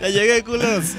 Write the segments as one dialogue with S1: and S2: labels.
S1: Ya llegué, culos.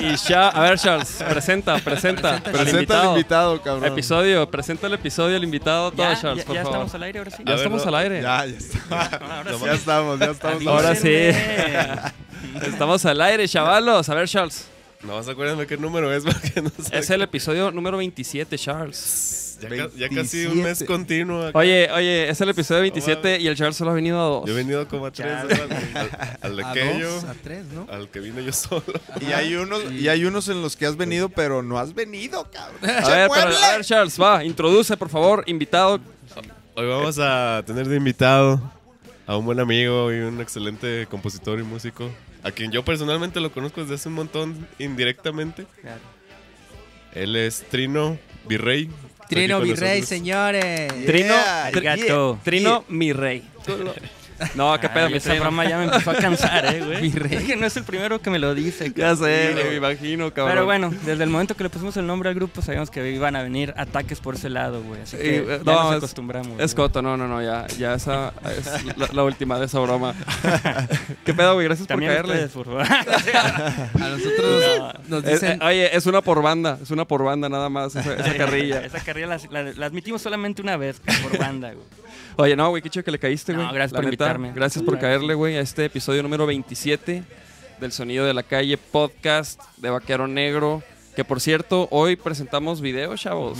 S2: Y ya, a ver, Charles, presenta, presenta. al
S3: Presenta al
S2: invitado.
S3: invitado, cabrón.
S2: Episodio, presenta el episodio, el invitado, todo,
S1: Ya,
S2: Charles,
S1: ya-
S2: por
S1: ya
S2: favor.
S1: estamos al aire ahora sí.
S2: Ya
S3: A ver,
S2: estamos
S3: no,
S2: al aire.
S3: Ya, ya está.
S1: Ahora sí.
S3: Ya estamos, ya estamos.
S2: Ahora
S3: al aire.
S2: sí.
S1: Avísenme.
S2: Estamos al aire, chavalos. A ver, Charles.
S4: No más acuérdame qué número es porque no sé.
S2: Es el episodio número 27, Charles.
S4: ya, ca- ya casi un
S3: 27.
S4: mes continuo. acá.
S2: Oye, oye, es el episodio 27 y el Charles solo ha venido a dos.
S4: Yo he venido como a tres al, al- al de
S1: A
S4: que
S1: dos,
S4: yo,
S1: a tres, ¿no?
S4: al que vine yo solo.
S3: Y hay unos, y hay unos en los que has venido, pero no has venido, cabrón.
S2: A ver, pero- a ver, Charles, va, introduce, por favor, invitado.
S4: Hoy vamos a tener de invitado a un buen amigo y un excelente compositor y músico, a quien yo personalmente lo conozco desde hace un montón indirectamente.
S1: Claro.
S4: Él es Trino Virrey. Está aquí
S1: Trino
S4: con
S1: Virrey,
S4: nosotros.
S1: señores.
S2: Trino,
S3: Yeah,
S2: Tri-
S1: arigato.
S2: Trino, mi rey. No, qué pedo,
S1: Ay,
S2: mi
S1: esa
S2: Trino.
S1: broma este ya me empezó a cansar, eh, güey. Mi rey. que no es el primero que me lo dice.
S2: Ya sé,
S1: güey.
S2: me imagino, cabrón.
S1: Pero bueno, desde el momento que le pusimos el nombre al grupo, sabíamos que iban a venir ataques por ese lado, güey. Así que
S2: Y, eh,
S1: ya
S2: no,
S1: nos
S2: es-
S1: acostumbramos.
S2: Es
S1: güey.
S2: coto, no, no, no, ya, ya esa es la, la última de esa broma. qué pedo, güey, gracias
S1: También
S2: por caerle.
S1: ustedes, por favor.
S5: A nosotros nos, nos
S2: Es-
S5: dicen,
S2: eh, oye, es una por banda, es una por banda nada más, esa, esa carrilla.
S1: Esa carrilla la, la- la admitimos solamente una vez por banda, güey.
S2: Oye, no, güey, qué chido que le caíste,
S1: No,
S2: güey.
S1: gracias
S2: La
S1: por
S2: neta,
S1: invitarme.
S2: Gracias por
S1: Claro que
S2: caerle, güey, a este episodio número 27 del Sonido de la Calle podcast de Vaquero Negro. Que por cierto, hoy presentamos video, chavos.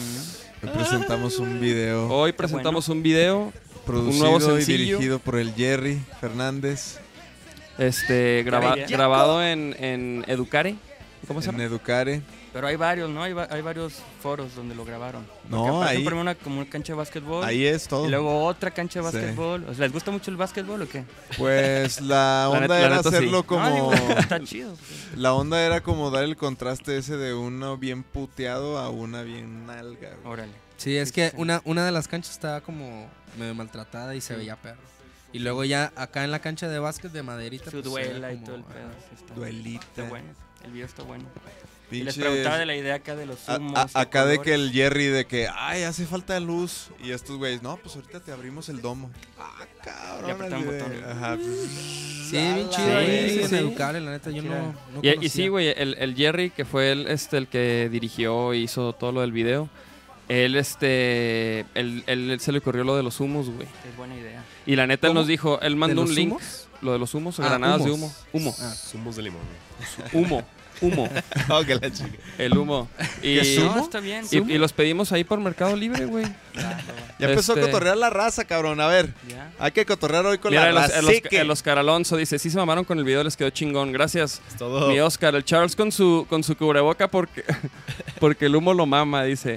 S3: Presentamos un video
S2: Hoy presentamos un video
S3: producido y
S2: Oh, sencillo.
S3: dirigido por el Jerry Fernández
S5: ¿eh?
S2: este, graba-
S1: bella.
S2: grabado en, en Educare. ¿Cómo se
S3: en
S2: llama?
S3: Educare.
S1: Pero hay varios, ¿no? Hay, va- hay varios foros donde lo grabaron. Porque
S3: No,
S1: aparece
S3: ahí-
S1: Primero una, como una cancha de básquetbol.
S3: Ahí es todo.
S1: Y luego otra cancha de
S3: Oh. Sí.
S1: básquetbol. O sea, ¿Les gusta mucho el básquetbol o qué?
S3: Pues la onda
S2: neta- la
S3: era
S2: neta sí.
S3: hacerlo
S1: No,
S3: como
S1: digo, está chido.
S3: la onda era como dar el contraste ese de uno bien puteado a una bien nalga. güey.
S1: Órale.
S5: sí, es
S1: sí,
S5: que
S1: sí.
S5: una, una de las canchas estaba como medio maltratada y se veía perro. Y luego ya acá en la cancha de básquet de maderita.
S1: Su
S5: pues, se
S1: duela
S5: ve
S1: y
S5: como,
S1: todo el
S5: ah,
S1: pedo. sí está- Está
S3: Duelita.
S1: bueno. El video está bueno. Y les
S3: Pinches-
S1: preguntaba de la idea acá de los
S3: a-
S1: zumos.
S3: a- acá de que el Jerry de que, ay, hace falta luz. Y estos güeyes, no, pues ahorita te abrimos el domo. Ah,
S1: Y
S3: cabrón.
S1: apretaron
S3: así de-
S1: botón.
S3: Ajá. pues,
S5: Sí, bien chido
S1: Sí,
S5: ahí
S1: sí,
S5: en
S1: sí.
S5: Educare, la neta, yo
S1: Chida.
S5: no, no
S2: Y, y
S5: conocía.
S2: sí, güey, el, el Jerry, que fue el, este, el que dirigió e hizo todo lo del video, él, este, él, él se le ocurrió lo de los humos, güey.
S1: Es buena idea.
S2: Y la neta, él
S5: ¿Cómo?
S2: nos dijo, él mandó
S5: los
S2: un link,
S5: humos?
S2: lo de los humos, o
S5: Ah,
S2: granadas de humo.
S5: humos.
S2: Humo,
S5: Ah.
S4: Zumos de limón.
S2: humo, humo,
S4: Oh, que la chica.
S2: el humo. Y,
S1: No, está bien.
S2: y- y los pedimos ahí por Mercado Libre, güey.
S3: Ya empezó a
S2: Este-
S3: cotorrear la raza, cabrón. A ver,
S1: Ya.
S3: hay que cotorrear hoy con
S2: Mira,
S3: la
S2: el, Os-
S3: raza.
S2: el
S3: Sí
S2: Osca-
S3: que-
S2: el Oscar Alonso dice, sí se mamaron con el video, les quedó chingón, gracias.
S4: Es todo.
S2: Mi Oscar, el Charles con su, con su cubreboca porque, porque el humo lo mama, dice.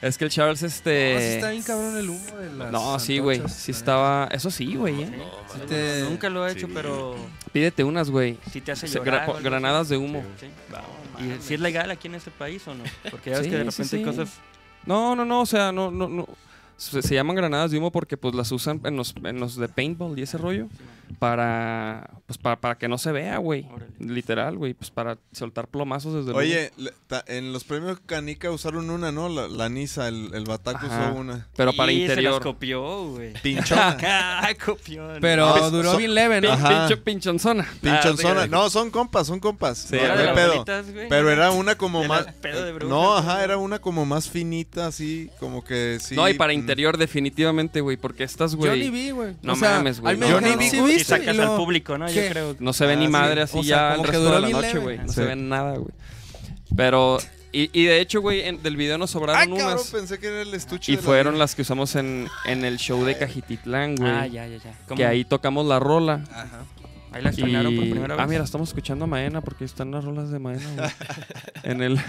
S2: Es que el Charles,
S5: No, Ah, sí está
S2: este...
S5: bien cabrón el humo de las
S2: No, sí, güey.
S5: antorchas,
S2: Sí
S5: la
S2: estaba... Eso sí, güey.
S1: Sí.
S2: eh.
S5: neta. Sí te-
S1: Nunca lo he hecho,
S4: Sí.
S1: pero
S2: Pídete unas, güey.
S1: sí te hace
S2: Se- gra-
S1: llorar. o
S2: po-
S1: algo así.
S2: granadas de humo.
S1: Sí. ¿Y si es legal aquí en este país o no? Porque ya ves
S2: Sí,
S1: que
S2: sí,
S1: de repente
S2: sí.
S1: hay cosas.
S2: No, no, no. O sea, no, no, no. Se, se llaman granadas de humo porque pues las usan en los, en los de paintball y ese rollo para pues para, para que no se vea, güey.
S1: Órale.
S2: Literal, güey, pues para soltar plomazos desde el humo.
S3: Oye, le- ta- en los premios Canica usaron una, ¿no? La, la Nisa, el, el Bataco
S2: Ajá.
S3: usó una.
S2: pero para
S1: Y Se
S2: interior.
S1: las copió, güey.
S3: Pinchona.
S1: Ah, copió.
S5: Pero
S3: Ah, pues,
S5: duró
S3: son-
S5: bien leve,
S2: Pin-
S5: ¿no?
S3: Ajá.
S2: pincho- pinchonzona.
S3: Pinchonzona.
S1: Ah,
S3: No, son compas, son compas.
S2: Sí,
S3: no,
S2: era
S3: no
S2: de
S3: hay
S2: las
S3: pedo.
S1: pedo.
S3: Pero era una como
S1: de
S3: más.
S1: las pedo de
S3: eh,
S1: brujas,
S3: no,
S1: ¿no?
S3: ajá, era una como más finita, así, como que sí.
S2: No, y para
S3: mm,
S2: interior definitivamente, güey, porque estas,
S5: Yo ni
S2: güey,
S5: vi, güey.
S2: No
S5: O sea,
S2: mames, güey,
S5: al
S2: no,
S5: menos
S3: no, no.
S5: sí
S3: Y
S5: viste,
S1: Y sacas
S5: luego-
S1: al público, ¿no?
S5: ¿Qué?
S1: Yo creo.
S2: no se ve
S3: Ah,
S2: ni
S3: sí.
S2: madre así
S5: O sea,
S2: ya el
S5: como que
S2: resto
S5: duró
S2: de la
S5: bien
S2: noche,
S5: leve.
S2: güey. No
S3: Sí.
S2: se ve nada, güey. Pero, y, y de hecho, güey, en- del video nos
S3: Ah,
S2: sobraron
S3: cabrón,
S2: unas.
S3: pensé que era el estuche.
S2: Y
S3: de la
S2: fueron
S3: vida.
S2: las que usamos en, en el show de Cajititlán, güey.
S1: Ah, ya, ya, ya. ¿Cómo?
S2: que ahí tocamos la rola.
S5: Ajá.
S1: Ahí la
S2: y-
S1: estrenaron por primera vez.
S2: Ah, mira, estamos escuchando a Maena porque están las rolas de Maena, güey. en el,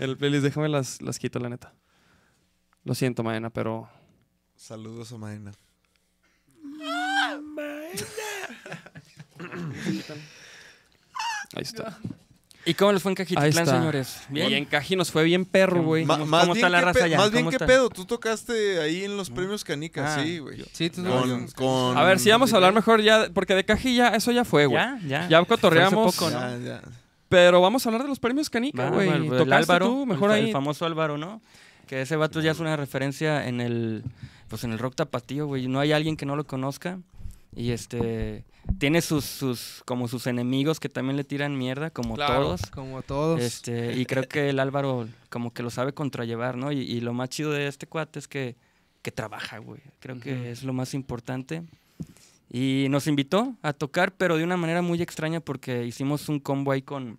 S2: el playlist. Déjame las, las quito, la neta. Lo siento, Maena, pero.
S3: Saludos a Maena.
S2: Ahí está.
S1: ¿Y cómo les fue en Cajitlán,
S2: Ahí está.
S1: señores?
S2: Y en Caji nos fue bien perro, güey.
S3: Ma-
S1: ¿Cómo-
S3: más
S1: cómo
S3: bien
S1: está la
S3: qué
S1: raza
S3: pe-
S1: allá?
S3: Más bien,
S1: ¿Cómo
S3: ¿qué
S1: está?
S3: pedo? Tú tocaste ahí en los premios Canicas,
S1: Ah,
S3: sí, güey.
S5: Sí, tú
S3: Con, con-
S2: A ver, si vamos a hablar mejor ya, de- porque de Caji ya, eso ya fue, güey.
S1: Ya, ya.
S2: Ya cotorreamos.
S1: Fue hace poco, ¿no?
S3: Ya, ya.
S2: Pero vamos a hablar de los premios Canica,
S1: Va,
S2: güey.
S1: va, el-
S2: Tocaste
S1: el Álvaro,
S2: tú, mejor
S1: el,
S2: ahí.
S1: el famoso Álvaro, ¿no? Que ese vato ya es una referencia en el pues en el rock tapatío, güey. No hay alguien que no lo conozca. Y este tiene sus sus como sus enemigos que también le tiran mierda como
S2: Claro.
S1: todos.
S5: Como todos.
S1: Este, y creo que el Álvaro como que lo sabe contrallevar, ¿no? Y, y lo más chido de este cuate es que, que trabaja, güey. Creo que es lo más importante. Y nos invitó a tocar, pero de una manera muy extraña porque hicimos un combo ahí con,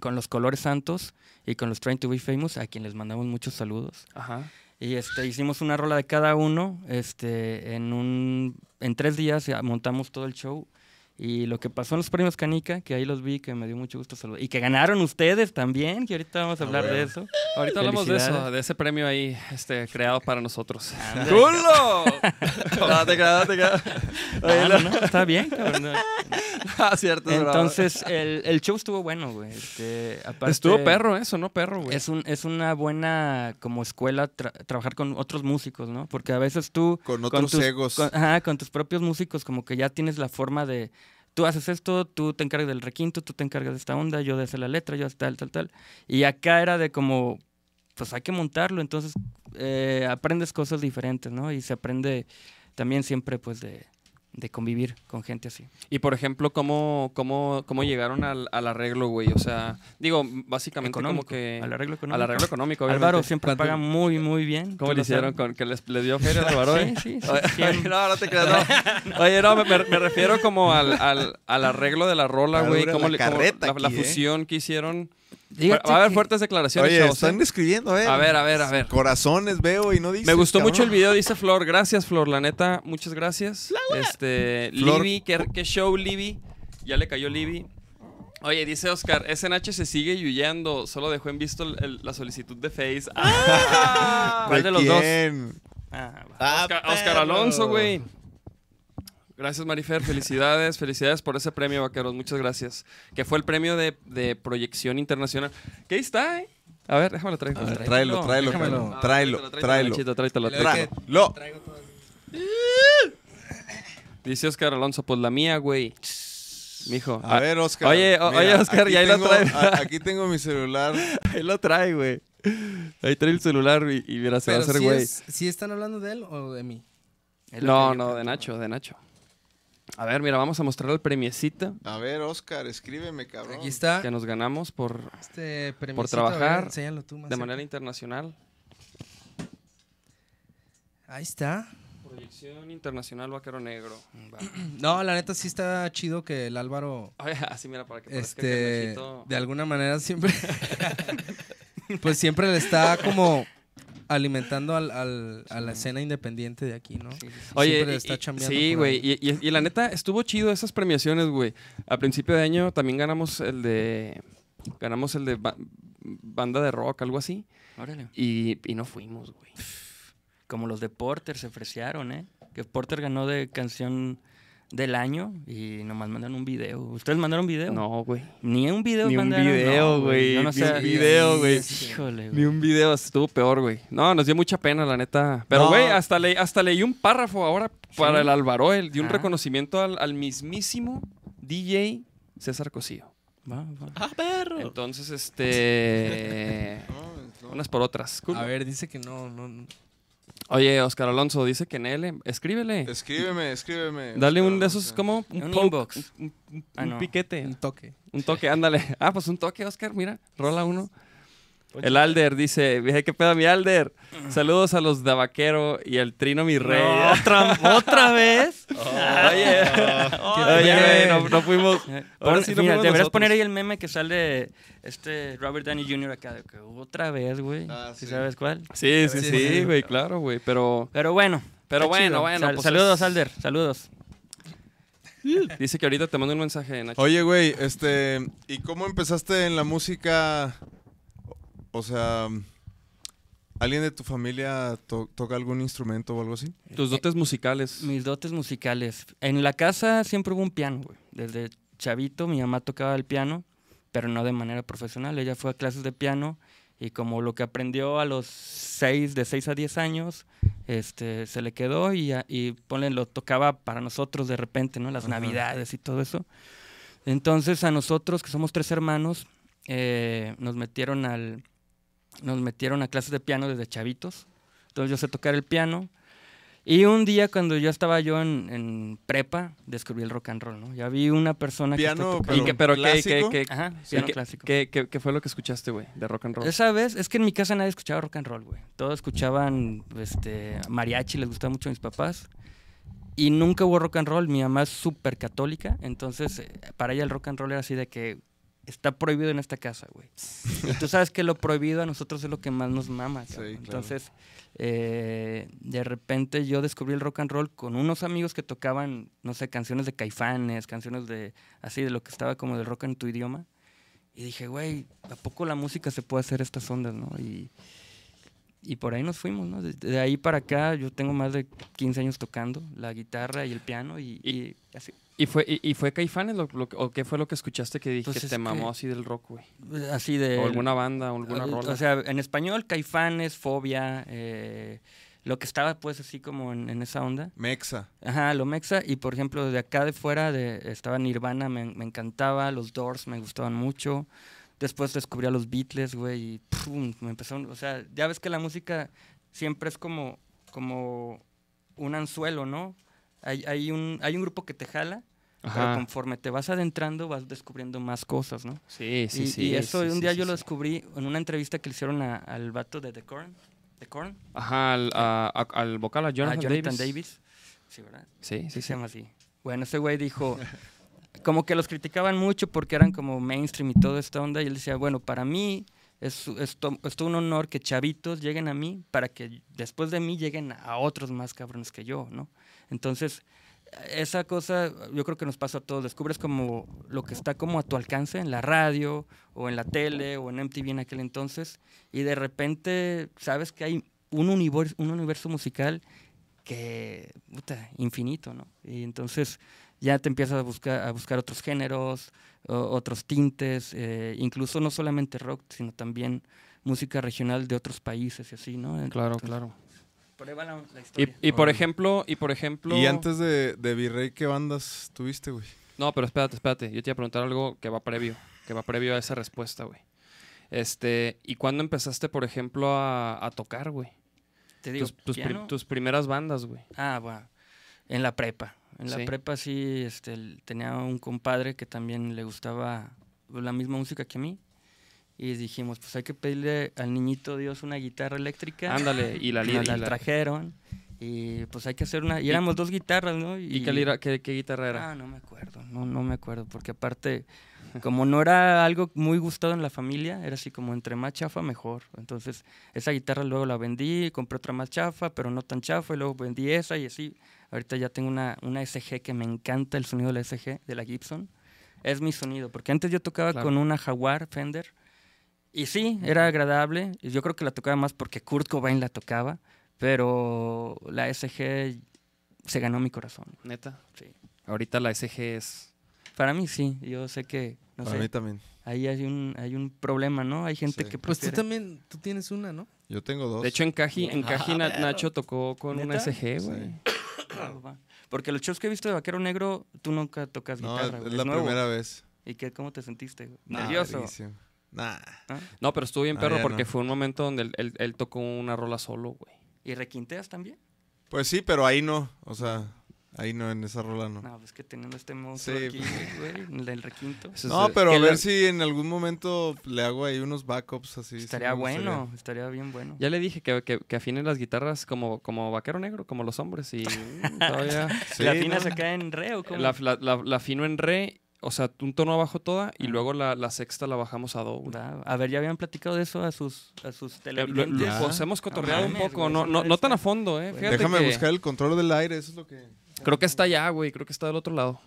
S1: con los Colores Santos y con los Trying to Be Famous, a quien les mandamos muchos saludos.
S2: Ajá.
S1: Y este, hicimos una rola de cada uno. Este, en, un, en tres días ya montamos todo el show. Y lo que pasó en los premios Canica, que ahí los vi, que me dio mucho gusto saludar. Y que ganaron ustedes también, que ahorita vamos a
S2: Ah,
S1: hablar de eso.
S2: Ahorita hablamos de eso,
S1: Felicidades.
S2: de ese premio ahí este, creado para nosotros.
S1: Ándale.
S2: ¡Culo! no, te creas, no te creas.
S1: Ah, no, no, está bien, cabrón. no.
S2: Ah, cierto, es bravo.
S1: Entonces, el, el show estuvo bueno, güey. Este, aparte-
S2: Estuvo perro eso, ¿no? Perro, güey.
S1: Es, un, es una buena como escuela tra- trabajar con otros músicos, ¿no? Porque a veces tú...
S3: Con otros
S1: tus,
S3: egos.
S1: Con, ajá, con tus propios músicos como que ya tienes la forma de... Tú haces esto, tú te encargas del requinto, tú te encargas de esta onda, yo de hacer la letra, yo de tal, tal, tal. Y acá era de como, pues hay que montarlo, entonces eh, aprendes cosas diferentes, ¿no? Y se aprende también siempre pues de, de convivir con gente así.
S2: Y por ejemplo, ¿cómo, cómo, cómo llegaron al, al arreglo, güey? O sea, digo, básicamente como
S1: Económico,
S2: que.
S1: al arreglo económico.
S2: Al arreglo económico, obviamente.
S1: Álvaro siempre
S5: ¿Cuánto?
S1: paga muy, muy bien.
S2: ¿Cómo le
S1: tú lo
S2: hicieron?
S1: sabes.
S2: ¿Con, que les, les dio feria al Álvaro? eh?
S1: Sí, sí, sí,
S2: Oye,
S1: cien.
S2: no, no te creas, no. Oye, no, me, me- me refiero como al, al, al arreglo de la rola,
S3: Está
S2: güey.
S3: dura
S2: Cómo
S3: la
S2: le- cómo
S3: carreta
S2: la, la
S3: aquí, eh.
S2: fusión que hicieron. Va
S1: Fíjate
S2: a haber
S1: que-
S2: fuertes declaraciones,
S3: Oye,
S2: chavos,
S3: están
S2: ¿eh?
S3: escribiendo, eh.
S2: A ver, a ver, a ver.
S3: Corazones veo y no dice.
S2: Me gustó mucho el video, dice Flor. Gracias, Flor, la neta. Muchas gracias. Este,
S3: Flor.
S2: Libby, ¿qué, qué show, Libby. Ya le cayó Libby. Oye, dice Oscar, SNH se sigue yuyando. Solo dejó en visto el- el- la solicitud de Face. ¡Ah!
S1: ¿Cuál de los dos?
S3: dos?
S1: Ah, va.
S2: Oscar, Oscar Alonso, güey. Gracias, Marifer. Felicidades, felicidades por ese premio, vaqueros. Muchas gracias. Que fue el premio de, de proyección internacional. Que ahí está, ¿eh? A ver, déjamelo traer.
S3: Tráelo, tráelo,
S5: déjamelo.
S3: cabrón. tráelo, tráelo.
S2: Nachito, tráetelo,
S5: Le
S2: tráetelo.
S5: dije-
S3: Lo.
S2: Dice Oscar Alonso, pues la mía, güey. Mijo.
S3: A
S2: ah,
S3: ver, Oscar.
S2: Oye, o- oye, Oscar,
S3: aquí
S2: y ahí lo
S3: tengo-
S2: trae.
S3: a- Aquí tengo mi celular.
S2: Ahí lo trae, güey. Ahí trae el celular y, y mira, se va a
S5: Pero
S2: hacer,
S5: sí,
S2: güey.
S5: es- ¿sí están hablando de él o de mí?
S1: Es lo
S2: No,
S1: que yo
S2: no, de
S1: pienso.
S2: Nacho, de Nacho. A ver, mira, vamos a mostrar el premiecito
S3: A ver, Oscar, escríbeme, cabrón.
S5: Aquí está.
S2: Oh. que nos ganamos por
S5: Este premiecito,
S2: Por trabajar
S5: a ver, enséñalo tú más
S2: de
S5: cerca.
S2: manera internacional.
S5: Ahí está.
S2: Proyección internacional vaquero negro.
S5: No, la neta sí está chido que el Álvaro
S2: Oye, así mira, para que parezca que el
S5: este
S2: Nachito-
S5: de alguna manera siempre pues siempre le está como alimentando al, al- a la escena independiente de aquí, ¿no?
S2: Oye,
S5: Siempre
S2: y-
S5: está
S2: y-
S5: chambeando
S2: sí,
S5: por
S2: güey.
S5: ahí.
S2: Y, y- y la neta, estuvo chido esas premiaciones, güey. A principio de año también ganamos el de. Ganamos el de ba- banda de rock, algo así.
S1: Órale.
S2: Y, y no fuimos, güey.
S1: Como los de Porter se ofrecieron, ¿eh? Que Porter ganó de canción del año y nomás mandan un video. ¿Ustedes mandaron video?
S2: No, güey.
S1: Ni un video
S2: Ni un
S1: mandaron.
S2: video,
S1: no,
S2: güey,
S1: Yo no
S2: ni un
S1: sé.
S2: video, güey.
S1: Híjole,
S2: Ni
S1: güey.
S2: un video, estuvo peor, güey. No, nos dio mucha pena, la neta. Pero,
S3: No.
S2: güey, hasta, le, hasta leí un párrafo ahora para
S1: Sí.
S2: el Álvaro. El, di un
S1: Ah.
S2: reconocimiento al, al mismísimo DJ César Cosío.
S1: Va, va.
S2: Ah, Entonces, este. Unas por otras.
S5: A ver, dice que no, no, no.
S2: Oye, Oscar Alonso dice que en él. Escríbele.
S3: Escríbeme, escríbeme.
S2: Dale
S3: Oscar
S2: un de esos
S3: Alonso.
S2: como un,
S1: Un
S2: poke,
S1: inbox.
S2: Un, un-
S1: Ah,
S2: un
S1: no.
S2: piquete.
S5: un toque.
S2: Un toque, ándale. Ah, pues un toque, Oscar, mira. Rola uno. El Alder dice, dije, ¿qué pedo mi Alder? Saludos a los de Vaquero y el Trino mi rey.
S1: No, ¿Otra, ¿Otra vez?
S2: Oh, Oye, oye, güey, no, no fuimos. Ahora
S1: Pon-
S2: sí no
S1: eh, mira,
S2: fuimos
S1: deberás
S2: nosotros.
S1: poner ahí el meme que sale este Robert Downey Jr. acá. de que otra vez, güey.
S3: Ah,
S1: ¿Sí
S3: sí.
S1: sabes cuál?
S2: Sí, sí,
S5: Sí,
S2: sí,
S5: sí.
S2: güey, claro, güey. Pero
S1: Pero bueno.
S2: Pero
S1: está
S2: bueno, bueno,
S1: Sal-
S2: pues
S1: saludos,
S2: es-
S1: Alder. Saludos.
S2: dice que ahorita te mando un mensaje, Nacho.
S3: Oye, güey, este, ¿y cómo empezaste en la música? O sea, ¿alguien de tu familia to- toca algún instrumento o algo así?
S2: Tus dotes musicales.
S1: Mis dotes musicales. En la casa siempre hubo un piano, güey. Desde chavito mi mamá tocaba el piano, pero no de manera profesional. Ella fue a clases de piano y como lo que aprendió a los 6, de 6 a 10 años, este, se le quedó y, a- y ponle, lo tocaba para nosotros de repente, ¿no? Las navidades y todo eso. Entonces a nosotros, que somos tres hermanos, eh, nos metieron al nos metieron a clases de piano desde chavitos. Entonces yo sé tocar el piano. Y un día cuando yo estaba yo en, en prepa, descubrí el rock and roll, ¿no? Ya vi una persona
S3: Piano,
S1: que está
S3: pero-
S2: ¿Y
S1: tocando-
S2: qué, pero qué, qué,
S3: ¿Clásico?
S2: qué,
S1: Ajá,
S2: sí,
S1: piano
S2: qué-
S1: clásico.
S2: qué- qué- qué fue lo que escuchaste, güey, de rock and roll?
S1: Esa vez, es que en mi casa nadie escuchaba rock and roll, güey. Todos escuchaban este, mariachi, les gustaba mucho a mis papás. Y nunca hubo rock and roll. Mi mamá es súper católica, entonces eh, para ella el rock and roll era así de que está prohibido en esta casa, güey. Y tú sabes que lo prohibido a nosotros es lo que más nos mama. cabrón.
S3: claro.
S1: Entonces, eh, de repente yo descubrí el rock and roll con unos amigos que tocaban, no sé, canciones de caifanes, canciones de así, de lo que estaba como del rock en tu idioma. Y dije, güey, ¿a poco la música se puede hacer estas ondas, no? Y, y por ahí nos fuimos, ¿no? De, de ahí para acá yo tengo más de 15 años tocando la guitarra y el piano y, y así.
S2: ¿Y fue, y, y fue Caifanes lo, lo que- o qué fue lo que escuchaste que dije
S1: Pues
S2: que
S1: es
S2: te
S1: que-
S2: mamó así del rock, güey?
S1: Así de...
S2: O alguna banda, o alguna
S1: o-
S2: rola.
S1: O sea, en español, Caifanes, Fobia, eh, lo que estaba pues así como en, en esa onda.
S3: Mexa.
S1: Ajá, lo mexa. Y por ejemplo, de acá de fuera de, estaba Nirvana, me, me encantaba. Los Doors me gustaban mucho. Después descubrí a los Beatles, güey, y pum, me empezaron. O sea, ya ves que la música siempre es como, como un anzuelo, ¿no? Hay, hay, un, hay un grupo que te jala, pero
S2: Ajá.
S1: conforme te vas adentrando vas descubriendo más cosas, ¿no?
S2: Sí, sí,
S1: y,
S2: sí.
S1: y eso
S2: sí,
S1: un
S2: sí,
S1: día
S2: sí,
S1: yo lo
S2: sí.
S1: descubrí en una entrevista que le hicieron a- al vato de The Korn. The Korn.
S2: Ajá, al, a- a- al vocal, a
S1: a
S2: Jonathan,
S1: Jonathan
S2: Davis.
S1: Davis. Sí, ¿verdad?
S2: Sí, sí,
S1: Sí,
S2: sí.
S1: se llama así. Bueno, ese güey dijo, como que los criticaban mucho porque eran como mainstream y toda esta onda, y él decía, bueno, para mí es, es, to- es todo un honor que chavitos lleguen a mí para que después de mí lleguen a otros más cabrones que yo, ¿no? Entonces, esa cosa yo creo que nos pasa a todos, descubres como lo que está como a tu alcance en la radio o en la tele o en MTV en aquel entonces, y de repente sabes que hay un universo, un universo musical que, puta, infinito, ¿no? Y entonces ya te empiezas a buscar, a buscar otros géneros, o- otros tintes, eh, incluso no solamente rock, sino también música regional de otros países y así, ¿no? En-
S2: Claro, claro.
S1: Por ahí va la,
S2: Y,
S1: la historia.
S2: y por ejemplo, y por ejemplo...
S3: Y antes de, de Virrey, ¿qué bandas tuviste, güey?
S2: No, pero espérate, espérate. Yo te iba a preguntar algo que va previo, que va previo a esa respuesta, güey. Este, ¿y cuándo empezaste, por ejemplo, a, a tocar, güey?
S1: Te digo,
S2: Tus, tus, pri-
S1: piano.
S2: tus primeras bandas, güey.
S1: Ah, bueno. En la prepa. En la
S2: Sí.
S1: prepa sí este, el- tenía un compadre que también le gustaba la misma música que a mí. Y dijimos, pues hay que pedirle al niñito Dios una guitarra eléctrica.
S2: Ándale, y la
S1: Nos
S2: lira.
S1: la
S2: y la-
S1: trajeron. Y pues hay que hacer una... Y
S2: Y-
S1: éramos dos guitarras, ¿no?
S2: ¿Y qué, lira- qué- qué guitarra era?
S1: Ah, no me acuerdo. No, no me acuerdo. Porque aparte, como no era algo muy gustado en la familia, era así como entre más chafa, mejor. Entonces, esa guitarra luego la vendí, compré otra más chafa, pero no tan chafa. Y luego vendí esa y así. Ahorita ya tengo una, una SG que me encanta el sonido de la SG, de la Gibson. Es mi sonido. Porque antes yo tocaba
S2: Claro.
S1: con una Jaguar Fender. Y sí, era agradable. y Yo creo que la tocaba más porque Kurt Cobain la tocaba. Pero la SG se ganó mi corazón.
S2: Neta.
S1: Sí.
S2: Ahorita la SG es.
S1: Para mí sí, yo sé que, no
S3: Para mí
S1: sé,
S3: también.
S1: ahí hay un, hay un problema, ¿no? Hay gente
S3: Sí.
S1: que
S5: Pues tú
S2: este
S1: prefiere...
S5: también, tú tienes una, ¿no?
S3: Yo tengo dos.
S2: De hecho, en Caji, en Caji Na- Nacho tocó con una
S1: ¿Neta?
S2: SG, güey.
S1: Ah, va. Porque los shows que he visto de Vaquero Negro, tú nunca tocas
S3: no,
S1: guitarra,
S3: es
S1: güey,
S3: la
S1: nuevo.
S3: primera vez.
S1: ¿Y qué, cómo te sentiste? güey?
S3: Nah,
S1: Nervioso.
S3: verguísima. Nah.
S2: No, pero estuvo bien
S3: Ah,
S2: perro
S3: ya
S2: porque
S3: no.
S2: fue un momento donde él, él- él tocó una rola solo, güey.
S1: ¿Y requinteas también?
S3: Pues sí, pero ahí no. O sea, ahí no, en esa rola no.
S1: No, pues que teniendo este monstruo
S3: Sí.
S1: aquí, güey, el del requinto.
S2: Eso es
S3: No,
S2: de-
S3: pero
S2: que
S3: a
S2: la-
S3: ver si en algún momento le hago ahí unos backups así. sí
S1: estaría
S3: me gustaría.
S1: bueno, estaría bien bueno.
S2: Ya le dije que, que, que afinen las guitarras como, como vaquero negro, como los hombres. Y mm, todavía.
S3: Sí,
S1: ¿La afinas
S3: ¿no?
S1: acá en re o cómo?
S2: la, la, la, la afino en re, o sea, un tono abajo toda, y luego la, la sexta la bajamos a do, güey.
S1: Va, A ver, ya habían platicado de eso a sus, a sus
S2: Eh, lo-
S1: televidentes.
S2: lo-
S3: Ah.
S2: pues hemos cotorreado
S1: No
S2: un
S1: mames,
S2: poco,
S1: güey,
S2: no,
S1: eso
S2: no,
S1: está-
S2: no tan a fondo, ¿eh? Fíjate
S3: Déjame
S2: que
S3: buscar el control del aire, eso es lo que...
S2: Creo que está allá, güey, creo que está del otro lado.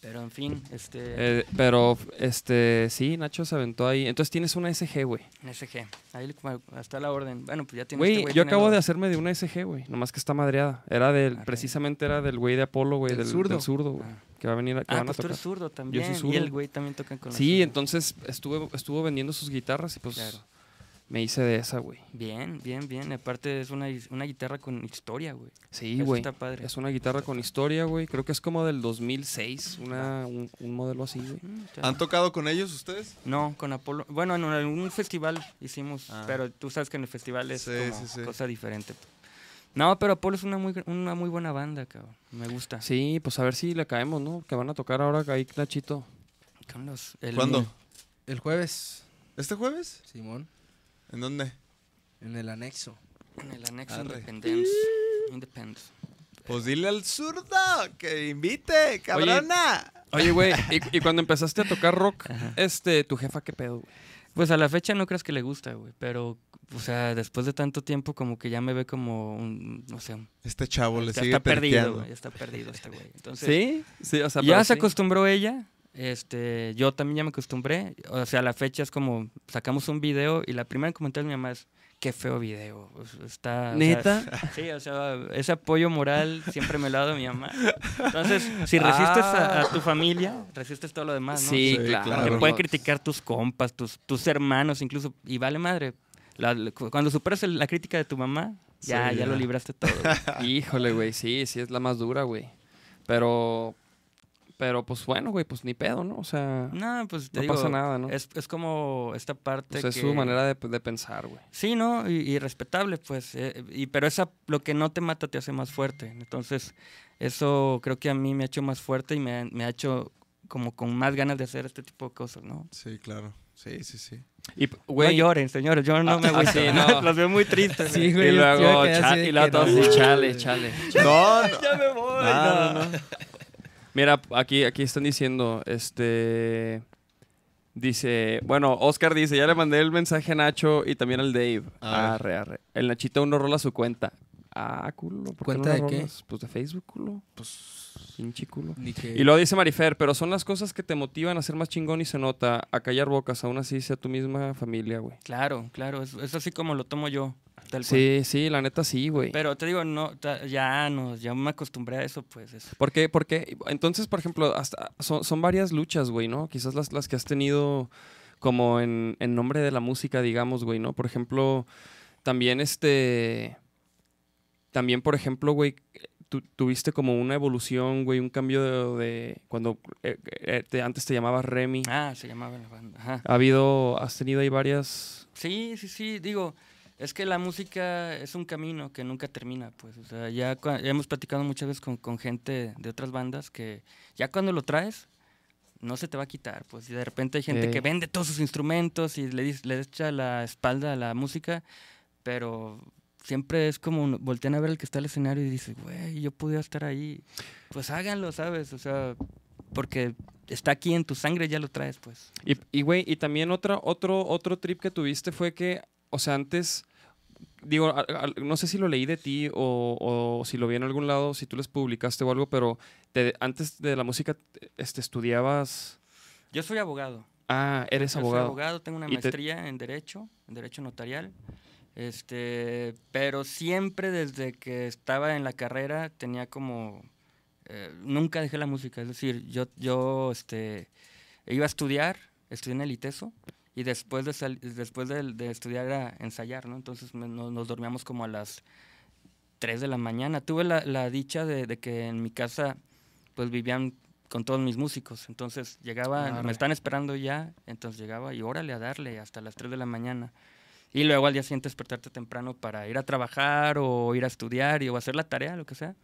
S1: Pero en fin, este...
S2: Eh, pero, este, sí, Nacho se aventó ahí. Entonces tienes una SG, güey.
S1: SG. Ahí le- está la orden. Bueno, pues ya tiene
S2: Güey,
S1: este güey
S2: yo
S1: tiene
S2: acabo
S1: la-
S2: de hacerme de una SG, güey. Nomás que está madreada. Era del,
S1: Ah, sí.
S2: precisamente era del güey de Apolo, güey,
S5: Del
S2: del del
S5: zurdo.
S2: zurdo, güey.
S1: Ah.
S2: que va a venir, a- que
S1: Ah,
S2: van a
S1: pues tú
S2: tocar.
S1: eres zurdo también.
S2: zurdo.
S1: Y el güey también tocan con la
S2: Sí,
S1: zurda.
S2: entonces estuve, estuvo vendiendo sus guitarras y pues
S1: Claro.
S2: me hice de esa, güey.
S1: Bien, bien, bien. Aparte es una, una guitarra con historia, güey.
S2: Sí,
S1: Eso
S2: güey.
S1: está padre.
S2: Es una guitarra con historia, güey. Creo que es como del 2006, una, un, un modelo así, güey.
S1: Mm, está-
S3: ¿Han tocado con ellos ustedes?
S1: No, con Apolo. Bueno, en algún festival hicimos,
S3: Ah.
S1: pero tú sabes que en el festival es
S3: Sí,
S1: como
S3: sí, sí.
S1: cosa diferente. No, pero Apolo es una muy, gr- una muy buena banda, cabrón. Me gusta.
S2: Sí, pues a ver si le caemos, ¿no? Que van a tocar ahora ahí, Nachito.
S1: Con los- el-
S3: ¿Cuándo?
S5: El jueves,
S3: ¿Este jueves?
S5: Simón,
S3: ¿En dónde?
S5: en el anexo.
S1: En el anexo
S3: Arre.
S1: Independence. Independence.
S3: Pues dile al zurdo que invite, cabrona.
S2: Oye, güey, y, y cuando empezaste a tocar rock,
S1: Ah.
S2: este, tu jefa, ¿qué pedo, güey?
S1: Pues a la fecha no crees que le gusta, güey. Pero, o sea, después de tanto tiempo, como que ya me ve como un, no sé, un-
S3: Este chavo le
S1: ya
S3: sigue
S1: está perdido,
S3: perdiendo.
S1: güey. Ya está perdido este güey. Entonces,
S2: Sí, sí, o sea,
S1: ya
S2: pero
S1: se
S2: sí.
S1: acostumbró ella. Este, yo también ya me acostumbré. O sea, la fecha es como sacamos un video y la primera comentario de mi mamá es qué feo video. o sea, Está o sea,
S2: ¿Neta?
S1: sí, o sea, ese apoyo moral siempre me lo ha dado mi mamá. Entonces, si resistes a, a tu familia, resistes todo lo demás, ¿no?
S2: Sí,
S3: Ah. Sí,
S2: claro.
S3: claro.
S1: Porque
S3: no.
S1: pueden criticar tus compas, tus, tus hermanos, incluso, y vale madre. La- la- cu- cuando superas el- la crítica de tu mamá, ya,
S3: Sí,
S1: ya lo
S3: ya.
S1: libraste todo. güey.
S2: Híjole, güey, sí, sí es la más dura, güey. Pero, pero pues bueno, güey, pues ni pedo, ¿no? O sea, no,
S1: No, pues te digo,
S2: pasa nada, ¿no?
S1: Es, es como esta parte.
S2: Pues es
S1: que-
S2: su manera de, de pensar, güey.
S1: Sí, ¿no? Y, y respetable, pues. eh, y, pero esa, lo que no te mata te hace más fuerte. Entonces, eso creo que a mí me ha hecho más fuerte y me, ha- me ha hecho como con más ganas de hacer este tipo de cosas, ¿no?
S3: Sí, claro. Sí, sí, sí.
S2: Y,
S1: No lloren, señores, yo no me
S2: Ah,
S1: agüito.
S2: sí, no.
S1: Los veo muy tristes.
S5: Sí,
S2: y
S5: yo- yo
S2: luego,
S5: me quedé
S2: cha-
S5: así de
S2: y
S5: que
S2: luego todos
S5: no,
S2: así,
S5: güey.
S2: chale, chale.
S3: No, no.
S1: Ya me voy.
S3: No, no,
S2: Mira, aquí, aquí están diciendo, este... Dice, bueno, Oscar dice, ya le mandé el mensaje a Nacho y también al Dave.
S3: A ver.
S2: Arre, arre. El Nachito aún no rola su cuenta. Ah, culo. ¿por qué
S5: ¿Cuenta
S2: no
S5: de
S2: la
S5: qué? eh.
S2: rolas? Pues de Facebook, culo. Pues, pinche culo.
S5: Ni que-
S2: Y luego dice Marifer, pero son las cosas que te motivan a ser más chingón y se nota, a callar bocas, aún así sea tu misma familia, güey.
S1: Claro, claro, es, es así como lo tomo yo. Tal cual.
S2: Sí, sí, la neta sí, güey.
S1: Pero te digo, no, ta- ya no, ya me acostumbré a eso, pues. es-
S2: ¿Por qué? Porque, entonces, por ejemplo, hasta son, son varias luchas, güey, ¿no? Quizás las, las que has tenido como en, en nombre de la música, digamos, güey, ¿no? Por ejemplo, también este... También, por ejemplo, güey, tú- tuviste como una evolución, güey, un cambio de... de- cuando eh, eh, te- antes te llamabas Remy.
S1: Ah, se llamaba la banda. Ajá.
S2: Ha habido, has tenido ahí varias...
S1: Sí, sí, sí, digo, es que la música es un camino que nunca termina, pues, o sea, ya, cua- ya hemos platicado muchas veces con, con gente de otras bandas que ya cuando lo traes, no se te va a quitar, pues, y de repente hay gente
S2: Ey.
S1: que vende todos sus instrumentos y le, dis- le echa la espalda a la música, pero siempre es como, un- voltean a ver al que está al escenario y dices, güey, yo pudiera estar ahí, pues háganlo, ¿sabes? O sea, porque está aquí en tu sangre, ya lo traes, pues.
S2: Y, y, güey, y también otra, otro, otro trip que tuviste fue que, o sea, antes, digo, al- al- no sé si lo leí de ti o, o si lo vi en algún lado, si tú les publicaste o algo, pero te- antes de la música este, estudiabas...
S1: Yo soy abogado.
S2: Ah, eres
S1: Yo soy
S2: abogado.
S1: abogado, tengo una
S2: Y te-
S1: maestría en Derecho, en Derecho Notarial. Este, pero siempre desde que estaba en la carrera tenía como. eh, nunca dejé la música. Es decir, yo, yo este, iba a estudiar, estudié en el ITESO y después de, sal- después del- de, estudiar era ensayar, ¿no? Entonces me- no- nos dormíamos como a las 3 de la mañana. Tuve la, la dicha de, de que en mi casa pues vivían con todos mis músicos. Entonces llegaba,
S2: Arre.
S1: me están esperando ya, entonces llegaba y órale a darle hasta las 3 de la mañana. Y luego al día siguiente despertarte temprano para ir a trabajar o ir a estudiar y, o hacer la tarea, lo que sea.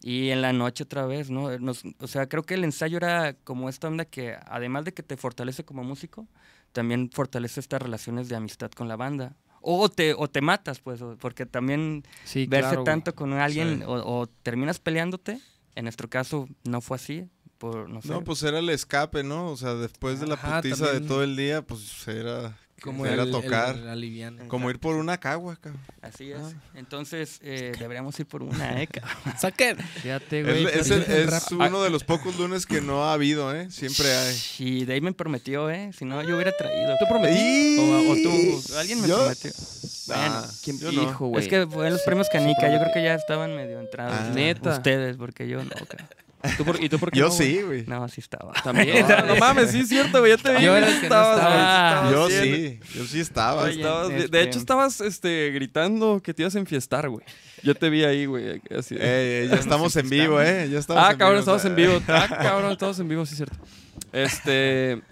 S1: Y en la noche otra vez, ¿no? Nos- o sea, creo que el ensayo era como esta onda que, además de que te fortalece como músico, también fortalece estas relaciones de amistad con la banda. O te, o te matas, pues, o- porque también
S2: Sí,
S1: verse
S2: claro, güey.
S1: tanto con alguien
S3: Sí.
S1: o, o terminas peleándote. En nuestro caso no fue así, por no sé.
S3: No, pues era el escape, ¿no? O sea, después de la
S5: Ajá,
S3: putiza de
S5: también.
S3: todo el día, pues era
S5: como
S3: era
S5: el-
S3: tocar.
S5: el- la liviana.
S3: como ir por una cagua, cabrón.
S1: así es. Entonces, eh, deberíamos ir por una, ¿eh? cabrón?
S5: ¡Saquen!
S1: Fíjate,
S3: Es,
S1: güey.
S3: es
S1: pues,
S3: el-
S5: es el
S3: es
S5: rap.
S3: uno de los pocos lunes que no ha habido, ¿eh? Siempre hay.
S1: Y Dave me prometió, ¿eh? Si no, yo hubiera traído.
S2: Tú prometí.
S1: O, o tú, alguien me
S3: Yo-
S1: prometió.
S3: Ah,
S2: ¿Quién
S3: yo no.
S2: hijo, güey?
S1: Es que fue en los premios Canica, yo creo que ya estaban medio entrados.
S3: Ah.
S1: Neta.
S2: Neta.
S1: Ustedes, porque yo no, cabrón.
S2: ¿Tú por- ¿Y tú por qué
S3: Yo
S2: no, güey?
S3: sí, güey.
S1: No, así estaba.
S2: También. No, no mames, sí es cierto, güey. Ya te vi.
S5: Yo
S2: que
S5: era el que no
S2: estabas, güey,
S1: estaba.
S2: estabas
S3: Yo
S2: bien.
S3: sí, yo sí estaba.
S1: Oye,
S2: Estabas bien. De
S1: este-
S2: hecho, estabas este, gritando que te ibas a enfiestar, güey. Yo te vi ahí, güey. así de-
S3: Ey, ey, Eh, ya estamos en vivo, ¿eh? Ya estamos
S2: Ah,
S3: en
S2: cabrón,
S3: vivo, Eh,
S2: estamos en vivo. Ah, cabrón, estamos en vivo, sí es cierto. Este.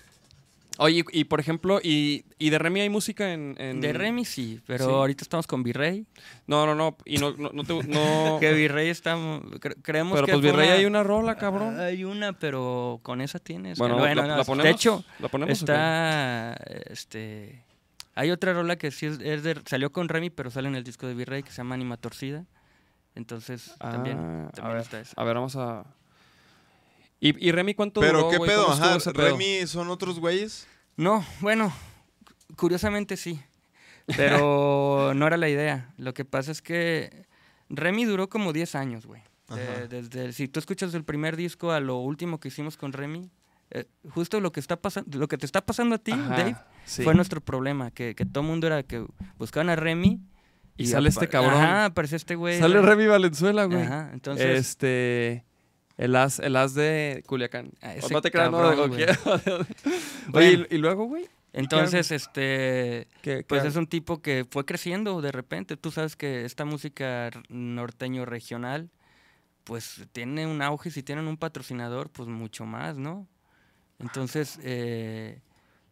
S2: Oye, y y por ejemplo, ¿y, y de Remy hay música en. en-
S1: De Remy sí, pero
S2: Sí.
S1: ahorita estamos con Virrey.
S2: No, no, no. Y no, no, no te. No,
S1: Que Virrey estamos. cre- creemos
S2: pero
S1: que.
S2: pues
S1: fue
S2: Virrey hay una rola, cabrón.
S1: Hay una, pero con esa tienes.
S2: Bueno, la,
S1: no,
S2: la ponemos.
S1: De hecho,
S2: ¿La ponemos o qué?
S1: está. Este. Hay otra rola que sí es, es de, salió con Remy, pero sale en el disco de Virrey que se llama Anima Torcida. Entonces,
S2: Ah,
S1: también,
S2: a
S1: también
S2: ver,
S1: está esa.
S2: A ver, vamos a. ¿Y, y Remy cuánto
S3: Pero
S2: duró,
S3: qué
S2: güey?
S3: pedo,
S2: ¿Cómo estuvo
S3: ajá.
S2: ese pedo?
S3: Remy son otros güeyes.
S1: No, bueno, cu- curiosamente sí. Pero no era la idea. Lo que pasa es que Remy duró como 10 años, güey. De-
S3: Ajá.
S1: desde el- si tú escuchas el primer disco a lo último que hicimos con Remy, eh, justo lo que está pasando, lo que te está pasando a ti,
S2: Ajá,
S1: Dave,
S2: sí.
S1: fue nuestro problema, que, que todo el mundo era que buscaban a Remy
S2: Y sale este
S1: apa-
S2: cabrón.
S1: Ajá, aparece este güey.
S2: Sale Remy Valenzuela, güey.
S1: Ajá, entonces
S2: Este. El as, el as de Culiacán.
S1: Ah,
S2: O
S1: ese
S2: no te creas, no.
S1: cabrón,
S2: o
S1: güey.
S2: qué- Oye,
S1: Bueno.
S2: y, y luego, güey.
S1: entonces este
S2: ¿Qué- qué
S1: Pues
S2: hago?
S1: es un tipo que fue creciendo de repente. Tú sabes que esta música r- norteño regional, pues tiene un auge. Si tienen un patrocinador, pues mucho más, ¿no? Entonces, eh,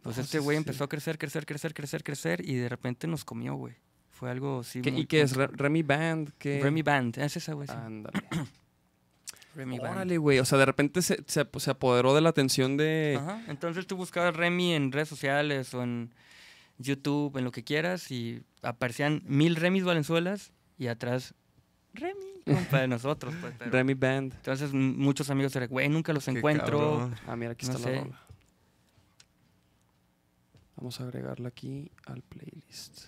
S1: pues
S2: No,
S1: este
S2: sí,
S1: güey
S2: sí.
S1: empezó a crecer, crecer, crecer, crecer, crecer y de repente nos comió, güey. Fue algo así.
S2: ¿Qué-
S1: muy-
S2: ¿Y qué es? Re- ¿Remy Band? ¿Qué?
S1: Remy Band, ah, es esa, güey. sí.
S2: Ándale.
S1: Remy Band.
S2: Órale, güey. O sea, de repente se, se, se apoderó de la atención de.
S1: Ajá, Entonces tú buscabas Remy en redes sociales o en YouTube, en lo que quieras, y aparecían mil Remys Valenzuelas y atrás Remy, compa de nosotros. Pues, pero-
S2: Remy Band.
S1: Entonces m- muchos amigos eran, güey, nunca los
S3: Qué
S1: encuentro.
S3: cabrón.
S2: Ah, mira, aquí
S1: No
S2: está la
S1: sé.
S2: rola. Vamos a agregarla aquí al playlist.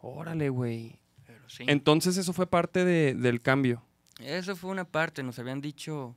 S2: Órale, güey.
S1: Pero sí.
S2: Entonces eso fue parte de- del cambio.
S1: Eso fue una parte, nos habían dicho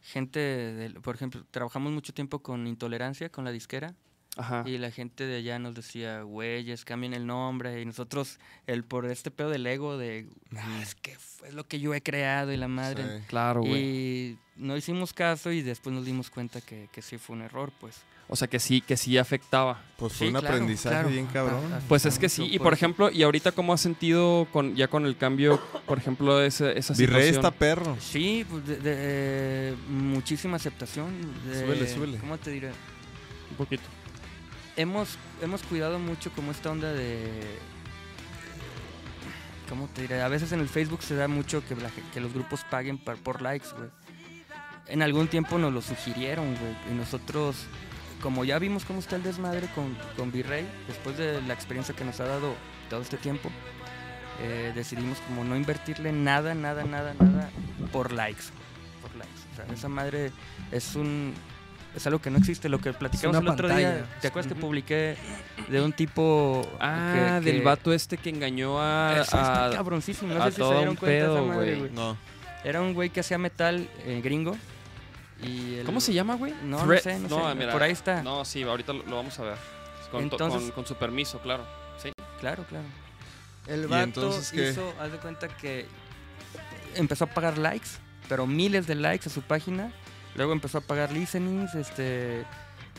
S1: gente, del- por ejemplo, trabajamos mucho tiempo con Intolerancia, con la disquera,
S3: Ah.
S2: Ajá.
S1: y la gente de allá nos decía, güeyes, cambien el nombre, y nosotros, el por este pedo del ego, de, "Ah, es que f- es lo que yo he creado y la madre.
S3: Sí.
S2: Claro, güey.
S1: Y no hicimos caso y después nos dimos cuenta que, que sí fue un error, pues.
S2: O sea que sí, que sí afectaba.
S3: Pues fue
S1: Sí,
S3: un
S1: claro,
S3: aprendizaje
S1: claro.
S3: bien cabrón.
S1: Ah, ah,
S2: Pues es que
S1: mucho,
S2: sí. Y por ejemplo, ¿y ahorita cómo has sentido con, ya con el cambio, por ejemplo, esa, esa
S3: Virrey
S2: situación?
S3: está perro.
S1: Sí, pues de, de- muchísima aceptación. de-
S3: Súbele, súbele.
S1: ¿Cómo te diré?
S2: Un poquito.
S1: Hemos, hemos cuidado mucho como esta onda de... ¿Cómo te diré? A veces en el Facebook se da mucho que, la ge- que los grupos paguen par- por likes, güey. En algún tiempo nos lo sugirieron, güey. Y nosotros, como ya vimos cómo está el desmadre con, con Virrey, después de la experiencia que nos ha dado todo este tiempo, eh, decidimos como no invertirle nada, nada, nada, nada por likes. güey, Por likes. O sea, esa madre es un... Es algo que no existe, lo que platicamos el
S5: una
S1: otro día.
S5: pantalla.
S1: ¿Te acuerdas que
S2: Ujú.
S1: publiqué de un tipo...
S2: Ah,
S1: que-
S2: del
S1: que-
S2: vato este que engañó a...
S1: Eso está
S2: a-
S1: cabroncísimo, no
S2: a
S1: sé si se
S2: todo
S1: dieron
S2: un
S1: cuenta de esa
S2: pedo,
S1: madre,
S2: güey.
S1: güey.
S3: No.
S1: Era un güey que hacía metal eh, gringo. Y el-
S2: ¿Cómo se llama, güey?
S1: No, no
S2: Threat-
S1: sé, no, sé.
S2: mira,
S1: Por ahí está.
S2: No, sí, ahorita lo, lo vamos a ver. Con, to-
S1: Entonces-
S2: con- con su permiso, claro. Sí.
S1: Claro, claro. El
S3: ¿Y
S1: vato
S3: entonces qué?
S1: hizo, haz de cuenta que empezó a pagar likes, pero miles de likes a su página. Luego empezó a pagar listenings, este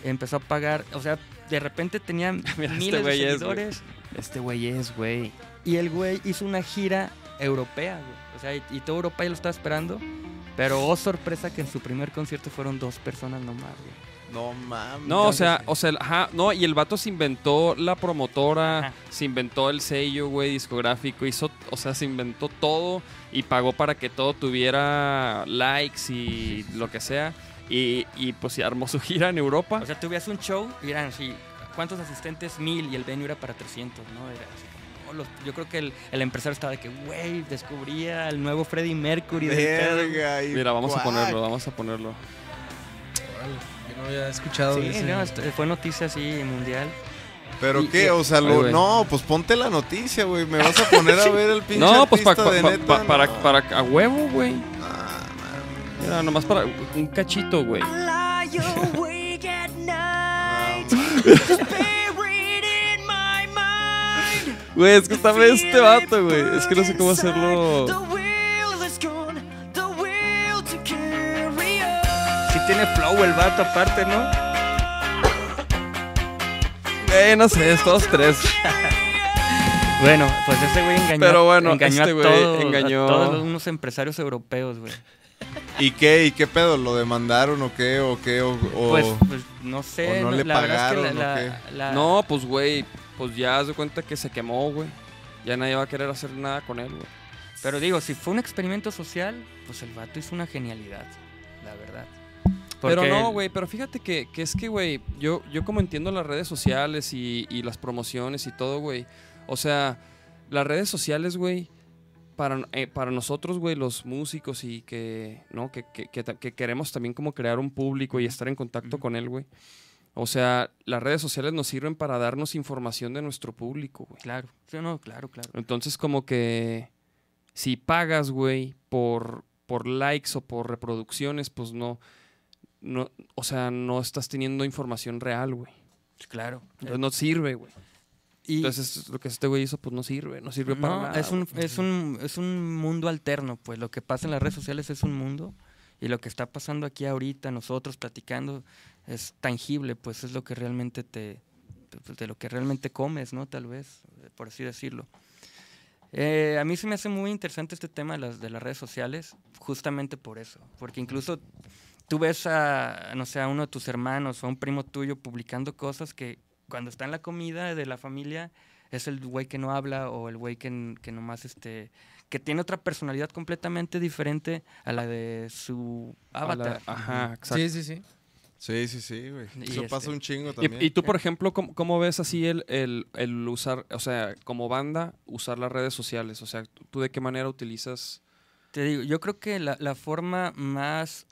S1: empezó a pagar, o sea, de repente tenía
S2: Mira,
S1: miles
S2: este
S1: de
S2: güey es, güey.
S1: seguidores.
S2: Este güey es, güey.
S1: Y el güey hizo una gira europea, güey. O sea, y, y toda Europa ya lo estaba esperando. Pero oh sorpresa que en su primer concierto fueron dos personas nomás, güey.
S3: No mames.
S2: No, o sea, o sea, el- ajá, no, y el vato se inventó la promotora,
S1: Ajá.
S2: se inventó el sello, güey, discográfico, hizo, o sea, se inventó todo y pagó para que todo tuviera likes y lo que sea. Y, y pues se armó su gira en Europa.
S1: O sea, tú veías un show y eran así, ¿cuántos asistentes? Mil y el venue era para 300, ¿no? Era así, como, "Oh, los- yo creo que el, el empresario estaba de que, güey, descubría al nuevo Freddie Mercury. del pedo".
S3: Verga, y
S2: Mira, vamos
S3: guac.
S2: a ponerlo, vamos a ponerlo.
S5: Yo no había escuchado de
S1: Sí,
S5: ese.
S1: no, esto- fue noticia así mundial.
S3: ¿Pero
S1: Y- y-
S3: qué? O sea,
S2: Ay,
S3: lo,
S2: güey.
S3: no, pues ponte la noticia, güey. Me vas a poner a ver el pinche
S2: No, pues pa-
S3: artista de
S2: pa-
S3: neta.
S2: pa- para,
S3: No. Ah,
S2: para, a huevo, güey. Mira, nomás para un cachito, güey. Güey, es que está este vato, güey. Es que no sé cómo hacerlo.
S6: The will is gone, the will to kill.
S1: tiene flow el vato aparte, ¿no?
S2: Eh, no sé, estos tres.
S1: Bueno, pues ese güey engañó,
S2: Pero bueno,
S1: engañó
S2: este
S1: a
S2: güey
S1: todos,
S2: engañó-
S1: a todos unos empresarios europeos, güey.
S3: ¿Y qué? ¿Y qué pedo? ¿Lo demandaron o qué? ¿O qué? ¿O, o-
S1: Pues, pues, no sé,
S3: o no
S1: no-
S3: le
S1: la verdad es que
S3: pagaron,
S1: la-
S3: ¿o
S1: la- la-
S2: No, pues güey, pues ya se cuenta que se quemó, güey. Ya nadie va a querer hacer nada con él, güey.
S1: Pero digo, si fue un experimento social, pues el vato hizo una genialidad, la verdad.
S2: Pero
S1: Porque
S2: no,
S1: el-
S2: güey, pero fíjate que, que es que, güey, yo, yo como entiendo las redes sociales y, y las promociones y todo, güey. O sea, las redes sociales, güey, para, eh, para nosotros, güey, los músicos y que, ¿no? Que, que- que ta- que queremos también como crear un público y estar en contacto con él, güey. O sea, las redes sociales nos sirven para darnos información de nuestro público, güey.
S1: Claro, sí, no, claro, claro.
S2: Entonces, como que si pagas, güey, por, por likes o por reproducciones, pues no, no, o sea, no estás teniendo información real, güey.
S1: Claro.
S2: Entonces no sirve, güey.
S1: Eh. Y-
S2: Entonces lo que este güey hizo, pues no sirve, no sirve para
S1: No,
S2: nada.
S1: es un,
S2: güey.
S1: es, un, es un mundo alterno, pues lo que pasa en las redes sociales es un mundo y lo que está pasando aquí ahorita, nosotros platicando, es tangible, pues es lo que realmente te, te- pues, de lo que realmente comes, ¿no? Tal vez, eh, por así decirlo. Eh, a mí se me hace muy interesante este tema de las, de las redes sociales, justamente por eso, porque incluso tú ves a, no sé, a uno de tus hermanos o a un primo tuyo publicando cosas que cuando está en la comida de la familia es el güey que no habla o el güey que, n- que nomás este que tiene otra personalidad completamente diferente a la de su
S2: A la-
S1: avatar.
S2: ajá, exacto.
S5: Sí, sí, sí.
S3: Sí, sí, sí, güey.
S1: Y
S3: Eso
S1: este-
S3: pasa un chingo
S2: Y-
S3: también.
S2: Y, tú, por ejemplo, ¿cómo, cómo ves así el, el- el usar, o sea, como banda, usar las redes sociales? O sea, ¿tú tú de qué manera utilizas?
S1: Te digo, yo creo que la, la forma más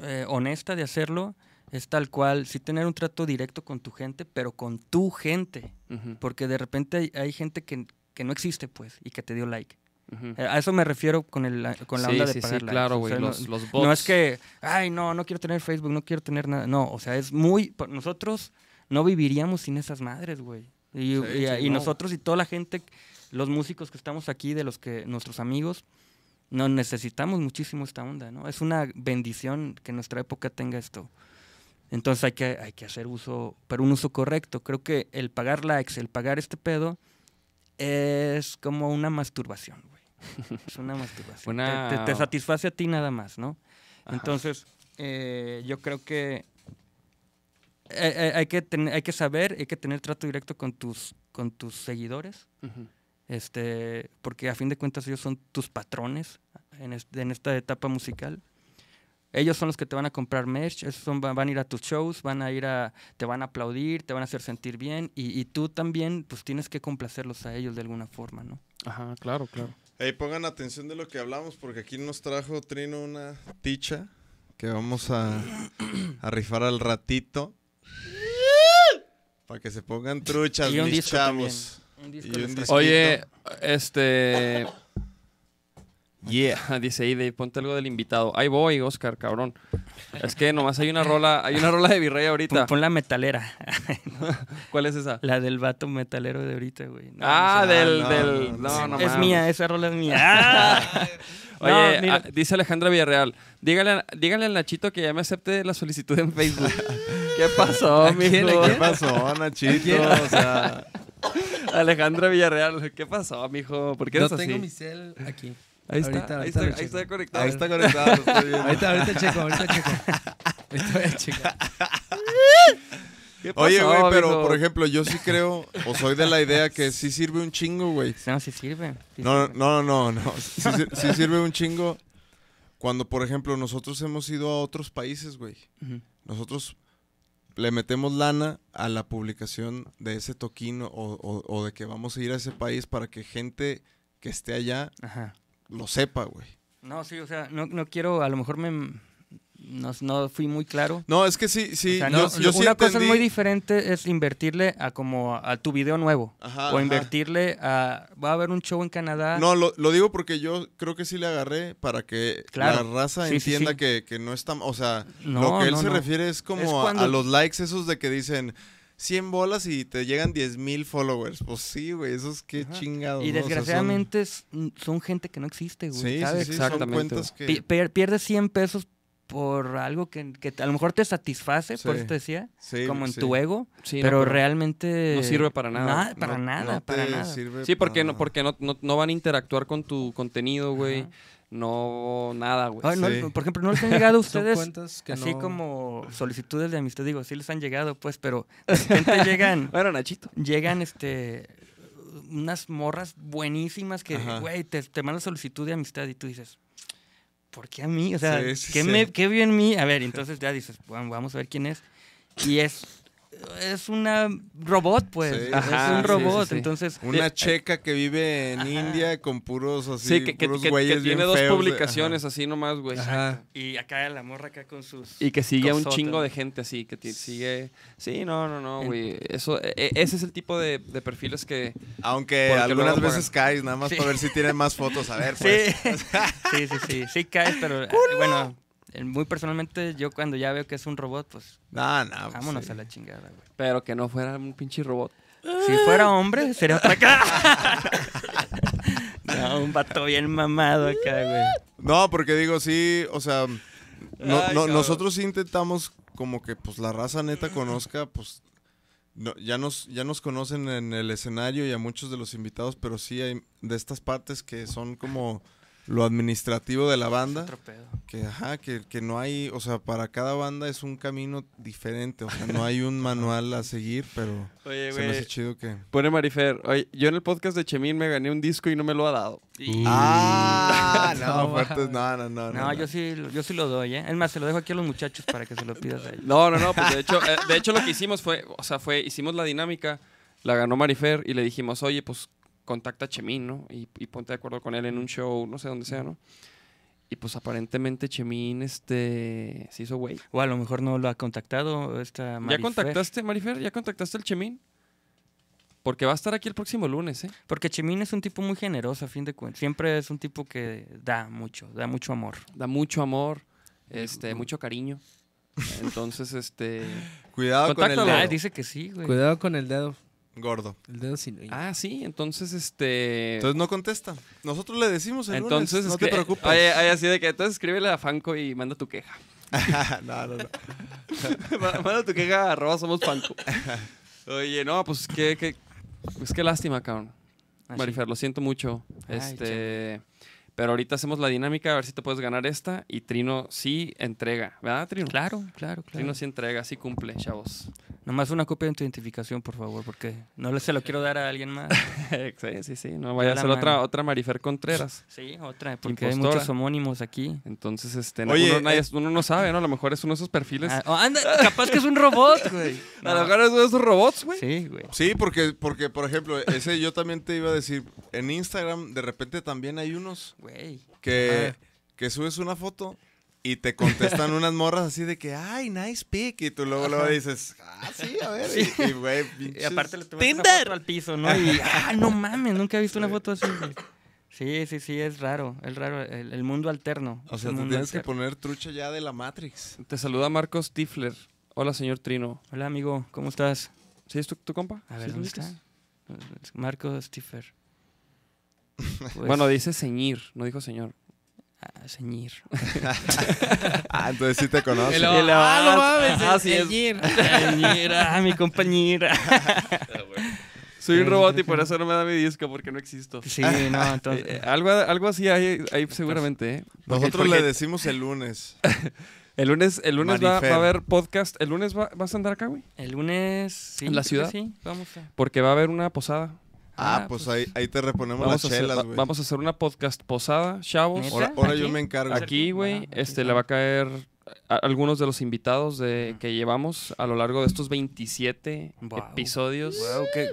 S1: eh, honesta de hacerlo es tal cual, sí tener un trato directo con tu gente, pero con tu gente.
S2: Ujú,
S1: Porque de repente hay, hay gente que, que no existe, pues, y que te dio like.
S2: ujú.
S1: Eh, A eso me refiero con, el, la- con la
S2: Sí,
S1: onda
S2: sí,
S1: de
S2: sí,
S1: pagar likes.
S2: claro,
S1: O
S2: güey,
S1: sea, no-
S2: los, los
S1: No
S2: bots.
S1: es que, ay, no, no quiero tener Facebook, no quiero tener nada. No, o sea, es muy. por- Nosotros no viviríamos sin esas madres, güey. Y,
S3: Sí,
S1: y-
S3: sí,
S1: y
S3: no.
S1: nosotros y toda la gente, los músicos que estamos aquí, de los que nuestros amigos, nos necesitamos muchísimo esta onda, ¿no? Es una bendición que nuestra época tenga esto. Entonces hay que, hay que hacer uso, pero un uso correcto. Creo que el pagar likes, el pagar este pedo, es como una masturbación, güey. Es una masturbación.
S2: Una-
S1: Te, te- te satisface a ti nada más, ¿no?
S2: Ajá.
S1: Entonces, eh, yo creo que eh, eh, hay, que ten- hay que saber, hay que tener trato directo con tus, con tus seguidores,
S2: Ujú.
S1: este, porque a fin de cuentas ellos son tus patrones en, este- en esta etapa musical. Ellos son los que te van a comprar merch, esos son, van van a ir a tus shows, van a ir a, te van a aplaudir, te van a hacer sentir bien y, y tú también pues tienes que complacerlos a ellos de alguna forma, ¿no?
S2: Ajá, claro, claro.
S3: Ey, pongan atención de lo que hablamos porque aquí nos trajo Trino una ticha que vamos a, a rifar al ratito. Para que se pongan truchas,
S1: Y un
S3: mis
S1: disco
S3: chavos.
S1: Un
S3: disco Y les un traje. disco.
S2: Oye, este. Yeah, dice Ide, ponte algo del invitado. Ahí voy, Oscar, cabrón. Es que nomás hay una rola, hay una rola de Virrey ahorita.
S1: Pon, pon la metalera,
S2: ¿Cuál es esa?
S1: la del vato metalero de ahorita, güey. No,
S2: ah,
S3: no sé. Ah,
S2: del,
S3: no,
S2: del.
S3: no,
S2: No,
S3: no.
S2: no
S1: es
S2: mames.
S1: mía, esa rola es mía.
S2: Oye,
S1: No, mira.
S2: ah, dice Alejandra Villarreal. Dígale, a- dígale al Nachito que ya me acepte la solicitud en Facebook. ¿Qué pasó,
S5: ¿A quién, a
S2: mijo?
S3: ¿Qué pasó, Nachito? O sea,
S2: Alejandra Villarreal, ¿qué pasó, mijo? ¿Por qué
S5: Yo
S2: eres así?
S5: tengo mi cel aquí.
S2: Ahí está,
S5: Ahorita,
S2: ahí
S5: ahorita
S2: está,
S5: lo
S2: ahí
S5: checo.
S2: está conectado.
S3: ahí está conectado. lo estoy viendo.
S5: Ahorita, ahorita checo, ahorita checo. Ahorita voy a checar.
S2: ¿Qué pasó,
S3: Oye, güey, pero
S2: mijo?
S3: por ejemplo, yo sí creo, o soy de la idea que sí sirve un chingo, güey.
S1: No, sí sirve. sí
S3: No,
S1: sirve.
S3: no, no, no. Sí, sir- sí sirve un chingo cuando, por ejemplo, nosotros hemos ido a otros países, güey.
S1: Ujú.
S3: Nosotros le metemos lana a la publicación de ese toquín o, o- o de que vamos a ir a ese país para que gente que esté allá
S1: Ajá.
S3: lo sepa, güey.
S1: No, sí, o sea, no, no quiero, a lo mejor me no, no fui muy claro.
S3: No, es que sí, sí.
S1: O sea,
S3: yo,
S1: no,
S3: yo sí
S1: una cosa es
S3: entendí-
S1: muy diferente es invertirle a como a tu video nuevo.
S3: Ajá,
S1: o
S3: ajá.
S1: invertirle a va a haber un show en Canadá.
S3: No, lo, lo digo porque yo creo que sí le agarré para que
S1: Claro.
S3: la raza
S1: Sí, sí,
S3: entienda
S1: sí.
S3: Que, que no está... O sea,
S1: No,
S3: lo que él
S1: no,
S3: se
S1: no.
S3: refiere es como
S1: Es
S3: a- a,
S1: cuando-
S3: los likes esos de que dicen 100 bolas y te llegan 10 mil followers. Pues sí, güey, esos qué
S1: Ajá.
S3: chingados. ¿no? O
S1: y
S3: sea, son-
S1: desgraciadamente es- son... gente que no existe, güey.
S3: Sí, sí,
S1: ¿sabes?
S3: sí, son
S2: Exactamente,
S3: cuentas
S1: Pi-
S3: que...
S1: per- pierdes 100 pesos por algo que, que a lo mejor te satisface, por
S3: Sí.
S1: eso te decía,
S3: Sí,
S1: como en
S3: sí.
S1: tu ego,
S2: Sí, no,
S1: pero
S2: pero
S1: realmente...
S2: no sirve para nada.
S1: Nada, para
S3: No-
S1: nada,
S3: no
S1: para
S3: te
S1: nada.
S3: sirve
S2: Sí, porque
S3: para
S2: no,
S3: nada.
S2: porque no, no, no van a interactuar con tu contenido, güey. No, nada, güey.
S1: Ay, no,
S3: Sí.
S1: Por ejemplo, ¿no les han llegado a
S5: Son
S1: ustedes
S5: cuentas que
S1: así
S5: no-
S1: como solicitudes de amistad? Digo, sí les han llegado, pues, pero de repente llegan...
S2: Bueno, Nachito.
S1: llegan este unas morras buenísimas que,
S3: Ajá.
S1: güey, te, te mandan solicitud de amistad y tú dices, ¿por qué a mí? O sea,
S3: Sí, sí,
S1: ¿qué,
S3: sí.
S1: me- qué vio en mí? A ver, entonces ya dices, bueno, vamos a ver quién es. Y es, es una robot, pues.
S3: Sí.
S2: Ajá,
S1: es un
S2: sí,
S1: robot,
S2: sí, sí.
S1: entonces...
S3: Una checa que vive en India con puros así,
S2: Eh, Sí, que, que-
S3: puros
S2: que- que
S3: güeyes bien
S2: tiene dos
S3: feos de-
S2: publicaciones así nomás, güey.
S5: Ajá.
S1: Y acá la morra acá con sus...
S2: Y que sigue a un
S1: Cosota,
S2: chingo
S1: ¿no?
S2: de gente así, que ti- sigue... Sí, no, no, no, güey. Eso, e- e- ese es el tipo de, de perfiles que...
S3: Ajá. Aunque
S2: Porque
S3: algunas
S2: luego pagan.
S3: veces caes nada más
S1: Sí.
S3: para ver si tiene más fotos. A ver,
S1: Sí.
S3: pues.
S1: sí, sí, sí, sí caes, pero eh, bueno, eh, muy personalmente yo cuando ya veo que es un robot, pues
S3: No, no. pues,
S1: vámonos
S3: sí.
S1: a la chingada, güey. Ah.
S2: Pero que no fuera un pinche robot.
S1: Si fuera hombre, sería otra cara. no, un vato bien mamado acá, güey.
S3: No, porque digo, sí, o sea, no-
S2: Ay,
S3: no-
S2: cabrón.
S3: nosotros sí intentamos como que pues la raza neta conozca, pues no, ya, nos, ya nos conocen en el escenario y a muchos de los invitados, pero sí hay de estas partes que son como lo administrativo de la banda,
S1: Otro pedo.
S3: que ajá, que, que no hay, o sea, para cada banda es un camino diferente, o sea, no hay un manual a seguir, pero
S2: Oye,
S3: se me hace chido que...
S2: Pone Marifer, oye, yo en el podcast de Chemín me gané un disco y no me lo ha dado.
S3: Ah, no, fuertes, no, no, no, no,
S1: No,
S3: no.
S1: yo sí, yo sí lo doy, ¿eh? Es más, se lo dejo aquí a los muchachos para que se lo pidas a ellos.
S2: No, no, no, pues de hecho, eh, de hecho lo que hicimos fue, o sea, fue, hicimos la dinámica, la ganó Marifer y le dijimos, oye, pues contacta a Chemín, ¿no? Y, y ponte de acuerdo con él en un show, no sé dónde sea, ¿no? Y pues aparentemente Chemín, este, se hizo güey.
S1: O a lo mejor no lo ha contactado esta
S2: ¿Ya
S1: Marifer.
S2: contactaste, Marifer? ¿Ya contactaste al Chemín? Porque va a estar aquí el próximo lunes, ¿eh?
S1: Porque Chemín es un tipo muy generoso, a fin de cuentas. Siempre es un tipo que da mucho, da mucho amor.
S2: Da mucho amor, este, mucho cariño. Entonces, este...
S3: Cuidado con el
S2: Contáctalo.
S1: Ah,
S3: dedo,
S1: dice que sí, güey.
S5: Cuidado con el dedo.
S3: gordo.
S5: El dedo sin.
S2: Ah, sí, entonces, este...
S3: Entonces no contesta. Nosotros le decimos el
S2: Entonces,
S3: lunes, no te
S2: escri-
S3: preocupes.
S2: Oye, oye, así de que entonces escríbele a Fanco y manda tu queja.
S3: no, no, no.
S2: Ma- manda tu queja a arroba somos Fanco. Oye, no, pues qué, qué- pues qué lástima, cabrón.
S1: Así.
S2: Marifer, lo siento mucho.
S1: Ah, Ay,
S2: este, pero ahorita hacemos la dinámica, a ver si te puedes ganar esta. Y Trino sí entrega, ¿verdad, Trino?
S1: Claro, claro, claro.
S2: Trino sí entrega, sí cumple, chavos.
S1: Nomás una copia de tu identificación, por favor, porque no le- se lo quiero dar a alguien más.
S2: sí, sí, sí. No vaya a
S1: la
S2: ser otra,
S1: mano.
S2: otra Marifer Contreras.
S1: Sí, otra, porque hay
S2: Impostora.
S1: muchos homónimos aquí.
S2: Entonces, este, no-
S3: Oye,
S2: uno, nadie-
S3: eh.
S2: uno no sabe, ¿no? A lo mejor es uno de esos perfiles.
S1: Ah, oh, anda, capaz que es un robot, güey.
S2: A lo
S1: No.
S2: mejor es uno de esos robots, güey.
S1: Sí, güey.
S3: Sí, porque, porque, por ejemplo, ese yo también te iba a decir, en Instagram de repente también hay unos
S1: Güey.
S3: que, que subes una foto y te contestan unas morras así de que, ay, nice pic, y tú luego, luego dices, ah, sí, a ver, y- y güey,
S1: Y
S3: pinches-
S1: aparte le tomaste una foto al piso, ¿no? Y, ah, no mames, nunca he visto una foto así. güey. Sí, sí, sí, es raro, es raro. El, el mundo alterno.
S3: O
S1: es
S3: sea,
S1: el
S3: te
S1: mundo
S3: tienes que
S1: alterno.
S3: poner trucha ya de la Matrix.
S2: Te saluda Marcos Tifler. Hola, señor Trino.
S1: Hola, amigo, ¿cómo estás?
S2: ¿Sí es tu, tu compa?
S1: A
S2: ¿Sí
S1: ver,
S2: lo
S1: ¿dónde
S2: ubicas?
S1: está? Marco Stiffer. Pues,
S2: Bueno, dice ceñir, no dijo señor.
S1: ah, ceñir.
S3: Ah, entonces sí te conoces.
S5: El- Ah, no mames,
S2: Ah, sí es.
S1: Ceñir, ah, mi compañera.
S2: Soy
S1: Eh,
S2: un robot y por eso no me da mi disco, porque no existo.
S1: Sí, no, entonces.
S2: Eh, algo, algo así hay, hay seguramente, ¿eh? Porque-
S3: Nosotros
S2: porque
S3: le decimos el lunes.
S2: El lunes, el lunes va,
S3: Marifer.
S2: va a haber podcast. ¿El lunes va- vas a andar acá, güey?
S1: El lunes, sí.
S2: ¿En la
S1: creo que
S2: ciudad?
S1: Sí, vamos a.
S2: Porque va a haber una posada.
S3: Ah,
S1: Ah,
S3: pues
S1: pues-
S3: ahí, ahí te reponemos
S2: Vamos,
S3: las
S2: a, hacer,
S3: chelas,
S2: va-
S3: güey.
S2: vamos a hacer una podcast posada, chavos.
S1: ¿Neta?
S3: Ahora, ahora yo
S1: ¿Aquí?
S3: me encargo.
S2: Aquí, güey,
S1: Ajá, aquí
S2: este,
S1: está.
S2: le va a caer a- algunos de los invitados de, que llevamos a lo largo de estos 27
S1: Guau.
S2: episodios.
S1: Guau, que-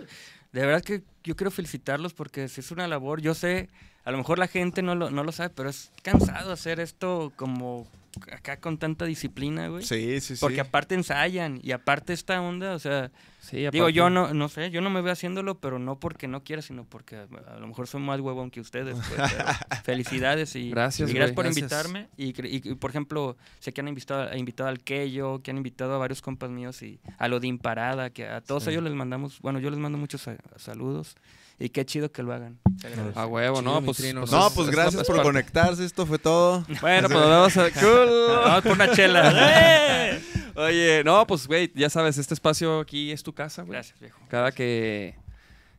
S1: de verdad que yo quiero felicitarlos porque si es una labor, yo sé, a lo mejor la gente no lo, no lo sabe, pero es cansado hacer esto como acá con tanta disciplina, güey.
S3: Sí, sí, sí.
S1: Porque aparte ensayan y aparte esta onda, o sea,
S2: Sí,
S1: digo,
S2: aparte-
S1: yo no, no sé, yo no me veo haciéndolo, pero no porque no quiera, sino porque a a lo mejor soy más huevón que ustedes. pues, pero felicidades y
S2: Gracias,
S1: y gracias
S2: güey.
S1: por
S5: Gracias.
S1: invitarme. Y, cre- y- y, por ejemplo, sé que han invitado, invitado al Keyo, que han invitado a varios compas míos y a Lodín Parada, que a todos ellos les mandamos, bueno, yo les mando muchos sa- saludos. Y qué chido que lo hagan. Se agradece.
S2: A huevo,
S5: Chido,
S2: ¿no?
S5: mi
S2: Pues,
S5: trino,
S2: pues
S5: ¿no?
S3: No,
S2: es-
S3: pues
S2: es-
S3: gracias
S2: es
S3: por
S2: parte.
S3: conectarse. Esto fue todo.
S2: Bueno, pues vamos a... ¡Cool!
S1: Vamos por una chela. ¡Eh!
S2: Oye, no, pues, güey, ya sabes, este espacio aquí es tu casa, güey.
S1: Gracias, viejo.
S2: Cada que,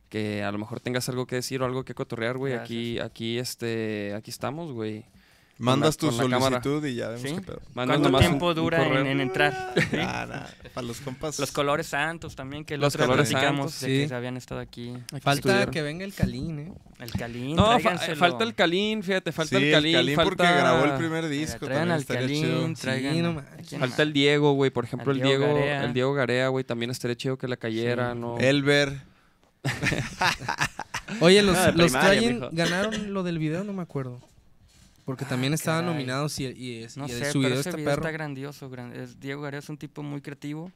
S2: que a lo mejor tengas algo que decir o algo que cotorrear, güey,
S1: Gracias.
S2: aquí, aquí, este, aquí estamos, güey.
S3: Mandas tu
S2: con la cámara.
S3: solicitud y ya vemos
S1: ¿Sí?
S3: qué pedo.
S2: Manda
S1: ¿Cuánto
S2: nomás
S1: tiempo
S2: un- un
S1: dura en,
S2: correo.
S1: en entrar? ¿Sí?
S3: Ah, nah, Para los compas.
S1: Los colores santos también, que
S2: Los
S1: los
S2: colores
S1: colores platicamos
S2: santos,
S1: de
S5: sí.
S1: que se habían estado aquí.
S5: Falta
S2: estuvieron.
S5: que venga el Calín, ¿eh?
S1: El Calín,
S2: No, fa- eh,
S1: tráiganselo.
S2: falta el Calín, fíjate, falta
S3: Sí,
S2: el
S3: porque
S2: Calín. falta-
S3: grabó el primer
S1: Mira,
S3: disco.
S1: Traigan
S3: También
S1: al
S3: estaría
S1: Calín,
S3: chido.
S1: traigan.
S5: Sí, no manches.
S1: ¿quién
S2: Falta
S1: más?
S2: el Diego, güey, por ejemplo,
S1: Al
S2: el
S1: Diego
S2: Diego,
S1: Garea.
S2: el Diego Garea, güey, también estaría chido que la cayera, ¿no?
S3: Oh. Elber.
S5: Oye, los,
S2: Ah, de
S5: los
S2: primaria,
S5: Crying
S2: mijo.
S5: ganaron lo del video, no me acuerdo. Porque también estaban
S1: Ah, caray.
S5: nominados y, y, es-
S1: No
S5: y
S1: sé,
S5: su
S1: pero
S5: video
S1: ese
S5: está
S2: este
S1: video
S5: perro.
S1: está grandioso. gran- es- Diego Garea es un tipo muy creativo.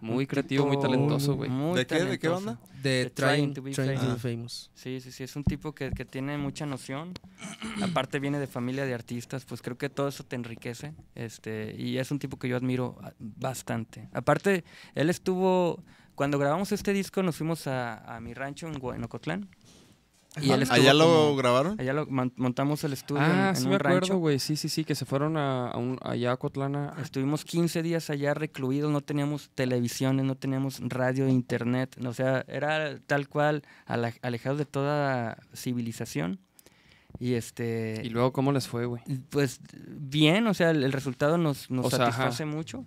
S2: Muy
S1: un
S2: creativo, muy
S1: tipo
S2: talentoso, güey.
S1: muy
S3: ¿De qué- de qué
S1: talentoso.
S3: banda?
S5: De
S1: The
S5: Trying,
S1: Trying to be
S5: Trying to be
S3: Famous.
S5: Famous.
S1: Sí, sí, sí, es un tipo que, que tiene mucha noción. Aparte viene de familia de artistas, pues creo que todo eso te enriquece. Este, y es un tipo que yo admiro ah, bastante. Aparte, él estuvo, cuando grabamos este disco nos fuimos a, a mi rancho en, Gua- en Ocotlán. Y él estuvo
S3: Ah, ¿Allá lo
S1: como-
S3: grabaron?
S1: allá lo mon- montamos el estudio en-
S2: Ah,
S1: en,
S2: sí
S1: un
S2: me
S1: rancho. Ah,
S2: acuerdo, güey. Sí, sí, sí, que se fueron a, a un, allá a Cotlana. este,
S1: Estuvimos 15 días allá recluidos, no teníamos televisiones, no teníamos radio, internet, o sea, era tal cual ala- alejados de toda civilización. Y este
S2: Y luego, ¿cómo les fue, güey?
S1: pues bien, o sea, el, el resultado nos, nos
S2: O sea, ajá.
S1: satisface mucho,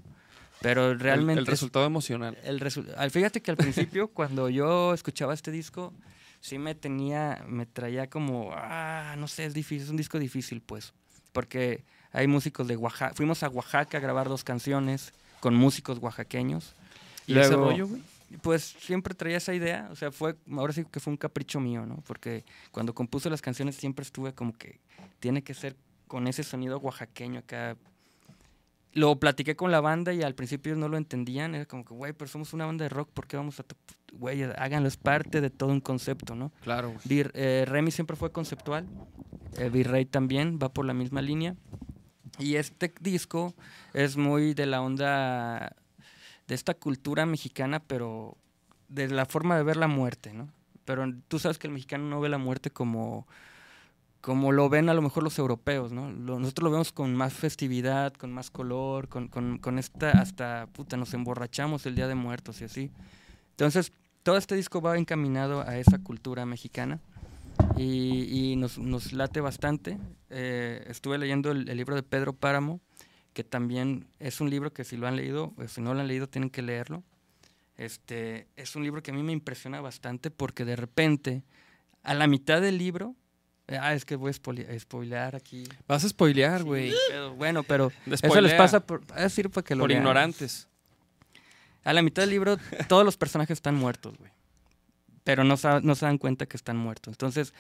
S1: pero realmente
S2: El, el
S1: es-
S2: resultado emocional.
S1: el resu- al- fíjate que al principio cuando yo escuchaba este disco sí me tenía me traía como ah, no sé, es difícil, es un disco difícil pues, porque hay músicos de Oaxaca, fuimos a Oaxaca a grabar dos canciones con músicos oaxaqueños. Luego-
S2: güey?
S1: pues siempre traía esa idea, o sea, fue, ahora sí que fue un capricho mío, ¿no? Porque cuando compuse las canciones siempre estuve como que tiene que ser con ese sonido oaxaqueño acá. Lo platiqué con la banda y al principio ellos no lo entendían, era como que, güey, pero somos una banda de rock, ¿por qué vamos a... to- Güey, háganlo, es parte de todo un concepto, ¿no?
S2: Claro, güey.
S1: Vir- eh, Remy siempre fue conceptual. eh, Virrey también va por la misma línea. Y este disco es muy de la onda de esta cultura mexicana, pero de la forma de ver la muerte, ¿no? Pero tú sabes que el mexicano no ve la muerte como, como lo ven a lo mejor los europeos, ¿no? Lo- nosotros lo vemos con más festividad, con más color, con, con, con esta hasta, puta, nos emborrachamos el Día de Muertos y así. Entonces, todo este disco va encaminado a esa cultura mexicana y, y nos, nos late bastante. Eh, estuve leyendo el, el libro de Pedro Páramo, que también es un libro que si lo han leído, o si no lo han leído, tienen que leerlo. Este, es un libro que a mí me impresiona bastante porque de repente, a la mitad del libro, ah, es que voy a spoile- a spoilear aquí.
S2: Vas a spoilear,
S1: Sí,
S2: güey.
S1: pero bueno, pero eso les
S2: Spoilea.
S1: pasa por, a decir para que lo
S2: Por
S1: lean.
S2: ignorantes.
S1: A la mitad del libro, todos los personajes están muertos, güey. Pero no, sa- no se dan cuenta que están muertos. Entonces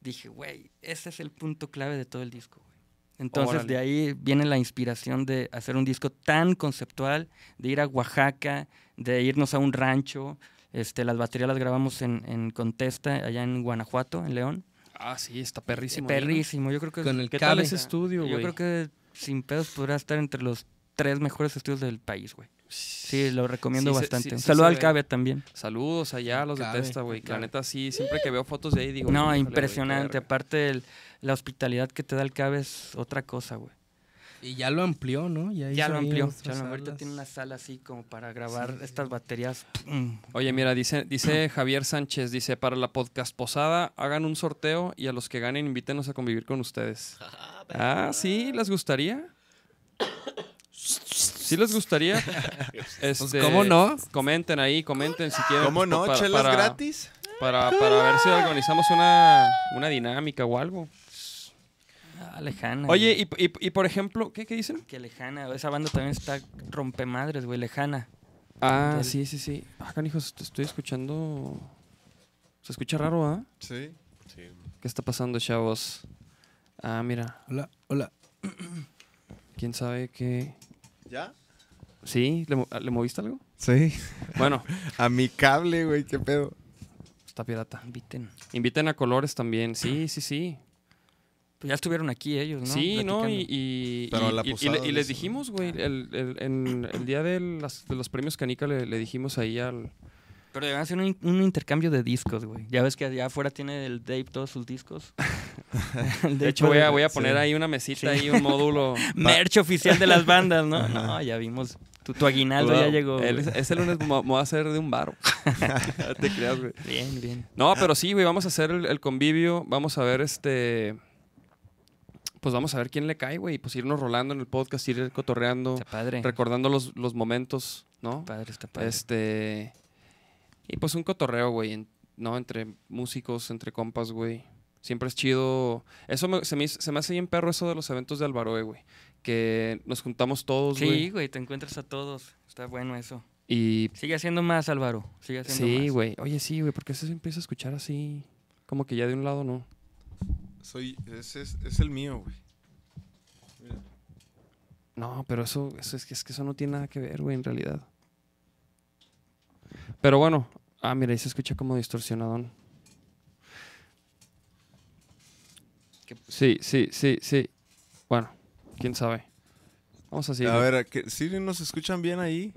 S1: dije, güey, ese es el punto clave de todo el disco, güey. Entonces
S2: Órale.
S1: de ahí viene la inspiración de hacer un disco tan conceptual, de ir a Oaxaca, de irnos a un rancho. Este, las baterías las grabamos en, en Contesta, allá en Guanajuato, en León.
S2: Ah, sí, está perrísimo. ahí, ¿no?
S1: Perrísimo, yo creo que...
S5: Con el
S2: ¿Qué tal
S5: cabe.
S2: ese estudio, güey?
S1: yo creo que sin pedos podrá estar entre los tres mejores estudios del país, güey. Sí, lo recomiendo
S2: Sí se-
S1: bastante.
S2: sí-
S1: Un
S2: sí
S1: Saludo
S2: se
S1: al
S2: ve.
S1: Cabe también.
S2: Saludos allá, los
S5: Cabe,
S2: detesta, güey. Que La
S5: claro.
S2: neta, sí, siempre que veo fotos de ahí digo...
S1: No,
S2: "Híjole, güey, qué
S1: impresionante.
S2: verga".
S1: Aparte, el- la hospitalidad que te da el CABE es otra cosa, güey.
S5: Y ya lo amplió, ¿no? Ya,
S1: Ya
S5: hizo
S1: lo
S5: ahí
S1: amplió.
S5: otras
S1: Ya lo- ahorita
S5: salas.
S1: tiene una sala así como para grabar estas baterías. Mm.
S2: Oye, mira, dice, dice Javier Sánchez, dice, para la podcast posada, hagan un sorteo y a los que ganen, invítenos a convivir con ustedes. Ah, sí, ¿les gustaría? ¿Sí les gustaría? Este,
S5: ¿cómo no?
S2: Comenten ahí, comenten si quieren.
S3: ¿Cómo
S2: pues,
S3: no?
S2: para-
S3: ¿Chelas
S2: para-
S3: gratis?
S2: Para, para ver si organizamos una, una dinámica o algo.
S1: Ah, lejana.
S2: Oye,
S1: güey.
S2: y, y- y por ejemplo, ¿qué, qué dicen?
S1: Que lejana. Esa banda también está rompemadres, güey. Lejana.
S2: Ah,
S1: Del-
S2: sí, sí, sí. Ah, canijos, te estoy escuchando. Se escucha raro, ¿ah?
S3: Sí.
S4: Sí.
S2: ¿Qué está pasando, chavos? Ah, mira.
S5: Hola, hola.
S2: ¿Quién sabe qué?
S3: ¿Ya?
S2: ¿Sí? ¿Le, mo- le moviste algo?
S3: Sí.
S2: Bueno,
S3: A mi cable, güey, qué pedo.
S2: está pirata.
S1: Inviten.
S2: Inviten a colores también. Sí, sí, sí. Sí,
S1: Pues ya estuvieron aquí ellos, ¿no?
S2: ¿no? Y,
S1: Platicando.
S2: y-
S3: Pero a la
S2: y- y- y
S3: posada
S2: le- y
S3: de eso,
S2: les
S3: ¿no?
S1: Ah.
S2: dijimos, güey, el, el- en el día de, las- de los premios Canica le, le dijimos ahí al,
S1: Pero deben hacer un, in- un intercambio de discos, güey. Ya ves que allá afuera tiene el Dave todos sus discos. El
S2: De
S1: Dave
S2: hecho, voy a, voy a
S1: puede-
S2: poner ahí una mesita,
S1: Sí.
S2: ahí un módulo.
S1: Merch oficial de las bandas, ¿no? No, ya vimos. Tu, tu aguinaldo ya
S2: Wow.
S1: llegó. güey.
S2: Él- Este lunes me me voy a hacer de un bar. No te creas, güey.
S1: Bien, bien.
S2: No, pero sí, güey, vamos a hacer el, el convivio, vamos a ver este... Pues vamos a ver quién le cae, güey, y pues irnos rolando en el podcast, ir cotorreando,
S1: Está padre.
S2: recordando los, los momentos, ¿no?
S1: padre, está padre.
S2: Este... Y pues un cotorreo, güey, en- ¿no? Entre músicos, entre compas, güey. Siempre es chido. Eso me- se, me, hizo- se me hace bien perro eso de los eventos de Alvaroe, güey. Que nos juntamos todos, pues, güey.
S1: sí, güey, te encuentras a todos. Está bueno eso.
S2: Y
S1: Sigue haciendo más, Álvaro. Sigue haciendo más.
S2: Sí, güey. Oye, sí, güey, porque se empieza a escuchar así. Como que ya de un lado no.
S3: Soy, ese es, es el mío, güey.
S2: No, pero eso, eso es, que, es que eso no tiene nada que ver, güey, en realidad. Pero bueno. Ah, mira, ahí se escucha como distorsionadón.
S1: ¿Qué- pues?
S2: Sí, sí, sí, sí. Bueno, quién sabe. Vamos así.
S3: a ver, que, ¿sí nos escuchan bien ahí?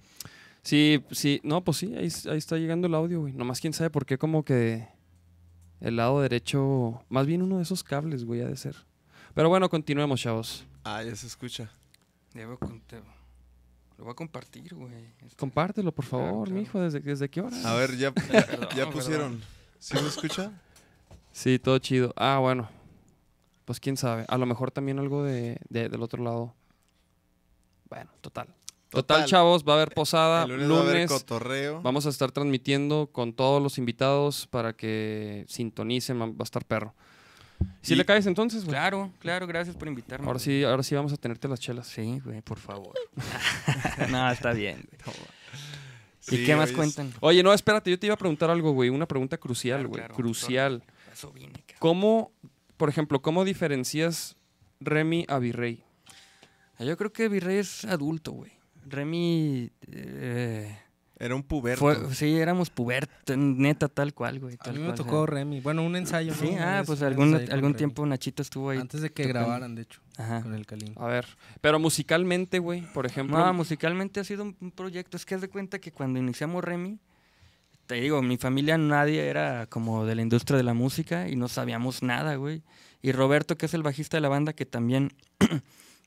S2: Sí, sí. No, pues sí, ahí, ahí está llegando el audio, güey. Nomás quién sabe por qué como que el lado derecho... Más bien uno de esos cables, güey, ha de ser. Pero bueno, continuemos, chavos.
S3: Ah, ya se escucha.
S1: Debo con- te- Lo voy a compartir, güey. Este-
S2: Compártelo, por
S1: Claro,
S2: favor,
S1: claro.
S2: mijo. ¿Desde, ¿Desde qué hora?
S3: A ver, ya,
S1: Perdón,
S3: ya, ya
S1: perdón.
S3: pusieron. ¿Sí me escucha?
S2: Sí, todo chido. Ah, bueno. Pues quién sabe. A lo mejor también algo de, de- del otro lado. Bueno, total. Total,
S3: Total.
S2: chavos. Va a haber posada.
S3: El lunes, va a haber
S2: lunes
S3: cotorreo.
S2: vamos a estar transmitiendo con todos los invitados para que sintonicen. Va va a estar perro. Si
S3: Y-
S2: le caes entonces, güey.
S1: Claro, claro, gracias por invitarme.
S2: Ahora sí, ahora sí vamos a tenerte las chelas.
S1: Sí, güey, por favor. no, está bien. güey. ¿Y
S3: Sí,
S1: qué más
S3: oye,
S1: cuentan?
S2: Oye, no, espérate. Yo te iba a preguntar algo, güey. Una pregunta crucial,
S1: Claro,
S2: güey.
S1: claro.
S2: crucial.
S1: Eso vine, cabrón.
S2: ¿Cómo, por ejemplo, cómo diferencias Remy a Virrey?
S1: Ah, Yo creo que Virrey es adulto, güey. Remy. eh,
S3: Era un puberto.
S1: fue- sí, éramos pubertos, neta, tal cual, güey.
S5: A
S1: tal
S5: mí me
S1: cual,
S5: tocó
S1: ¿sabes?
S5: Remy. Bueno, un ensayo. ¿no?
S1: Sí,
S5: Una
S1: ah,
S5: vez
S1: pues
S5: un
S1: algún,
S5: ensayo con
S1: algún
S5: Remy.
S1: tiempo Nachito estuvo ahí.
S5: Antes de que
S1: tocando.
S5: grabaran, de hecho,
S1: Ajá.
S5: con el Calín.
S2: A ver, pero musicalmente, güey, por ejemplo.
S1: No, musicalmente ha sido un un proyecto. Es que haz de cuenta que cuando iniciamos Remy, te digo, mi familia nadie era como de la industria de la música y no sabíamos nada, güey. Y Roberto, que es el bajista de la banda, que también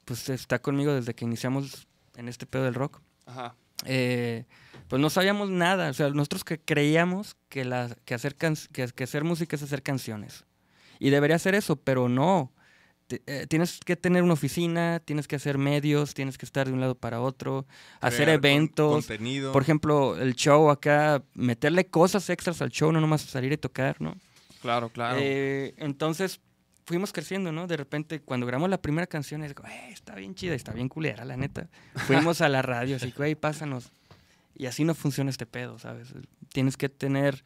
S1: pues está conmigo desde que iniciamos en este pedo del rock,
S2: Ajá.
S1: eh, pues no sabíamos nada. O sea, nosotros que creíamos que, la, que, hacer can- que, que hacer música es hacer canciones. Y debería ser eso, pero no. Te- eh, tienes que tener una oficina, tienes que hacer medios, tienes que estar de un lado para otro, hacer
S3: Crear con-
S1: eventos.
S3: contenido.
S1: por ejemplo, el show acá, meterle cosas extras al show, no nomás salir y tocar, ¿no?
S2: Claro, claro.
S1: Eh, entonces fuimos creciendo, ¿no? De repente, cuando grabamos la primera canción, es, "Güey, está bien chida, está bien culera, la neta. Fuimos a la radio, así, güey, pásanos. Y así no funciona este pedo, ¿sabes? Tienes que tener,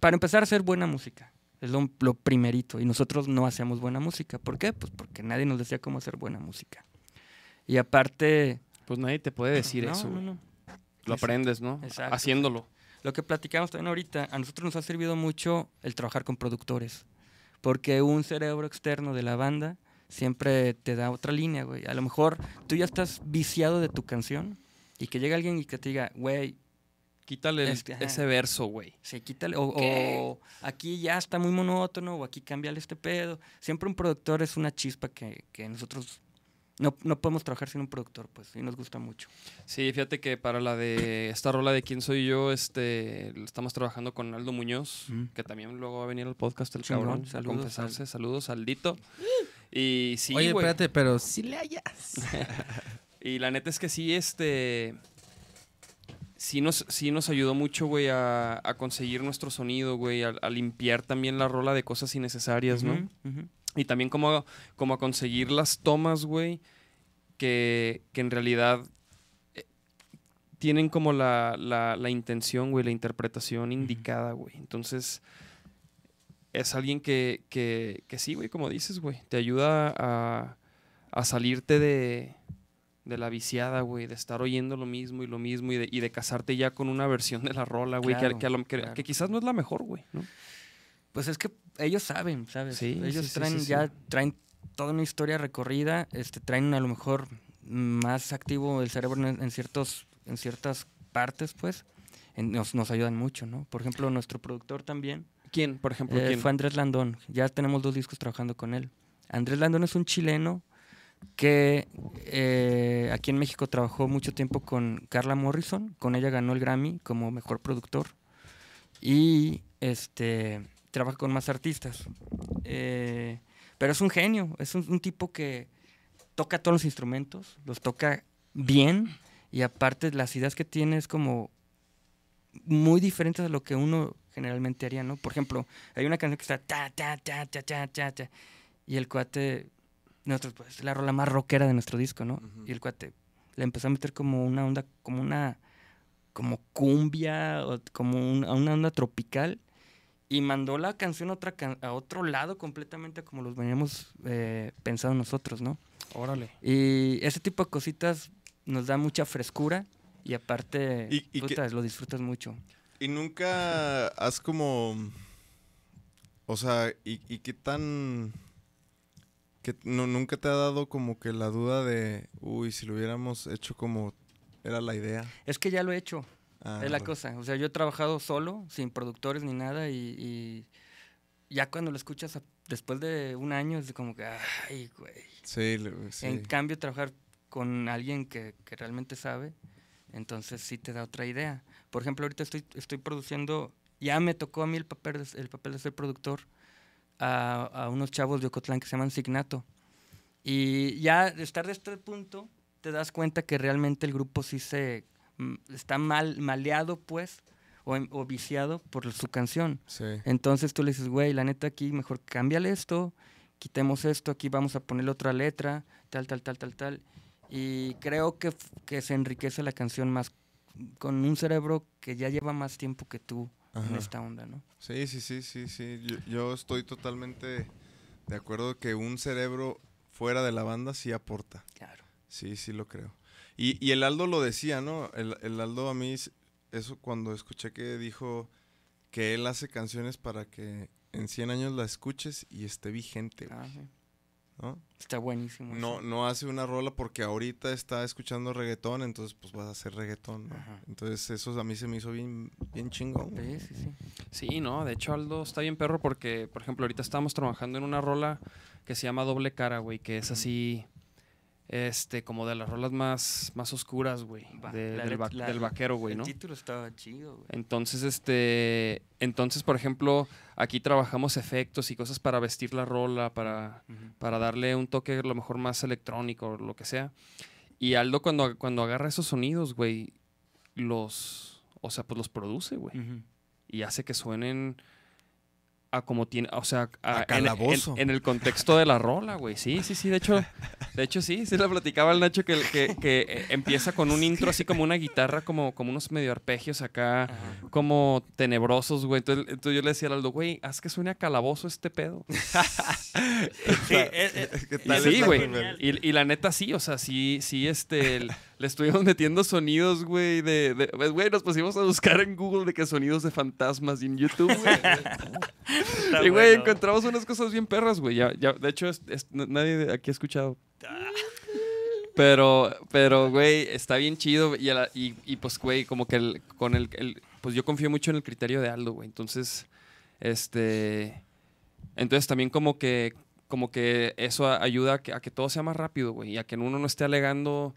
S1: para empezar, hacer buena música. Es lo, lo primerito. Y nosotros no hacemos buena música. ¿Por qué? Pues porque nadie nos decía cómo hacer buena música. Y aparte...
S2: pues nadie te puede decir
S1: no,
S2: eso.
S1: no,
S2: güey.
S1: no.
S2: Lo
S1: Exacto,
S2: aprendes, ¿no?
S1: exacto.
S2: Haciéndolo.
S1: Lo que platicamos también ahorita, a nosotros nos ha servido mucho el trabajar con productores, porque un cerebro externo de la banda siempre te da otra línea, güey. A lo mejor tú ya estás viciado de tu canción y que llegue alguien y que te diga, güey,
S2: Quítale el-
S1: Este, ajá.
S2: ese verso, güey.
S1: se quítale, o, o aquí ya está muy monótono, o aquí cámbiale este pedo. Siempre un productor es una chispa que, que nosotros no, no podemos trabajar sin un productor, pues, y nos gusta mucho.
S2: Sí, fíjate que para la de esta rola de quién soy yo, este, estamos trabajando con Aldo Muñoz,
S1: Ujú.
S2: que también luego va a venir al podcast el
S1: Chingón,
S2: cabrón, a
S1: saludos
S2: confesarse, saludos Aldito. Y sí,
S5: Oye,
S2: güey.
S5: espérate, pero si le hallas.
S2: Y la neta es que sí, este. Sí nos, sí nos ayudó mucho, güey, a, a conseguir nuestro sonido, güey, a, a limpiar también la rola de cosas innecesarias, Pues, ¿no?
S1: Ujú, ujú.
S2: Y también como a, como a conseguir las tomas, güey, que, que en realidad eh, tienen como la, la- la intención, güey, la interpretación indicada, güey. Entonces, es alguien que, que, que sí, güey, como dices, güey, te ayuda a, a salirte de, de la viciada, güey, de estar oyendo lo mismo y lo mismo y de, y de casarte ya con una versión de la rola, güey, que-
S1: Claro,
S2: que, a lo- que-
S1: claro.
S2: que quizás no es la mejor, güey, ¿no?
S1: Pues es que ellos saben, ¿sabes?
S2: Sí,
S1: ellos
S2: sí, sí,
S1: traen
S2: sí, sí.
S1: ya traen toda una historia recorrida, este traen a lo mejor más activo el cerebro en, en ciertos en ciertas partes, pues. en- nos, nos ayudan mucho, ¿no? Por ejemplo, nuestro productor también
S2: ¿Quién, por ejemplo?
S1: eh,
S2: ¿quién?
S1: fue Andrés Landón. Ya tenemos dos discos trabajando con él. Andrés Landón es un chileno que eh, aquí en México trabajó mucho tiempo con Carla Morrison. Con ella ganó el Grammy como mejor productor. Y este trabaja con más artistas. Eh, pero es un genio. Es un, un tipo que toca todos los instrumentos, los toca bien. Y aparte, las ideas que tiene es como muy diferentes a lo que uno generalmente haría, ¿no? Por ejemplo, hay una canción que está ta, ta, ta, ta, ta, ta, ta, y el cuate, nuestro, pues, es la rola más rockera de nuestro disco, ¿no? Y el cuate le empezó a meter como una onda, como una, como cumbia, o como un- a una onda tropical, y mandó la canción a, otra can- a otro lado completamente como los veníamos eh, pensando nosotros, ¿no?
S2: Órale.
S1: Y ese tipo de cositas nos da mucha frescura y aparte
S3: Y- y que-
S1: puta, lo disfrutas mucho.
S3: Y nunca has como. O sea, ¿y, y qué tan. Que no, nunca te ha dado como que la duda de. Uy, si lo hubiéramos hecho como era la idea.
S1: Es que ya lo he hecho.
S3: Ah,
S1: Es la
S3: bueno.
S1: cosa. O sea, yo he trabajado solo, sin productores ni nada, y, y ya cuando lo escuchas a- después de un año es como que, ay, güey.
S3: Sí, le- Pues sí.
S1: En cambio, trabajar con alguien que, que realmente sabe, entonces sí te da otra idea. Por ejemplo, ahorita estoy, estoy produciendo, ya me tocó a mí el papel de, el papel de ser productor a, a unos chavos de Ocotlán que se llaman Signato. Y ya de estar de este punto, te das cuenta que realmente el grupo sí se mm, está mal, maleado, pues, o, en- o viciado por su canción.
S3: Sí.
S1: Entonces tú le dices, güey, la neta aquí mejor cámbiale esto, quitemos esto, aquí vamos a ponerle otra letra, tal, tal, tal, tal, tal. Y creo que, f- que se enriquece la canción más con un cerebro que ya lleva más tiempo que tú en
S3: Ajá.
S1: esta onda, ¿no?
S3: Sí, sí, sí, sí, sí. Yo, yo estoy totalmente de acuerdo que un cerebro fuera de la banda sí aporta.
S1: Claro.
S3: Sí, sí lo creo. Y, y el Aldo lo decía, ¿no? El, el Aldo a mí, s- eso cuando escuché que dijo que él hace canciones para que en 100 años la escuches y esté vigente, güey,
S2: Ah,
S3: ¿no?
S1: Ah, Está buenísimo.
S3: No,
S1: eso.
S3: no hace una rola porque ahorita está escuchando reggaetón, entonces pues vas a hacer reggaetón, ¿no?
S1: Ajá.
S3: Entonces eso a mí se me hizo bien, bien chingón. güey.
S1: Sí, sí, sí.
S2: Sí, no, de hecho Aldo está bien perro porque, por ejemplo, ahorita estábamos trabajando en una rola que se llama Doble Cara, güey, que es así, este, como de las rolas más, más oscuras, güey,
S1: Va,
S2: de-
S1: la
S2: del,
S1: let-
S2: va-
S1: la-
S2: del vaquero, güey,
S1: El
S2: ¿no?
S1: título estaba chido, güey.
S2: Entonces, este, entonces, por ejemplo, aquí trabajamos efectos y cosas para vestir la rola, para,
S1: Ujú.
S2: para darle un toque a lo mejor más electrónico, lo que sea. Y Aldo cuando, cuando agarra esos sonidos, güey, los, o sea, pues los produce, güey
S1: Ujú.
S2: y hace que suenen a como tiene, o sea, a-
S3: A
S2: en- en,
S3: calabozo.
S2: en el contexto de la rola, güey. Sí, sí, sí, de hecho, de hecho sí, sí la platicaba el Nacho que, que, que, eh, empieza con un intro así como una guitarra, como, como unos medio arpegios acá,
S1: Ajá.
S3: Ah,
S2: como tenebrosos, güey. Entonces, entonces yo le decía al Aldo, güey, haz que suene a calabozo este pedo.
S1: Sí, es- es-
S3: ¿Qué
S2: Y
S3: tal
S2: sí,
S3: está,
S2: güey.
S3: carnal?
S2: Y, y la neta sí, o sea, sí, sí, este, le- le estuvimos metiendo sonidos, güey, de, de- pues, güey, nos pusimos a buscar en Google de que sonidos de fantasmas y en YouTube, güey.
S1: está
S2: y, güey,
S1: bueno.
S2: encontramos unas cosas bien perras, güey. Ya, ya, de hecho, es- es- n- nadie de aquí ha escuchado. Pero, pero, güey, está bien chido. Y, a la- y, y, pues, güey, como que el- con el, el- Pues yo confío mucho en el criterio de Aldo, güey. Entonces, este... Entonces también como que, como que eso a- ayuda a que, a que todo sea más rápido, güey. Y a que uno no esté alegando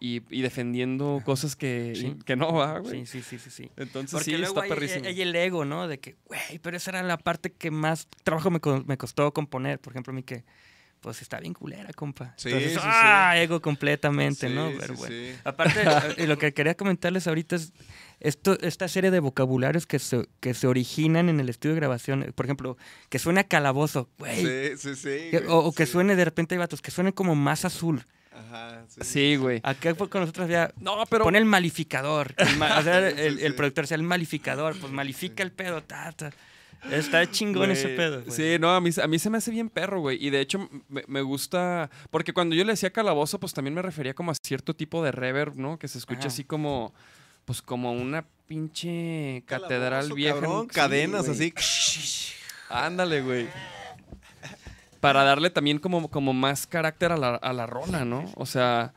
S2: y, y defendiendo cosas que,
S1: Sí.
S2: que no va, güey.
S1: Sí, sí, sí, sí, sí.
S2: Entonces
S1: Porque
S2: sí,
S1: luego
S2: está
S1: hay,
S2: perrísimo.
S1: hay el ego, ¿no? De que, güey, pero esa era la parte que más trabajo me, co- me costó componer. Por ejemplo, a mí que, pues está bien culera, compa.
S3: Sí,
S1: Entonces,
S3: sí, sí.
S1: ah, ego completamente,
S3: Sí,
S1: ¿no?
S3: sí,
S1: Pero bueno.
S3: sí.
S2: Ah,
S1: Aparte, eh, lo que quería comentarles ahorita es esto, esta serie de vocabularios que se, que se originan en el estudio de grabación. Por ejemplo, que suena calabozo, güey.
S3: Sí, sí, sí.
S1: Que-
S3: güey,
S1: o, o que
S3: sí.
S1: suene de repente, hay vatos, que suene como más azul.
S3: Ajá, sí.
S2: Sí, güey.
S1: Acá fue con nosotros ya,
S2: No, pero...
S1: Pone el malificador. el ma- o sea,
S3: Sí,
S1: el,
S3: sí,
S1: el
S3: sí.
S1: productor sea el malificador, pues malifica el pedo. ta, ta. Está chingón
S2: Güey,
S1: ese pedo. güey.
S2: Sí, no, a mí, se- a mí se me hace bien perro, güey. Y de hecho, m- me, me gusta. Porque cuando yo le decía calabozo, pues también me refería como a cierto tipo de reverb, ¿no? Que se escucha
S1: Ajá.
S2: así como. Pues como una pinche
S3: Calabozo,
S2: catedral vieja. ¿no?
S3: cabrón,
S2: Sí,
S3: cadenas
S2: güey.
S3: así.
S2: Ándale, güey. Para darle también como, como más carácter a la, a la rola, ¿no? O sea.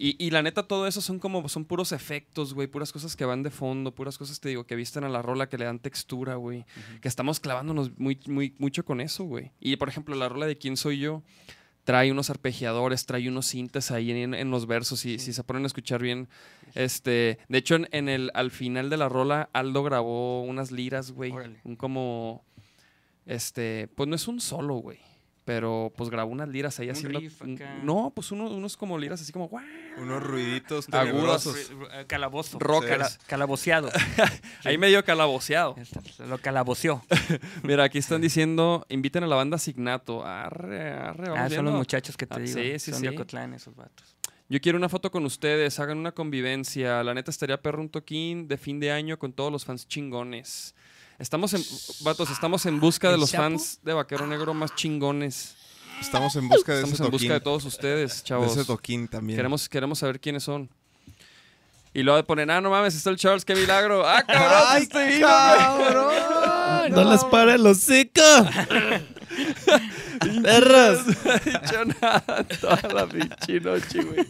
S2: Y, y la neta, todo eso son como, son puros efectos, güey, puras cosas que van de fondo, puras cosas, te digo, que visten a la rola, que le dan textura, güey. Que estamos clavándonos muy, muy, mucho con eso, güey. Y, por ejemplo, la rola de ¿Quién soy yo? Trae unos arpegiadores, trae unos cintas ahí en, en los versos, y si se ponen a escuchar bien. Este, de hecho, en, en el, al final de la rola, Aldo grabó unas liras, güey.
S1: Órale.
S2: Un como, este, pues no es un solo, güey. Pero pues grabó unas liras ahí
S1: Un
S2: haciendo.
S1: riff
S2: un-
S1: acá.
S2: no, pues uno- unos como liras así como, ¡guau!
S3: Unos ruiditos
S2: Agudos.
S3: tenebrosos.
S1: Eh, Calabozo.
S2: Rockers.
S1: Cala- calaboceado. Este,
S2: Ahí medio calaboceado.
S1: Lo calaboceó.
S2: Mira, aquí están diciendo, inviten a la banda Signato. Arre, arre, vamos
S1: Ah, son los
S2: viendo.
S1: muchachos que te
S2: Ah,
S1: digo.
S2: sí, sí,
S1: son de
S2: sí.
S1: Ocotlán esos vatos.
S2: Yo quiero una foto con ustedes, hagan una convivencia. La neta estaría perro un toquín de fin de año con todos los fans chingones. Estamos en, vatos, estamos en busca de
S5: Ah, ¿El
S2: los
S5: Chapo?
S2: fans de Vaquero Negro más chingones.
S3: Estamos en busca de
S2: Estamos
S3: ese
S2: en
S3: toquín.
S2: busca de todos ustedes,
S3: de
S2: chavos.
S3: ese toquín también.
S2: Queremos, queremos saber quiénes son. Y luego ponen, ah, no mames, está el Charles, qué milagro. ¡Ah, cabrón! este vino, güey!
S4: No las para el hocico. Perros.
S2: no ha dicho nada toda la pinche noche, güey.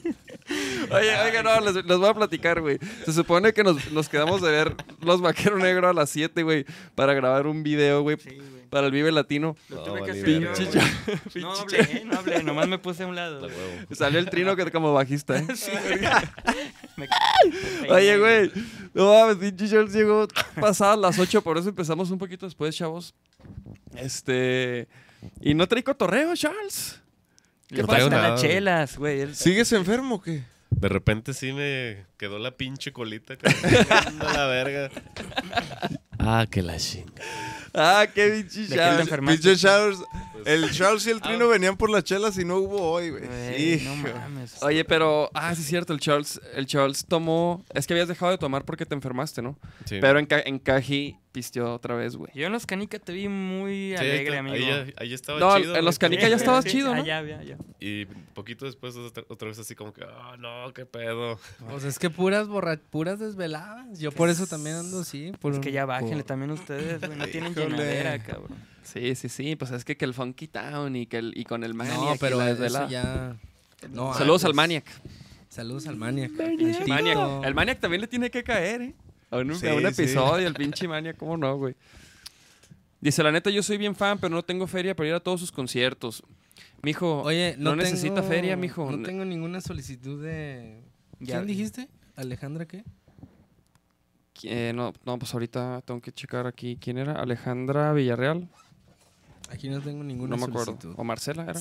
S2: Oye, oiga, no, les, les voy a platicar, güey. Se supone que nos, nos quedamos de ver Los Vaqueros Negros a las 7, güey, para grabar un video, güey, para el Vive Latino.
S4: No,
S1: tuve que
S4: vale,
S1: hacer
S4: verga,
S1: yo,
S4: güey.
S1: güey. No hablé, no hablé. Nomás me puse a un lado.
S4: La huevo.
S2: Salió el trino que como bajista, ¿eh?
S1: Me-
S2: Oye, güey. No mames, pinche Charles llegó pasadas las 8, por eso empezamos un poquito después, chavos. Este. Y no trae cotorreo, Charles.
S1: Le
S4: No traigo
S1: faltan
S4: nada,
S1: las
S4: güey.
S1: chelas, güey. Él-
S3: ¿Sigues enfermo o qué?
S4: De repente sí me quedó la pinche colita. cabrón. A la verga. Ah, que la chinga.
S2: Ah, qué pinche
S1: ¿De qué
S2: Charles.
S1: te enfermaste?
S3: Pinche Charles.
S1: Pues,
S3: El Charles y el Trino venían por las chelas y no hubo hoy, güey.
S1: ah. Güey, no
S3: Hijo.
S1: mames.
S2: Oye, pero. Ah, sí, es cierto. El Charles, el Charles tomó. Es que habías dejado de tomar porque te enfermaste, ¿no?
S4: Sí.
S2: Pero en, ca- en Caji pisteó otra vez, güey.
S1: Yo en los canicas te vi muy
S4: Sí, ahí
S1: alegre,
S4: está-
S1: amigo.
S4: Ahí, ahí estaba
S2: No,
S4: chido.
S2: en los
S4: güey.
S2: Canica ya
S1: Sí,
S2: estaba
S1: sí, Ah,
S2: chido, ¿no?
S1: Allá, allá, allá.
S4: Y poquito después otra, otra vez así como que, ah, no, qué pedo.
S5: Pues es que puras borra puras desveladas. Yo por eso también ando así. Por,
S1: Es que ya bájenle
S5: por-
S1: también ustedes, güey. No tienen
S3: Híjole.
S1: llenadera, cabrón.
S2: Sí, sí, sí. Pues es que, que el Funky Town y, que el, y con el Maniac.
S5: No,
S2: y
S5: pero
S2: la
S5: eso
S2: desvelada.
S5: ya. No,
S2: Saludos
S5: ah,
S2: al
S5: pues,
S2: Maniac.
S5: Saludos al Maniac. al Tito.
S2: Maniac. El Maniac también le tiene que caer, ¿eh? A un, a
S3: Sí,
S2: un
S3: sí.
S2: episodio, el pinche Maniac, ¿cómo no, güey? Dice, la neta, yo soy bien fan, pero no tengo feria para ir a todos sus conciertos. Mijo,
S5: Oye, no,
S2: no, necesita
S5: tengo-
S2: feria, mijo.
S5: No tengo ninguna solicitud de.
S1: Ya-
S5: ¿Quién dijiste? ¿Alejandra qué?
S2: Eh, no, no, pues ahorita tengo que checar aquí. ¿Quién era? ¿Alejandra Villarreal?
S5: Aquí no tengo ninguna
S2: No me acuerdo. Oh,
S5: solicitud.
S2: ¿O Marcela era?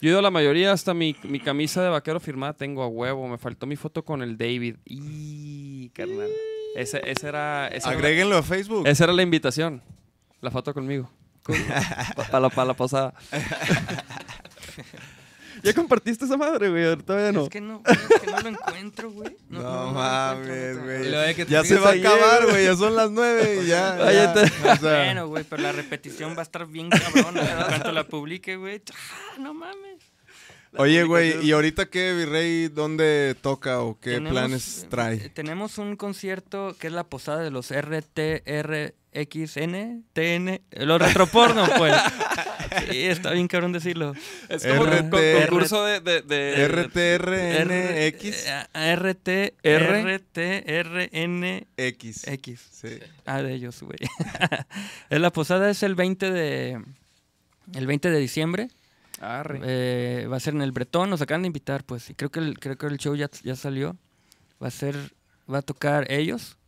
S2: Yo he ido a la mayoría, hasta mi, mi camisa de vaquero firmada tengo a huevo. Me faltó mi foto con el David. Y carnal. Ese, ese era. esa era la-
S3: Agréguenlo a Facebook.
S2: esa era la invitación. La foto conmigo. Para la, pa' la posada. ¿Ya compartiste esa madre, güey? Ahorita todavía no.
S1: Es que no, güey, es que no lo encuentro, güey.
S3: No,
S1: lo
S3: mames,
S1: encuentro,
S3: güey.
S5: Y luego de que te
S3: Ya se
S5: fijas
S3: va a
S5: ahí,
S3: acabar, güey. Ya son las nueve y ya.
S2: Oye,
S3: ya.
S2: te-
S3: O sea,
S1: Bueno, güey, pero la repetición va a estar bien cabrona. En cuanto la publique, güey. ¡Ah, no mames.
S3: oye, güey, ¿y ahorita qué, Virrey, dónde toca o qué
S1: Tenemos,
S3: planes
S1: eh, eh,
S3: trae?
S1: Tenemos un concierto que es la posada de los RTRXN, TN, los retroporno, pues. Sí, está bien cabrón decirlo.
S2: Es
S3: como
S2: como
S3: un
S2: un
S3: RT. con-
S2: concurso de. de, de-
S1: Eh,
S3: RTRNX.
S1: RTRTRNX.
S3: X. Sí.
S1: Ah, de ellos, güey. Eh, la posada es el 20 de... El 20 de diciembre
S2: Arre.
S1: eh, va a ser en el Bretón, nos acaban de invitar, pues. Y creo que el, creo que el show ya, ya salió. Va a ser, va a tocar ellos.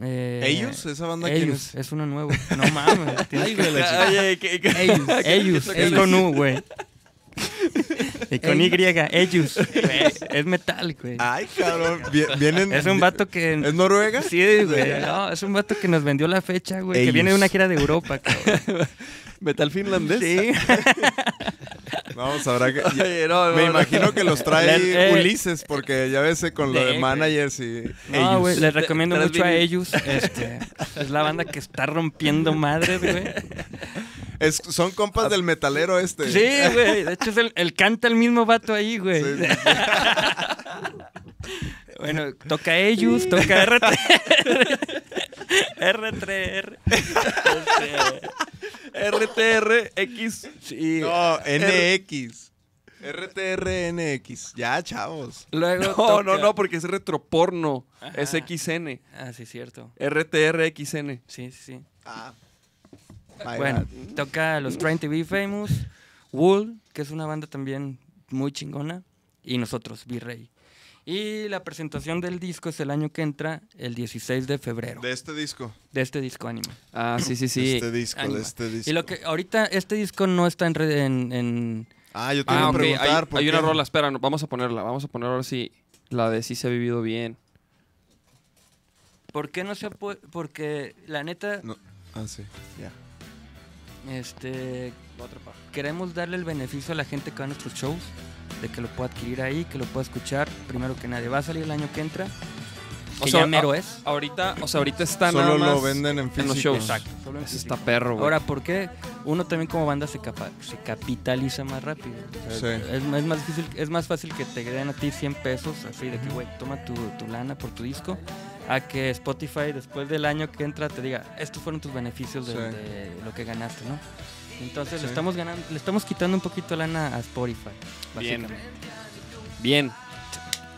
S1: Eh,
S3: ¿Ellos? ¿Esa banda quién
S1: ellos,
S3: es?
S1: es? uno nuevo. No mames. tienes que-
S2: Oye, ¿qué- qué-
S5: Ellos.
S1: ellos,
S5: toca
S1: es
S5: ellos?
S1: con U, güey. Y con Y, ellos. Es metal, güey.
S3: Ay, cabrón. vi- Vienen.
S1: Es un vato que.
S3: Ah, ¿Es Noruega?
S1: Sí, güey. No, es un vato que nos vendió la fecha, güey. Que
S3: Ellos.
S1: viene de una gira de Europa, cabrón.
S2: Metal finlandés.
S3: No, sabrá que.
S2: Oye, no, no,
S3: Me
S2: no.
S3: imagino que los trae
S1: Le- eh.
S3: Ulises, porque ya ves eh, con lo
S1: Sí,
S3: de
S1: güey.
S3: managers y.
S1: No, güey, les
S2: Te-
S1: recomiendo
S2: tras
S1: mucho a
S2: vinil.
S1: ellos. Este, es la banda que está rompiendo madres, güey.
S3: Es- son compas del metalero este.
S1: Sí, güey. De hecho, es el, el canta el mismo vato ahí, güey.
S3: Sí, sí,
S1: Bueno, toca ellos, toca R3. R3R. Este,
S2: RTRX.
S1: sí.
S2: Er-
S3: No, NX. RTRNX. Ya, chavos.
S1: Luego
S2: No, no,
S1: toca-
S2: no, porque es retroporno. Es
S1: Ajá.
S2: XN.
S1: Ah, sí, cierto.
S2: RTRXN.
S1: Sí, sí, sí.
S3: Ah. My
S1: bueno,
S3: bad.
S1: toca a los Trying to Be Famous, Wool, que es una banda también muy chingona, y nosotros, Virrey. Y la presentación del disco es el año que entra, el 16 de febrero,
S3: De
S1: de,
S3: este disco.
S1: este disco anime.
S2: Ah, sí, sí,
S3: De
S2: sí.
S3: este disco,
S1: Anima.
S3: de este disco.
S1: Y lo que ahorita, este disco no está en, red- en, en-
S3: Ah, yo te iba
S2: Ah,
S3: a
S2: ok. Hay,
S3: preguntar por
S2: hay
S3: qué.
S2: una rola, espera, no, vamos a ponerla. Vamos a poner ahora sí la de si se ha vivido bien.
S1: ¿Por qué no se ha pu- Porque la neta,
S3: No. Ah, sí. Ya.
S1: este, queremos darle el beneficio a la gente que va a nuestros shows, de que lo pueda adquirir ahí, que lo pueda escuchar, primero que nadie. Va a salir el año que entra,
S2: O
S1: que
S2: sea, ah,
S1: ya mero
S2: a-
S1: es.
S2: Ahorita, o sea, ahorita está
S3: Solo
S2: nada más
S3: lo venden en físico.
S2: en los shows.
S1: Exacto, solo en
S2: Eso
S1: físico.
S2: está perro, güey.
S1: Ahora, ¿por qué uno también como banda se, capa- se capitaliza más rápido?
S3: Sí.
S1: Es, es más difícil, es más fácil que te den a ti 100 pesos, así de que, güey, toma tu, tu lana por tu disco, a que Spotify después del año que entra te diga, estos fueron tus beneficios de,
S3: Sí.
S1: de lo que ganaste, ¿no? Entonces
S3: Sí.
S1: le estamos ganando, le estamos quitando un poquito de lana a Spotify.
S2: Bien.
S1: básicamente.
S2: Bien.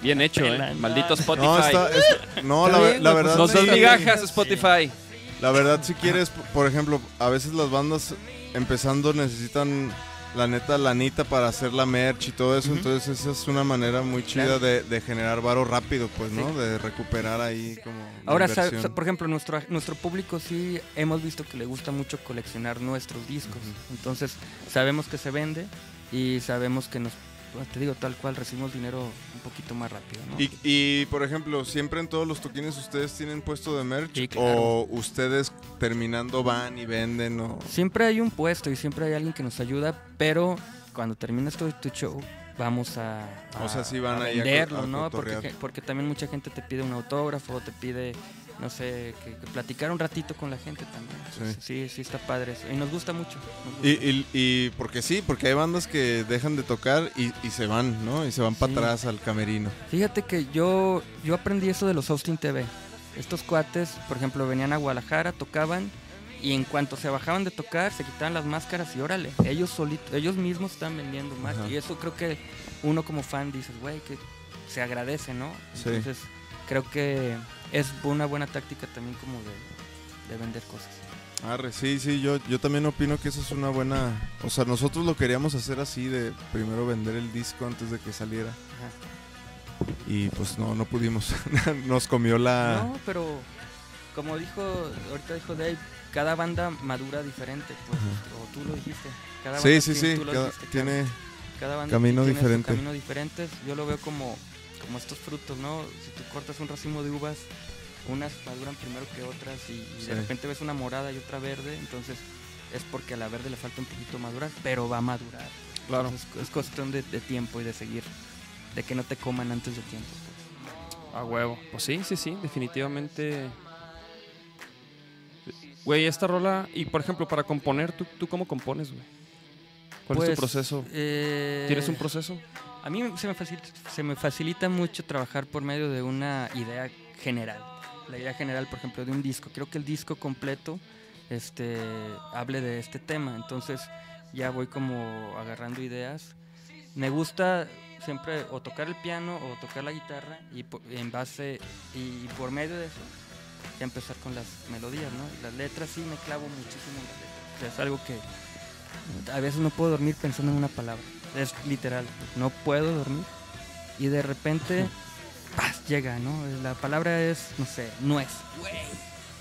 S2: Bien hecho,
S1: Pela,
S2: eh.
S1: no.
S2: Maldito Spotify.
S3: No, está, está- no la,
S5: Está
S3: ve-
S5: bien,
S3: la
S5: güey,
S3: verdad.
S2: Nos
S3: sí,
S2: das pues, migajas, Spotify.
S3: La verdad, si quieres, p- por ejemplo, a veces las bandas empezando necesitan la neta lanita para hacer la merch y todo eso. Entonces, esa es una manera muy chida
S1: Claro.
S3: de, de generar varo rápido, pues, ¿no?
S1: Sí.
S3: De recuperar ahí como. la
S1: Ahora, sa-
S3: inversión.
S1: sa- por ejemplo, nuestro, nuestro público sí hemos visto que le gusta mucho coleccionar nuestros discos. Entonces, sabemos que se vende y sabemos que nos, pues, te digo, tal cual, recibimos dinero un poquito más rápido. ¿no?
S3: Y, y, por ejemplo, siempre en todos los toquines ustedes tienen puesto de merch
S1: Sí, claro.
S3: o ustedes terminando van y venden o
S1: Siempre hay un puesto y siempre hay alguien que nos ayuda, pero cuando terminas todo tu show, vamos a,
S3: O sea,
S1: a-
S3: sí van
S1: a
S3: ahí a co-
S1: venderlo,
S3: a
S1: ¿no?
S3: cotorrear.
S1: Porque, porque también mucha gente te pide un autógrafo, te pide, no sé, que, que platicar un ratito con la gente también. Entonces, sí. sí, está padre eso. Y nos gusta mucho. nos gusta.
S3: Y, y- y porque sí, porque hay bandas que dejan de tocar y, y se van, ¿no? Y se van para
S1: Sí.
S3: atrás al camerino.
S1: Fíjate que yo, yo aprendí eso de los Austin TV. Estos cuates, por ejemplo, venían a Guadalajara, tocaban y en cuanto se bajaban de tocar, se quitaban las máscaras y órale, ellos solitos, ellos mismos están vendiendo más.
S3: Ajá.
S1: Y eso creo que uno como fan dices, güey, que se agradece, ¿no?
S3: Sí.
S1: Entonces, creo que es una buena táctica también como de, de vender cosas.
S3: Arre, sí, sí, yo, yo también opino que eso es una buena... O sea, nosotros lo queríamos hacer así, de primero vender el disco antes de que saliera. Y pues no, no pudimos. Nos comió la...
S1: No, pero como dijo, ahorita dijo Dave, cada banda madura diferente, pues, o tú lo dijiste. Cada
S3: sí,
S1: banda
S3: sí,
S1: tiene-
S3: sí,
S1: tú lo
S3: cada-
S1: dijiste, claro.
S3: tiene...
S1: Cada banda
S3: Camino
S1: tiene su
S3: diferente.
S1: camino diferente. Yo lo veo como, como estos frutos, ¿no? Si tú cortas un racimo de uvas, unas maduran primero que otras y, y
S3: Sí.
S1: de repente ves una morada y otra verde, entonces es porque a la verde le falta un poquito madurar, pero va a madurar.
S2: Claro.
S1: Entonces, es cuestión de, de tiempo y de seguir, de que no te coman antes de tiempo. pues.
S2: A huevo. Pues sí, sí, sí, definitivamente. Güey, esta rola. Y por ejemplo, para componer, ¿tú, tú cómo compones, güey? ¿Cuál es
S1: Pues,
S2: tu proceso?
S1: eh,
S2: ¿Tienes un proceso?
S1: A mí se me, facilita, se me facilita mucho trabajar por medio de una idea general. La idea general, por ejemplo, de un disco. Quiero que el disco completo este, hable de este tema. Entonces ya voy como agarrando ideas. Me gusta siempre o tocar el piano o tocar la guitarra y po- en base y por medio de eso ya empezar con las melodías, ¿no? Las letras sí me clavo muchísimo en las letras. O sea, es algo que a veces no puedo dormir pensando en una palabra. Es literal, no puedo dormir. Y de repente, ¡paz! llega, ¿no? La palabra es, no sé, nuez.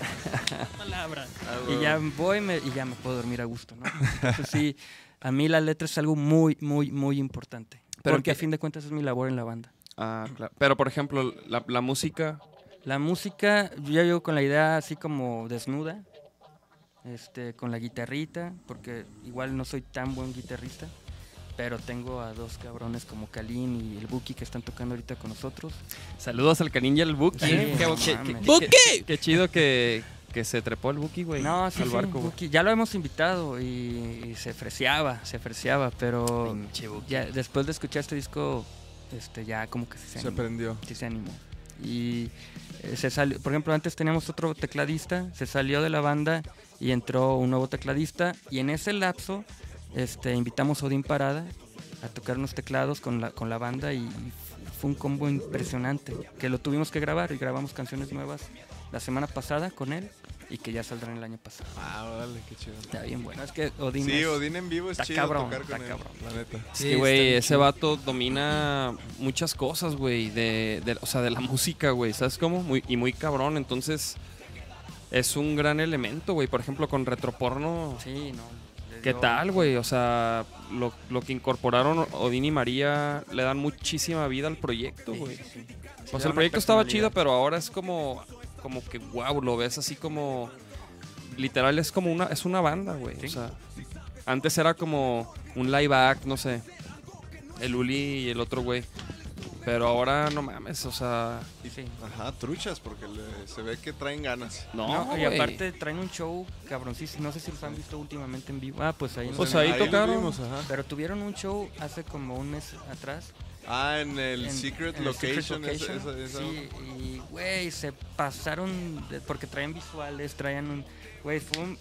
S1: Y ya voy me- y ya me puedo dormir a gusto, ¿no? Entonces, sí, a mí la letra es algo muy, muy, muy importante.
S2: Pero
S1: porque a
S2: que-
S1: fin de cuentas es mi labor en la banda.
S2: Ah, claro. Pero por ejemplo, la, la música.
S1: La música, yo ya llego con la idea así como desnuda, este, con la guitarrita, porque igual no soy tan buen guitarrista, pero tengo a dos cabrones como Kalin y el Buki que están tocando ahorita con nosotros.
S2: Saludos al Canin y al Buki.
S1: Sí,
S2: ¿eh? Qué,
S1: no
S2: qué-
S1: mames.
S2: qué- qué- qué chido que, que se trepó el Buki, güey.
S1: No, sí,
S2: al
S1: sí,
S2: barco, güey.
S1: Buki, ya lo hemos invitado y, y se freciaba, se freciaba, pero
S2: Pinche Buki.
S1: ya después de escuchar este disco, este, ya como que sí se
S3: Se
S1: animó.
S3: prendió.
S1: sí se animó. Y eh, se salió, por ejemplo, antes teníamos otro tecladista, se salió de la banda y entró un nuevo tecladista. Y en ese lapso este, invitamos a Odín Parada a tocar unos teclados con la, con la banda y, y fue un combo impresionante que lo tuvimos que grabar y grabamos canciones nuevas la semana pasada con él y que ya saldrán el año pasado.
S3: Ah, órale, qué chido.
S1: Está bien bueno. Es que Odín
S3: Sí,
S1: es-
S3: Odín en vivo es
S1: está
S3: chido
S1: cabrón,
S3: tocar
S1: está
S3: con él,
S1: cabrón.
S3: la neta.
S2: Es que, güey, ese vato domina muchas cosas, güey, de, de- o sea, de la música, güey, ¿sabes cómo? Muy, y muy cabrón, entonces es un gran elemento, güey, por ejemplo, con retroporno,
S1: Sí, no. le
S2: ¿qué
S1: dio-
S2: tal, güey? O sea, lo, lo que incorporaron Odín y María le dan muchísima vida al proyecto,
S1: Sí,
S2: güey.
S1: sí, sí. Sí,
S2: O
S1: le da
S2: sea,
S1: una
S2: Pues, el proyecto estaba
S1: personalidad.
S2: chido, pero ahora es como, como que, wow, lo ves así como, literal, es como una, es una banda, güey. O sea, antes era como un live act, no sé, el Uli y el otro güey. Pero ahora, no mames, o sea,
S1: Sí.
S3: Ajá, truchas, porque le- se ve que traen ganas.
S2: no,
S1: No, y
S2: güey.
S1: aparte traen un show cabroncísimo. No sé si los han visto últimamente en vivo. Ah, pues ahí. en
S2: Pues
S1: el-
S2: ahí
S3: lo
S2: tocaron.
S3: vimos, ajá.
S1: Pero tuvieron un show hace como un mes atrás.
S3: Ah, en el
S1: en-
S3: Secret
S1: en el Secret
S3: Location. esa-
S1: Location.
S3: esa- esa-
S1: Sí, y güey, se pasaron de- porque traían visuales, traían un. Güey, fue un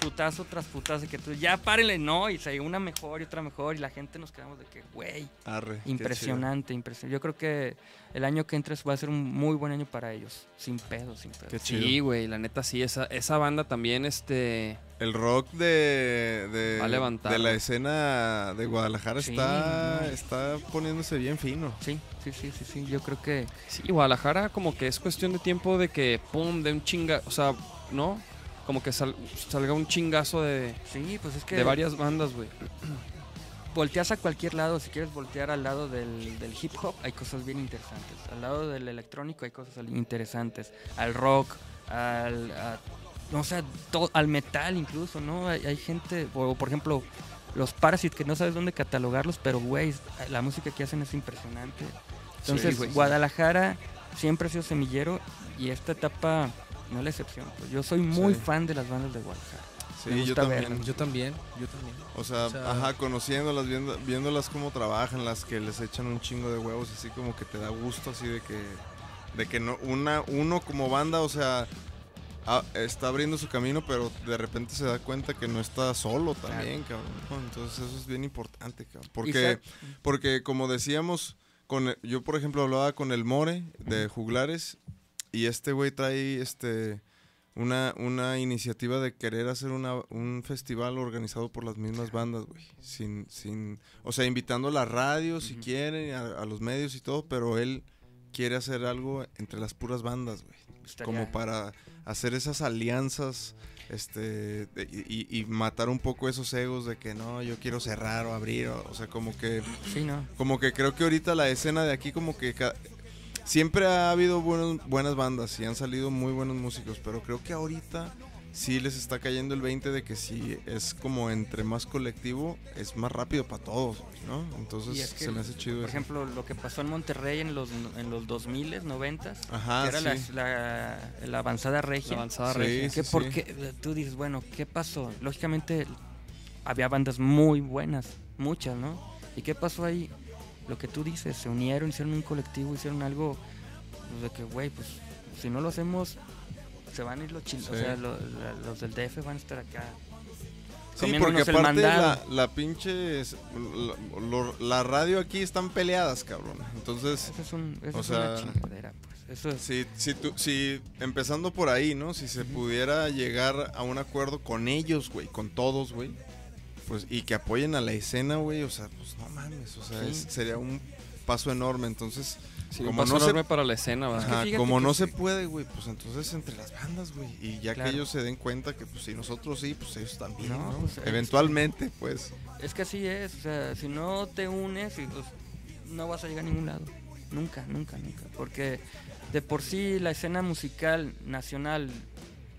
S1: putazo tras putazo que tú, ya párenle, no. Y se una mejor y otra mejor. Y la gente nos quedamos de que, güey,
S3: Arre, qué chido.
S1: impresionante, impresionante. Yo creo que el año que entres va a ser un muy buen año para ellos. Sin pedo, sin pedo.
S3: Qué chido.
S2: Sí, güey, la neta sí, esa, esa banda también, este,
S3: El rock de, de,
S2: Va a levantar,
S3: de la
S2: güey.
S3: escena de Guadalajara
S1: Sí,
S3: está,
S1: no.
S3: está poniéndose bien fino.
S1: Sí, sí, sí, sí, sí. Yo creo que.
S2: sí, Guadalajara como que es cuestión de tiempo de que, pum, de un chinga, o sea, ¿no? Como que sal- salga un chingazo de,
S1: Sí, pues es que.
S2: de varias bandas, güey.
S1: Volteas a cualquier lado. Si quieres voltear al lado del, del hip hop, hay cosas bien interesantes. Al lado del electrónico, hay cosas al- interesantes. Al rock, al. a- no sé, to- al metal incluso, ¿no? Hay, hay gente. O por ejemplo, los Parasites, que no sabes dónde catalogarlos, pero güey, la música que hacen es impresionante. Entonces,
S2: Sí, güey.
S1: Guadalajara siempre ha sido semillero y esta etapa no es la excepción. pues. Yo soy muy
S3: Sí.
S1: fan de las bandas de Guadalajara.
S3: Sí,
S1: Me
S3: yo
S1: gusta
S3: también.
S1: verlo.
S5: Yo también, yo también.
S2: ¿Ah,
S3: O sea,
S5: O sea-
S3: ajá, conociéndolas, viendo, viéndolas cómo trabajan, las que les echan un chingo de huevos, así como que te da gusto, así de que, de que no, una, uno como banda, o sea, a- está abriendo su camino, pero de repente se da cuenta que no está solo también, cabrón. ¿no? Entonces eso es bien importante, cabrón. Porque,
S1: ser-
S3: porque como decíamos, con el- yo por ejemplo hablaba con el More de Juglares y este güey trae este una, una iniciativa de querer hacer una, un festival organizado por las mismas bandas, güey. Sin, sin, o sea, invitando a la radio si quieren, a, a los medios y todo, pero él quiere hacer algo entre las puras bandas, güey.
S1: Estaría-
S3: Como para hacer esas alianzas este de- y, y- y matar un poco esos egos de que no, yo quiero cerrar o abrir, o, o sea, como que
S1: Sí, no.
S3: como que creo que ahorita la escena de aquí como que ca- siempre ha habido buenos- buenas bandas y han salido muy buenos músicos, pero creo que ahorita sí les está cayendo el 20 de que si es como entre más colectivo es más rápido para todos, güey, ¿no? Entonces
S1: Y es que,
S3: Pues se me hace chido
S1: Por
S3: eso.
S1: ejemplo, lo que pasó en Monterrey en los, en los 2000, 90, que
S3: Ajá,
S1: era
S3: Ah, sí.
S1: las- la, la avanzada regia.
S2: La avanzada
S3: Sí,
S2: regia.
S3: sí,
S1: que porque tú dices, bueno, ¿qué pasó? Lógicamente había bandas muy buenas, muchas, ¿no? ¿Y qué pasó ahí? Lo que tú dices, se unieron, hicieron un colectivo, hicieron algo pues, de que, güey, pues si no lo hacemos, se van a ir los chinos, o
S3: Sí.
S1: sea, lo- la- los del DF van a estar acá.
S3: Sí, porque
S1: comiéndonos el
S3: aparte la,
S1: mandado.
S3: la pinche es- la, lo- la radio aquí están peleadas, cabrón. Entonces,
S1: Eso es, un, eso
S3: O
S1: es
S3: sea-
S1: una chingadera, pues. Eso es,
S3: Si, si, tú- si empezando por ahí, ¿no? Si se pudiera llegar a un acuerdo con ellos, güey, con todos, güey. Pues, y que apoyen a la escena, güey. O sea, pues no mames. O sea,
S1: Sí.
S3: es- sería un paso enorme. Entonces,
S2: Sí, un
S3: como
S2: paso
S3: no se
S2: enorme para la escena, ¿verdad?
S3: Ajá,
S1: fíjate
S3: como
S1: que
S3: no
S1: sí.
S3: se puede, güey, pues entonces entre las bandas, güey. Y ya
S1: Claro.
S3: que ellos se den cuenta que, pues, si nosotros sí, pues ellos también,
S1: No,
S3: ¿no?
S1: pues, ahí
S3: Eventualmente, pues.
S1: Es que así es, o sea, si no te unes, y, pues, no vas a llegar a ningún lado. Nunca, nunca, nunca. Porque de por sí la escena musical nacional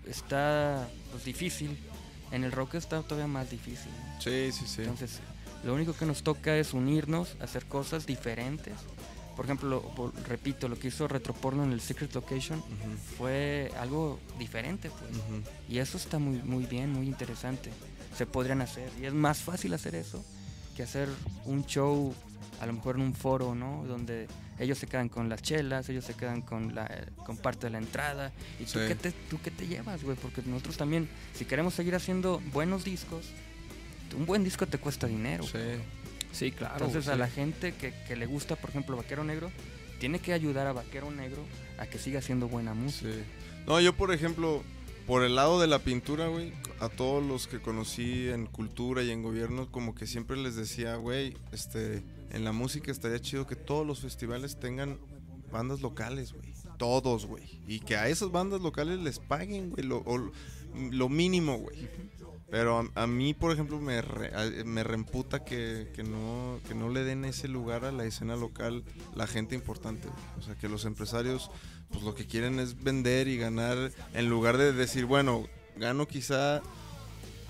S1: está pues, difícil. En el rock está todavía más difícil. ¿no?
S3: Sí, sí, sí.
S1: Entonces, lo único que nos toca es unirnos, hacer cosas diferentes. Por ejemplo, por- repito, lo que hizo Retroporno en el Secret Location
S3: Ujú,
S1: fue algo diferente, pues.
S3: ujú.
S1: Y eso está muy, muy bien, muy interesante. Se podrían hacer. Y es más fácil hacer eso que hacer un show, a lo mejor en un foro, ¿no? Donde ellos se quedan con las chelas, ellos se quedan con, la, con parte de la entrada. ¿Y tú,
S3: Sí.
S1: qué te, tú qué te llevas, güey? Porque nosotros también, si queremos seguir haciendo buenos discos, un buen disco te cuesta dinero.
S3: Sí.
S2: Sí, claro.
S1: Entonces
S2: güey,
S1: a
S2: sí.
S1: la gente que, que le gusta, por ejemplo, Vaquero Negro, tiene que ayudar a Vaquero Negro a que siga haciendo buena música.
S3: Sí. No, yo por ejemplo, por el lado de la pintura, güey, a todos los que conocí en cultura y en gobierno, como que siempre les decía, güey, este, en la música estaría chido que todos los festivales tengan bandas locales, güey. Todos, güey. Y que a esas bandas locales les paguen, güey, lo, o lo- lo mínimo, güey. Pero a, a mí, por ejemplo, me, re- a- me reemputa que, que no, que no le den ese lugar a la escena local la gente importante. güey. O sea, que los empresarios, pues lo que quieren es vender y ganar, en lugar de decir, bueno, gano quizá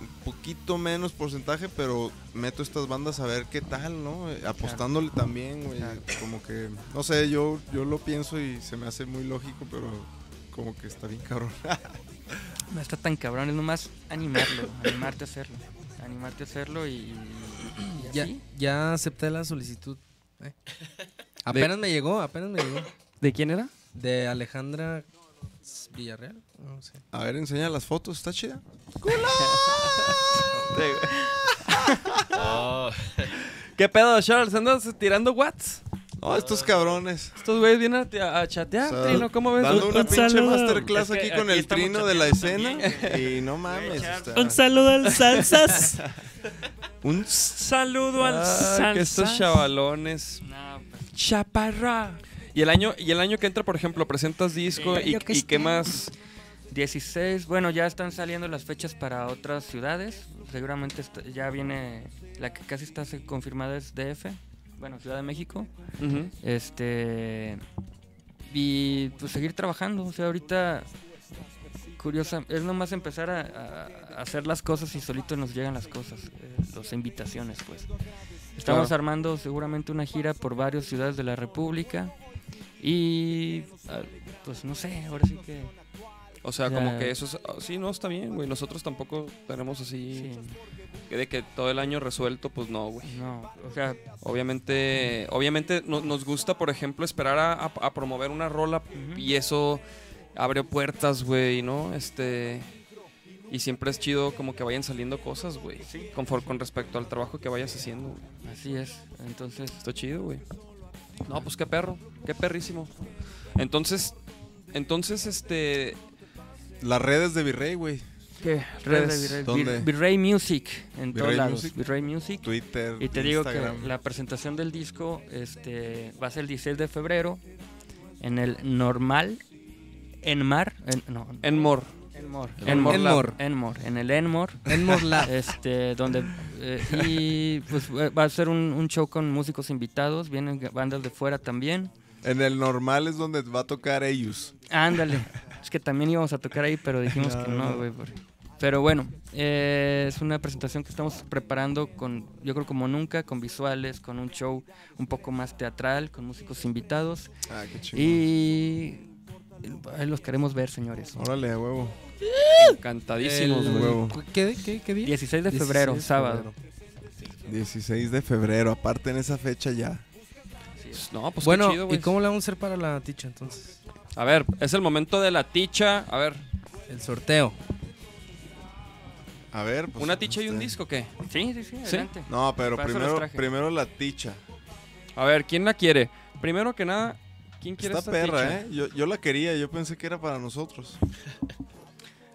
S3: un poquito menos porcentaje, pero meto estas bandas a ver qué tal, ¿no? Eh, Apostándole también, güey.
S1: Claro.
S3: Como que, no sé, yo, yo lo pienso y se me hace muy lógico, pero como que está bien cabrón.
S1: No está tan cabrón, es nomás animarlo, animarte a hacerlo. Animarte a hacerlo y, y
S5: Ya,
S1: así.
S5: ya acepté la solicitud. eh. Apenas me llegó, apenas me llegó.
S1: ¿De quién era?
S5: De Alejandra Villarreal. No sé.
S3: A ver, enseña las fotos, ¿está chida?
S4: Oh,
S2: ¿Qué pedo, Charles? ¿Andas tirando watts?
S3: No, estos cabrones.
S2: Estos güeyes vienen a, ti- a chatear,
S3: sea,
S2: Ah, Trino. ¿Cómo ves?
S3: Dando una pinche
S6: saludo.
S3: masterclass
S1: Es que
S3: aquí con
S1: aquí
S3: el
S1: estamos
S3: trino de la escena.
S1: chateando
S3: y no mames. está-
S6: Un saludo al Salsas.
S3: un
S6: Saludo al
S2: Ah,
S6: Salsas.
S2: que estos chavalones.
S1: No, pues,
S2: Chaparra. Y el año, y el año que entra, por ejemplo, presentas disco
S1: Sí.
S2: y,
S1: Yo que
S2: y qué
S1: estoy-
S2: más.
S1: 16, bueno, ya están saliendo las fechas para otras ciudades. Seguramente est- ya viene, la que casi está se- confirmada es DF, bueno, Ciudad de México.
S2: Ujú.
S1: Este. Y pues seguir trabajando. O sea, ahorita. Curiosa, es nomás empezar a, a- a hacer las cosas y solito nos llegan las cosas, eh, las invitaciones, pues. Estamos
S2: Claro.
S1: armando seguramente una gira por varias ciudades de la República y ah, pues no sé, ahora sí que
S2: O sea,
S1: Ya.
S2: como que eso es. ah, Sí, no, está bien, güey. Nosotros tampoco tenemos así.
S1: sí,
S2: que De que todo el año resuelto, pues no, güey.
S1: no, o sea,
S2: Obviamente, obviamente no- nos gusta, por ejemplo, esperar a, a- a promover una rola
S1: ujú.
S2: y eso abre puertas, güey, ¿no? Este y siempre es chido como que vayan saliendo cosas, güey, con, con respecto al trabajo que vayas haciendo. güey.
S1: así es. Entonces,
S2: Está chido, güey. No, pues qué perro, qué perrísimo. Entonces, entonces este
S3: Las redes de Virrey, güey.
S1: ¿qué?
S2: Redes.
S1: Virrey,
S3: ¿Dónde?
S1: Virrey, Virrey Music en todos
S3: Virrey
S1: lados,
S3: Music.
S1: Virrey Music.
S3: Twitter,
S1: Y te digo que
S3: Instagram.
S1: la presentación del disco este, va a ser el 16 de febrero en el normal Enmar, en, no,
S2: Enmor,
S1: Enmor,
S2: Enmor
S1: Enmor,
S5: Lab.
S1: Enmor, en el Enmor,
S5: En Morla.
S1: este, donde eh, y pues eh, va a ser un, un show con músicos invitados, vienen ga- bandas de fuera también.
S3: En el normal es donde va a tocar ellos.
S1: Ándale, es que también íbamos a tocar ahí, pero dijimos que no, güey. por- Pero bueno, eh, es una presentación que estamos preparando con, yo creo como nunca, con visuales, con un show un poco más teatral, con músicos invitados.
S3: Ah, qué chido.
S1: Y ahí los queremos ver, señores.
S3: Órale, a huevo.
S2: encantadísimos,
S5: El-
S2: güey.
S3: huevo.
S5: ¿Qué, qué, qué día?
S1: 16 de febrero,
S5: 16 de
S1: sábado.
S5: febrero.
S3: 16 de febrero, aparte en esa fecha ya.
S2: Pues, No, pues
S5: bueno,
S2: qué chido,
S5: ¿y
S2: güey.
S5: cómo le vamos a hacer para la ticha entonces?
S2: A ver, es el momento de la ticha. A ver,
S5: El sorteo.
S3: A ver, pues.
S2: una ticha y un
S3: este-
S2: disco o qué?
S1: Sí, sí, sí, adelante.
S3: No, pero
S1: Para eso
S3: primero,
S1: los traje.
S3: primero la ticha.
S2: A ver, ¿quién la quiere? Primero que nada, ¿quién quiere
S3: Esta
S2: esta
S3: perra,
S2: ticha?
S3: ¿eh? Yo, yo la quería, yo pensé que era para nosotros.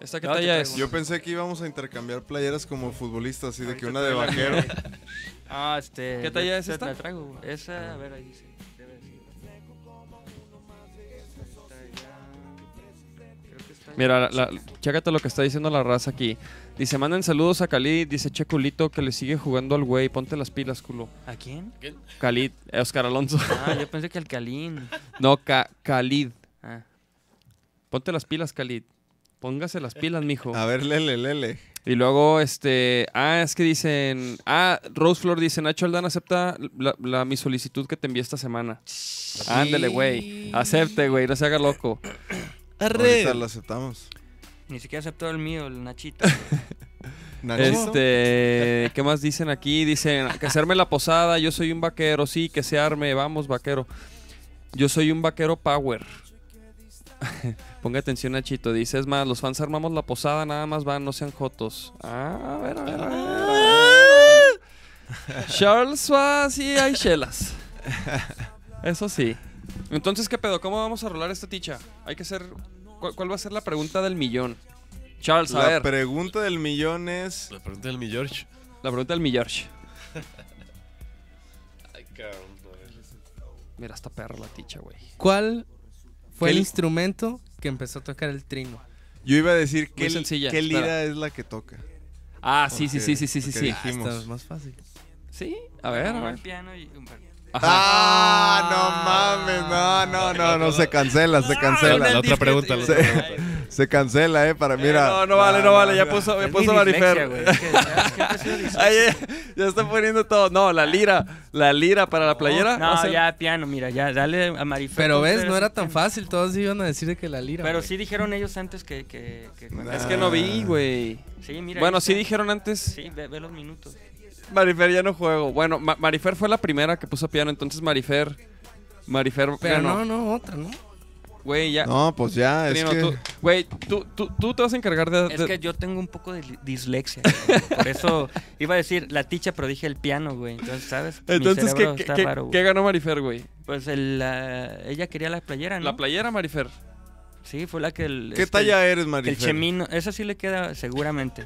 S2: ¿Esta qué
S1: No, te
S2: talla es?
S1: traigo
S3: Yo pensé que íbamos a intercambiar playeras como futbolistas, así de que
S1: Ahorita
S3: una de
S1: te doy la
S3: vaquero.
S1: mía. Ah, este.
S2: ¿Qué talla
S1: yo
S2: es
S1: te
S2: esta?
S1: La traigo. güey. Esa, a ver, ahí dice. debe decir. Esta ya- creo que está ya.
S2: Mira, la- la- chécate lo que está diciendo la raza aquí. Dice, manden saludos a Khalid. Dice, che, culito, que le sigue jugando al güey. Ponte las pilas, culo.
S1: ¿A quién?
S2: Khalid, eh, Oscar Alonso.
S1: Ah, yo pensé que al Calín.
S2: No, Ca- Khalid.
S1: Ah.
S2: Ponte las pilas, Khalid. Póngase las pilas, mijo.
S3: A ver, lele, lele.
S2: Y luego, este... Ah, es que dicen... Ah, Rose Flor dice, Nacho Aldana acepta la, la- mi solicitud que te envié esta semana. Ándele, güey. Acepte, güey. No se haga loco.
S3: Ahorita la aceptamos.
S1: Ni siquiera aceptó el mío, el Nachito.
S3: Nachito.
S2: Este, ¿qué más dicen aquí? Dicen que se arme la posada, yo soy un vaquero, sí, que se arme, vamos, vaquero. Yo soy un vaquero power. Ponga atención, Nachito. Dice, es más, los fans armamos la posada, nada más van, no sean jotos. Ah, a ver, a ver, a ver, a ver. Charles va, sí hay chelas. Eso sí. Entonces, ¿qué pedo? ¿Cómo vamos a rolar esta ticha? Hay que hacer... ¿Cuál, cuál va a ser la pregunta del millón? Charles, a
S3: La
S2: ver.
S3: pregunta del millón es.
S4: La pregunta del mi George.
S2: La pregunta del millón.
S4: Ay, cabrón. a ver.
S2: Mira, esta perra la ticha, güey.
S5: ¿Cuál fue el
S2: ¿Qué-
S5: instrumento que empezó a tocar el trino?
S3: Yo iba a decir
S2: Muy
S3: qué, li-
S2: sencilla,
S3: qué
S2: espera.
S3: lira es la que toca.
S2: Ah, sí, sí,
S3: Ok,
S2: sí, sí, sí, sí,
S3: ok.
S2: sí.
S5: Ah,
S3: Dijimos.
S5: esta es más fácil.
S2: Sí, a ver, a
S1: Un
S2: ver.
S1: piano y un bar-
S2: Ajá.
S3: Ah, no mames, no, no, no, no, se cancela, se
S2: Era
S4: La
S3: cancela.
S2: Ah, el
S4: otra
S2: disco-
S4: pregunta, la otra
S3: Sí.
S4: pregunta.
S3: Se cancela, eh, para mira.
S2: Eh, no, no vale, no vale. Ya puso, ya
S1: Es mi
S2: puso
S1: dislexia,
S2: Marifer.
S1: güey, es que ya- siempre he sido dislexia.
S2: Ay, eh, ya está poniendo todo. No, la lira. La lira para la playera. va a
S1: No,
S2: ser-
S1: ya piano, mira, ya dale a Marifer.
S5: Pero
S1: tú
S5: ves,
S1: eres
S5: no
S1: el
S5: era tan
S1: piano.
S5: fácil. Todos iban a decir que la lira.
S1: Pero
S5: güey.
S1: sí dijeron ellos antes que. que- que-
S2: Es que no vi, güey.
S1: Sí, mira.
S2: Bueno,
S1: ahí
S2: sí
S1: está.
S2: dijeron antes.
S1: Sí, ve, ve los minutos.
S2: Marifer ya no juego. Bueno, Ma- Marifer fue la primera que puso piano, entonces Marifer. Marifer,
S5: Pero no,
S2: ganó.
S5: no, otra, ¿no?
S2: Güey, ya.
S3: No, pues ya, es
S2: Trino,
S3: que
S2: tú- Güey, tú, tú, tú te vas a encargar de.
S1: Es
S2: de-
S1: que yo tengo un poco de li- dislexia. güey. Por eso iba a decir la ticha, pero dije el piano, güey. Entonces, ¿sabes? Mi
S2: Entonces, ¿qué,
S1: cerebro
S2: qué,
S1: está
S2: qué-
S1: raro, güey.
S2: qué ganó Marifer, güey?
S1: Pues el, la- ella quería la playera, ¿Ah, ¿no?
S2: La playera, Marifer.
S1: Sí, fue la que el.
S3: ¿Qué
S1: este,
S3: talla eres,
S1: que El
S3: Marifer?
S1: chemino, esa sí le queda seguramente.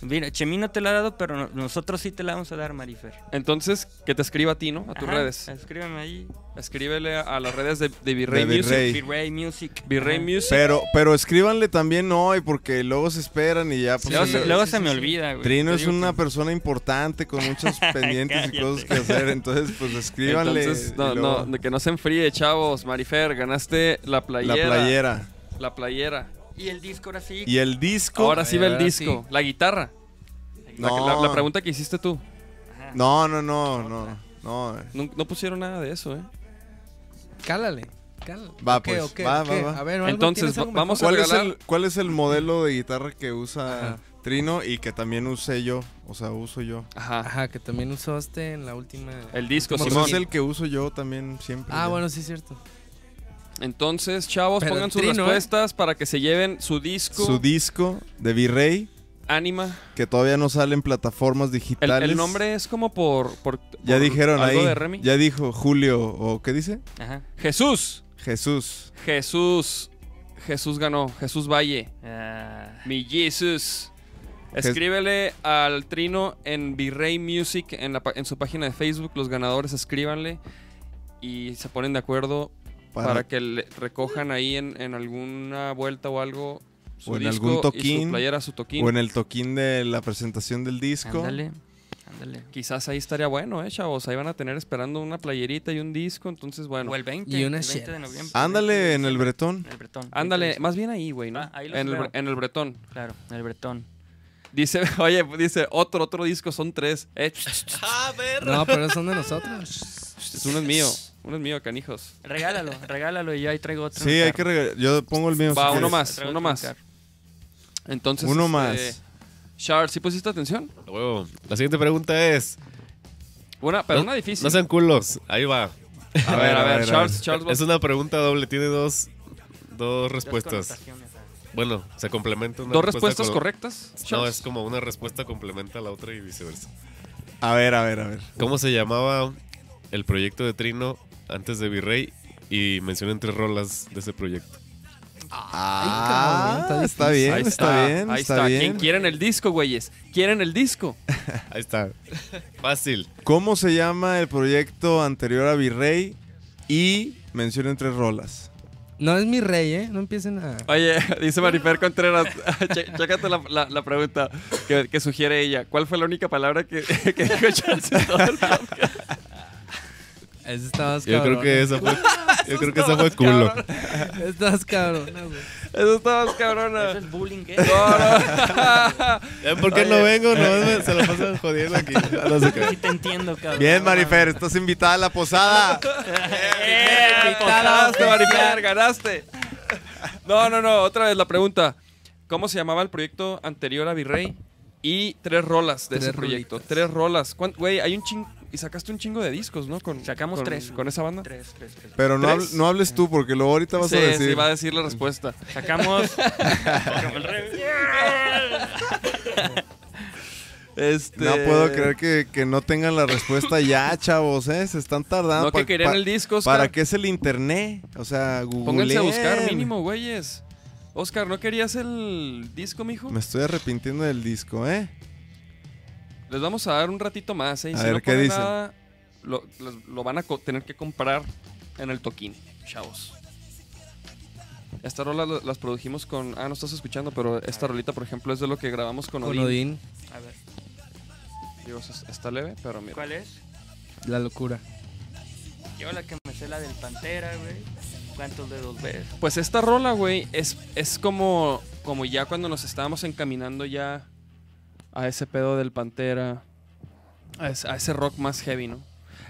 S1: Mira, chemino te la ha dado, pero no- nosotros sí te la vamos a dar, Marifer.
S2: Entonces, que te escriba a ti, ¿no? A tus
S1: Ajá,
S2: redes.
S1: Escríbeme ahí.
S2: Escríbele a, a las redes de, de Virrey
S3: De
S2: Music.
S3: Virrey.
S1: Virrey Music.
S2: Virrey
S1: Ajá.
S2: Music.
S3: Pero pero escríbanle también hoy porque luego se esperan y ya pues,
S1: Luego,
S2: Sí,
S1: se,
S2: sí,
S1: luego
S2: sí,
S1: se
S2: sí,
S1: me
S2: sí.
S1: olvida, güey.
S3: Trino
S1: Te
S3: es
S1: digo que-
S3: una persona importante con muchos pendientes y cosas que hacer, entonces pues escríbanle
S2: Entonces,
S3: y
S2: no,
S3: luego
S2: no, de que no se enfríe, chavos. Marifer, ganaste la
S3: la
S2: playera.
S3: playera
S2: La playera.
S1: Y el disco ahora sí.
S3: y el disco.
S2: Ahora sí ve el
S5: Ahora
S2: disco. La guitarra. La-
S3: no,
S2: La, la pregunta que hiciste tú.
S3: No, no, no, no. no, eh.
S2: No, no pusieron nada de eso, ¿eh?
S5: Cálale. cálale.
S3: Va,
S5: Ok,
S3: pues,
S5: ok,
S3: va,
S5: ok.
S3: va, va.
S5: A ver, ¿algo-
S2: Entonces,
S5: tienes
S2: va-
S5: algo mejor?
S2: vamos a-
S3: ¿Cuál es,
S2: regalar?
S3: el, ¿Cuál es el modelo de guitarra que usa
S5: Ajá.
S3: Trino y que también usé yo? O sea, uso yo.
S2: Ajá.
S5: Ajá, que también usaste en la última.
S2: El disco,
S3: Pues
S2: Simón.
S3: es el que uso yo también siempre.
S5: Ah,
S3: ya.
S5: bueno, sí, es cierto.
S2: Entonces, chavos,
S5: Pero
S2: pongan
S5: el
S2: sus
S5: trino, ¿eh?
S2: respuestas para que se lleven su disco,
S3: Su disco de Virrey,
S2: Anima.
S3: que todavía no sale en plataformas
S2: El,
S3: digitales.
S2: el nombre es como por. por-
S3: Ya
S2: por
S3: dijeron
S2: algo
S3: ahí.
S2: de Remy.
S3: Ya dijo Julio, o ¿qué dice?
S1: Ajá.
S2: Jesús.
S3: Jesús.
S2: Jesús. Jesús ganó. Jesús Valle.
S1: Ah,
S2: Mi Jesus. Escríbele al Trino en Virrey Music, en, la pa- en su página de Facebook. Los ganadores, escríbanle y se ponen de acuerdo para,
S3: Para-
S2: que le recojan ahí en, en alguna vuelta o algo su
S3: O en
S2: disco
S3: algún
S2: y su
S3: toquín,
S2: playera, su toquín.
S3: O en el toquín de la presentación del disco.
S1: ándale. Ándale.
S2: Quizás ahí estaría bueno, eh, chavos. Ahí van a tener esperando una playerita y un disco. Entonces, bueno,
S1: O el 20,
S5: Y una
S1: el 20 de
S5: chelas.
S1: noviembre.
S3: Ándale en el Bretón.
S1: En el Bretón.
S2: ándale,
S1: 20,
S2: más bien ahí, güey, ¿no?
S1: Ah, ahí los
S2: en, el,
S1: veo.
S2: bre- en el Bretón.
S1: Claro, en el Bretón.
S2: Dice, oye, dice, otro, otro disco, son tres. Eh,
S5: No, pero son de nosotros.
S2: uno es mío, uno es mío, canijos.
S1: Regálalo, regálalo y yo ahí traigo otro.
S3: Sí, hay que regalar. Yo pongo el mío. si
S2: Va,
S3: quieres.
S2: uno más, uno más. Entonces,
S3: Uno
S2: este,
S3: más.
S2: Charles, ¿sí pusiste atención?
S4: A huevo. La siguiente pregunta es.
S2: Una, pero
S4: no,
S2: una difícil.
S4: No sean culos. Ahí va.
S2: a ver, a ver, Charles, Charles.
S4: Es
S2: va-
S4: una pregunta doble. Tiene dos, dos respuestas. Bueno, se complementa una
S2: ¿Dos respuestas
S4: con-
S2: correctas?
S4: No,
S2: Charles?
S4: es como una respuesta complementa a la otra y viceversa.
S3: A ver, a ver, a ver.
S4: ¿Cómo se llamaba el proyecto de Trino antes de Virrey? Y mencionen tres rolas de ese proyecto.
S3: Ah,
S5: cabrón, está
S3: está bien,
S2: Ahí
S3: está, bien,
S2: Ah, ahí
S3: está,
S2: está. ¿Quién
S3: bien.
S2: quieren el disco, güeyes? ¿Quieren el disco?
S4: Ahí está. Fácil.
S3: ¿Cómo se llama el proyecto anterior a Virrey? Y mencionen tres rolas.
S5: No es mi rey, ¿eh? No empiecen a.
S2: Oye, dice Marifer Contreras, che- chécate la, la- la pregunta que, que sugiere ella. ¿Cuál fue la única palabra que, que dijo Charles en todo el podcast?
S5: Eso está más
S4: Yo creo que
S5: cabrón.
S4: esa fue, yo creo que esa fue culo.
S5: Estás cabrón, güey.
S2: Eso está más
S1: Eso
S2: cabrona.
S1: es bullying, ¿eh?
S2: No, no.
S4: ¿Ya ¿Por qué no vengo? No, me- se la pasan jodiendo aquí. Ah, no sé qué.
S1: Sí te entiendo, cabrón.
S3: Bien, Marifer, estás invitada a la posada.
S2: Eh, Ganaste, Marifer, ganaste. No, no, no, otra vez la pregunta. ¿Cómo se llamaba el proyecto anterior a Virrey? Y tres rolas de
S5: Tres
S2: ese proyecto. Tres rolas. ¿Cuán- Güey, hay un chingo. Y sacaste un chingo de discos, ¿no? Con,
S1: Sacamos
S2: con-
S1: tres.
S2: Con esa banda.
S1: Tres, tres, tres.
S3: Pero no,
S2: ¿Tres?
S3: habl- no hables tú porque luego ahorita vas
S2: Sí,
S3: a decir.
S2: sí, va a decir la respuesta.
S1: Sacamos.
S2: Este,
S3: No puedo creer que, que no tengan la respuesta ya, chavos, ¿eh? Se están tardando.
S2: No, que
S3: Pa-
S2: querían
S3: pa-
S2: el disco, Oscar.
S3: ¿Para qué es el internet? O sea, Google.
S2: Pónganse a buscar, mínimo, güeyes. Oscar, ¿no querías el disco, mijo?
S3: Me estoy arrepintiendo del disco, ¿eh?
S2: Les vamos a dar un ratito más, ¿eh? Y
S3: A
S2: si
S3: ver,
S2: no
S3: ¿qué
S2: ponen
S3: dicen?
S2: nada, lo, les- lo van a co- tener que comprar en el toquín, chavos. Esta rola lo- las produjimos con... Ah, no estás escuchando, pero esta rolita, por ejemplo, es de lo que grabamos con
S5: Con
S2: Odín.
S5: Odín,
S1: A ver,
S2: Digo, es- está leve, pero mira.
S1: ¿cuál es?
S5: la locura.
S1: Yo la que me sé la del Pantera, güey. ¿Cuántos dedos ves?
S2: Pues esta rola, güey, es, es como, como ya cuando nos estábamos encaminando ya a ese pedo del Pantera, a ese, a ese rock más heavy, ¿no?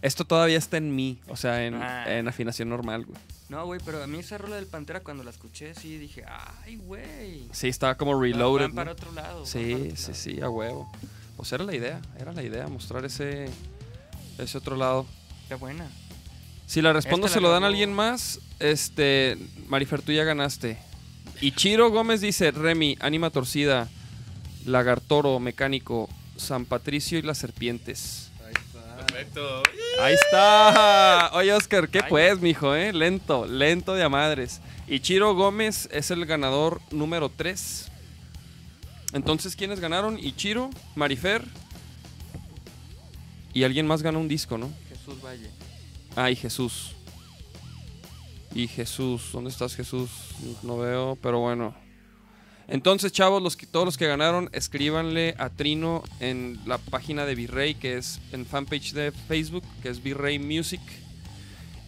S2: Esto todavía está en mí, o sea, en,
S1: Ah.
S2: en afinación normal, güey.
S1: No, güey, pero a mí esa rola del Pantera cuando la escuché, sí dije, ay, güey.
S2: Sí, estaba como
S1: Van-
S2: reloaded.
S1: Van para
S2: ¿no?
S1: otro lado. van para
S2: Sí,
S1: otro
S2: sí,
S1: lado.
S2: sí, a huevo. Pues era la idea, era la idea, mostrar ese, ese otro lado.
S1: Está buena.
S2: Si la respondo,
S1: Esta
S2: se
S1: la
S2: lo dan a
S1: ganó-
S2: alguien más. Este, Marifer, tú ya ganaste. Y Chiro Gómez dice: Remy, Ánima Torcida, Lagartoro, Mecánico, San Patricio y las Serpientes.
S4: Perfecto.
S2: Ahí está. Oye, Oscar, ¿qué
S1: Ay.
S2: pues, mijo? Eh? Lento, lento de a madres. Y Chiro Gómez es el ganador número 3. Entonces, ¿quiénes ganaron? Ichiro, Marifer. Y alguien más ganó un disco, ¿no?
S1: Jesús Valle.
S2: Ay, Jesús. Y Jesús, ¿dónde estás Jesús? No veo, pero bueno. Entonces, chavos, los que, todos los que ganaron, escríbanle a Trino en la página de Virrey, que es en fanpage de Facebook, que es Virrey Music.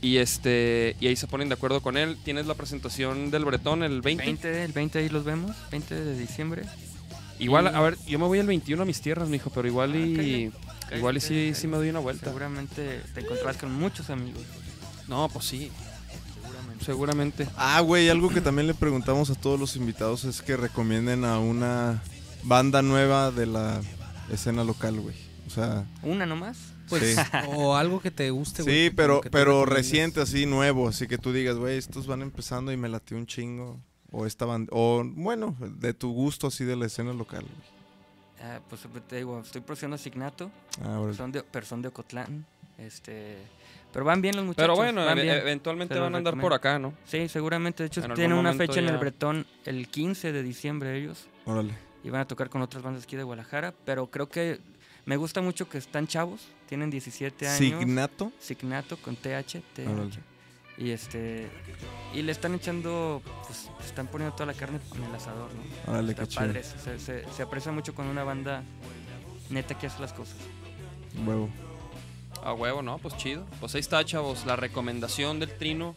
S2: Y este y ahí se ponen de acuerdo con él. Tienes la presentación del Bretón el 20.
S1: 20, el 20 ahí los vemos. 20 de diciembre.
S2: Igual,
S1: Y-
S2: a ver, yo me voy el 21 a mis tierras, mijo, pero igual
S1: Ah,
S2: y
S1: cállate, cállate,
S2: igual y sí,
S1: cállate.
S2: sí me doy una vuelta.
S1: Seguramente te encontrarás con muchos amigos.
S2: No, pues sí,
S1: Seguramente.
S2: seguramente.
S3: Ah, güey, algo que también le preguntamos a todos los invitados es que recomienden a una banda nueva de la escena local, güey. O sea,
S1: Una nomás.
S5: Pues,
S3: Sí.
S5: o algo que te guste, güey.
S3: sí,
S5: que-
S3: pero,
S5: que tú
S3: pero
S5: recomiendas.
S3: reciente, así nuevo. Así que tú digas, güey, estos van empezando y me latió un chingo. O esta banda. O, bueno, de tu gusto, así de la escena local, güey.
S1: Ah, pues te digo, estoy produciendo a Signato.
S3: Ah,
S2: Pues
S3: órale.
S1: Son de, pero son de Ocotlán. Este, pero van bien los muchachos.
S2: Pero bueno,
S1: van
S2: e-
S1: bien.
S2: eventualmente
S1: Se los
S2: van a andar por
S1: recomiendo.
S2: acá, ¿no?
S1: Sí, seguramente. De hecho,
S2: En algún
S1: tienen una
S2: momento
S1: fecha en el
S2: ya-
S1: Bretón el 15 de diciembre ellos.
S3: Órale.
S1: Y van a tocar con otras bandas aquí de Guadalajara. Pero creo que me gusta mucho que están chavos. Tienen 17 años.
S3: Signato.
S1: Signato con TH. TH.
S3: Órale.
S1: Y este y le están echando, pues le están poniendo toda la carne en el asador, ¿no?
S3: Órale,
S1: Está
S3: qué chido.
S1: padre eso, Se, se- se aprecia mucho cuando una banda neta que hace las cosas.
S3: Huevo.
S2: A huevo, ¿no? Pues chido. Pues ahí está, chavos, la recomendación del trino.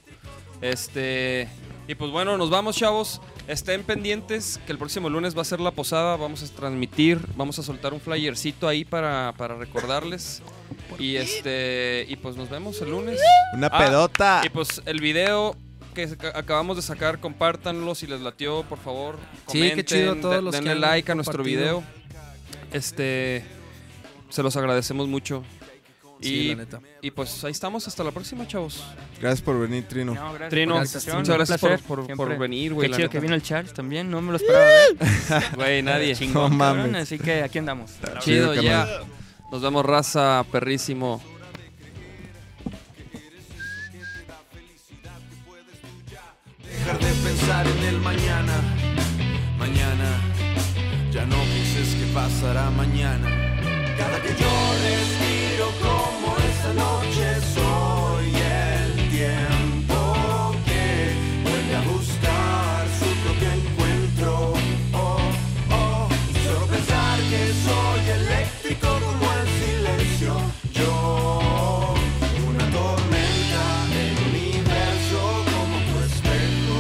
S2: Este. Y pues bueno, nos vamos, chavos. Estén pendientes que el próximo lunes va a ser la posada. Vamos a transmitir, vamos a soltar un flyercito ahí para, para recordarles. Y este. Y pues nos vemos el lunes.
S3: Una
S2: Ah,
S3: pedota.
S2: Y pues el video que saca- acabamos de sacar, compártanlo si les latió, por favor.
S5: Sí, qué
S2: Comenten,
S5: chido todos
S2: de-
S5: los que
S2: denle
S5: han
S2: like a nuestro
S5: compartido.
S2: video. Este se los agradecemos mucho.
S5: Sí,
S2: y,
S5: la neta.
S2: y pues ahí estamos hasta la próxima, chavos.
S3: Gracias por venir, Trino.
S1: No, gracias.
S2: Trino,
S1: por la
S5: gracias,
S1: invitación,
S2: muchas
S1: un
S2: gracias por,
S1: placer,
S2: por- por
S1: siempre.
S2: venir, güey.
S1: Qué
S2: la
S1: chido
S2: neta.
S1: que vino el Charles también, no me lo esperaba ver.
S2: Güey, nadie.
S3: No
S1: cabrón,
S3: mames.
S1: Así que aquí andamos.
S3: Chido,
S2: Chido, ya.
S3: carnal.
S2: Nos vemos raza, perrísimo.
S7: Dejar de pensar en el mañana, mañana. Ya no pienses que pasará mañana. Cada que yo respiro como esta noche, soy el tiempo que vuelve a buscar su propio encuentro. Oh, oh, y solo pensar que soy eléctrico como el silencio. Yo, una tormenta en un universo como tu espejo.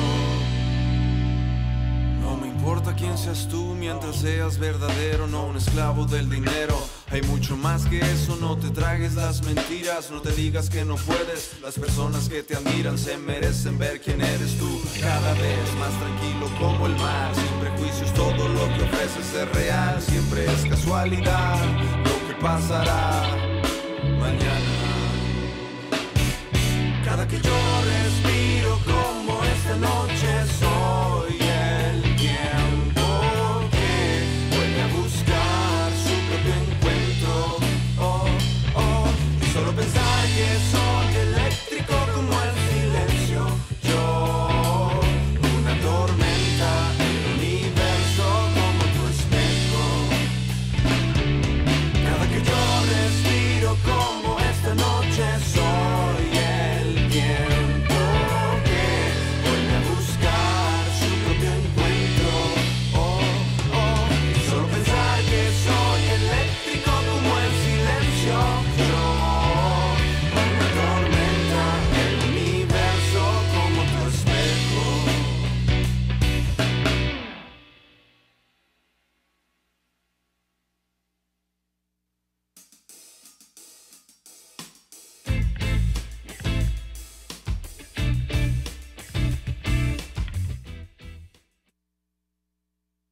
S7: No me importa quién seas tú mientras seas verdadero, no un esclavo del dinero. Hay mucho más que eso, no te tragues las mentiras, no te digas que no puedes. Las personas que te admiran se merecen ver quién eres tú. Cada vez más tranquilo como el mar, sin prejuicios, todo lo que ofreces es real. Siempre es casualidad lo que pasará mañana. Cada que yo respiro como esta noche soy el tiempo que vuelve a buscar su propio encuentro. Oh, que son eléctricos.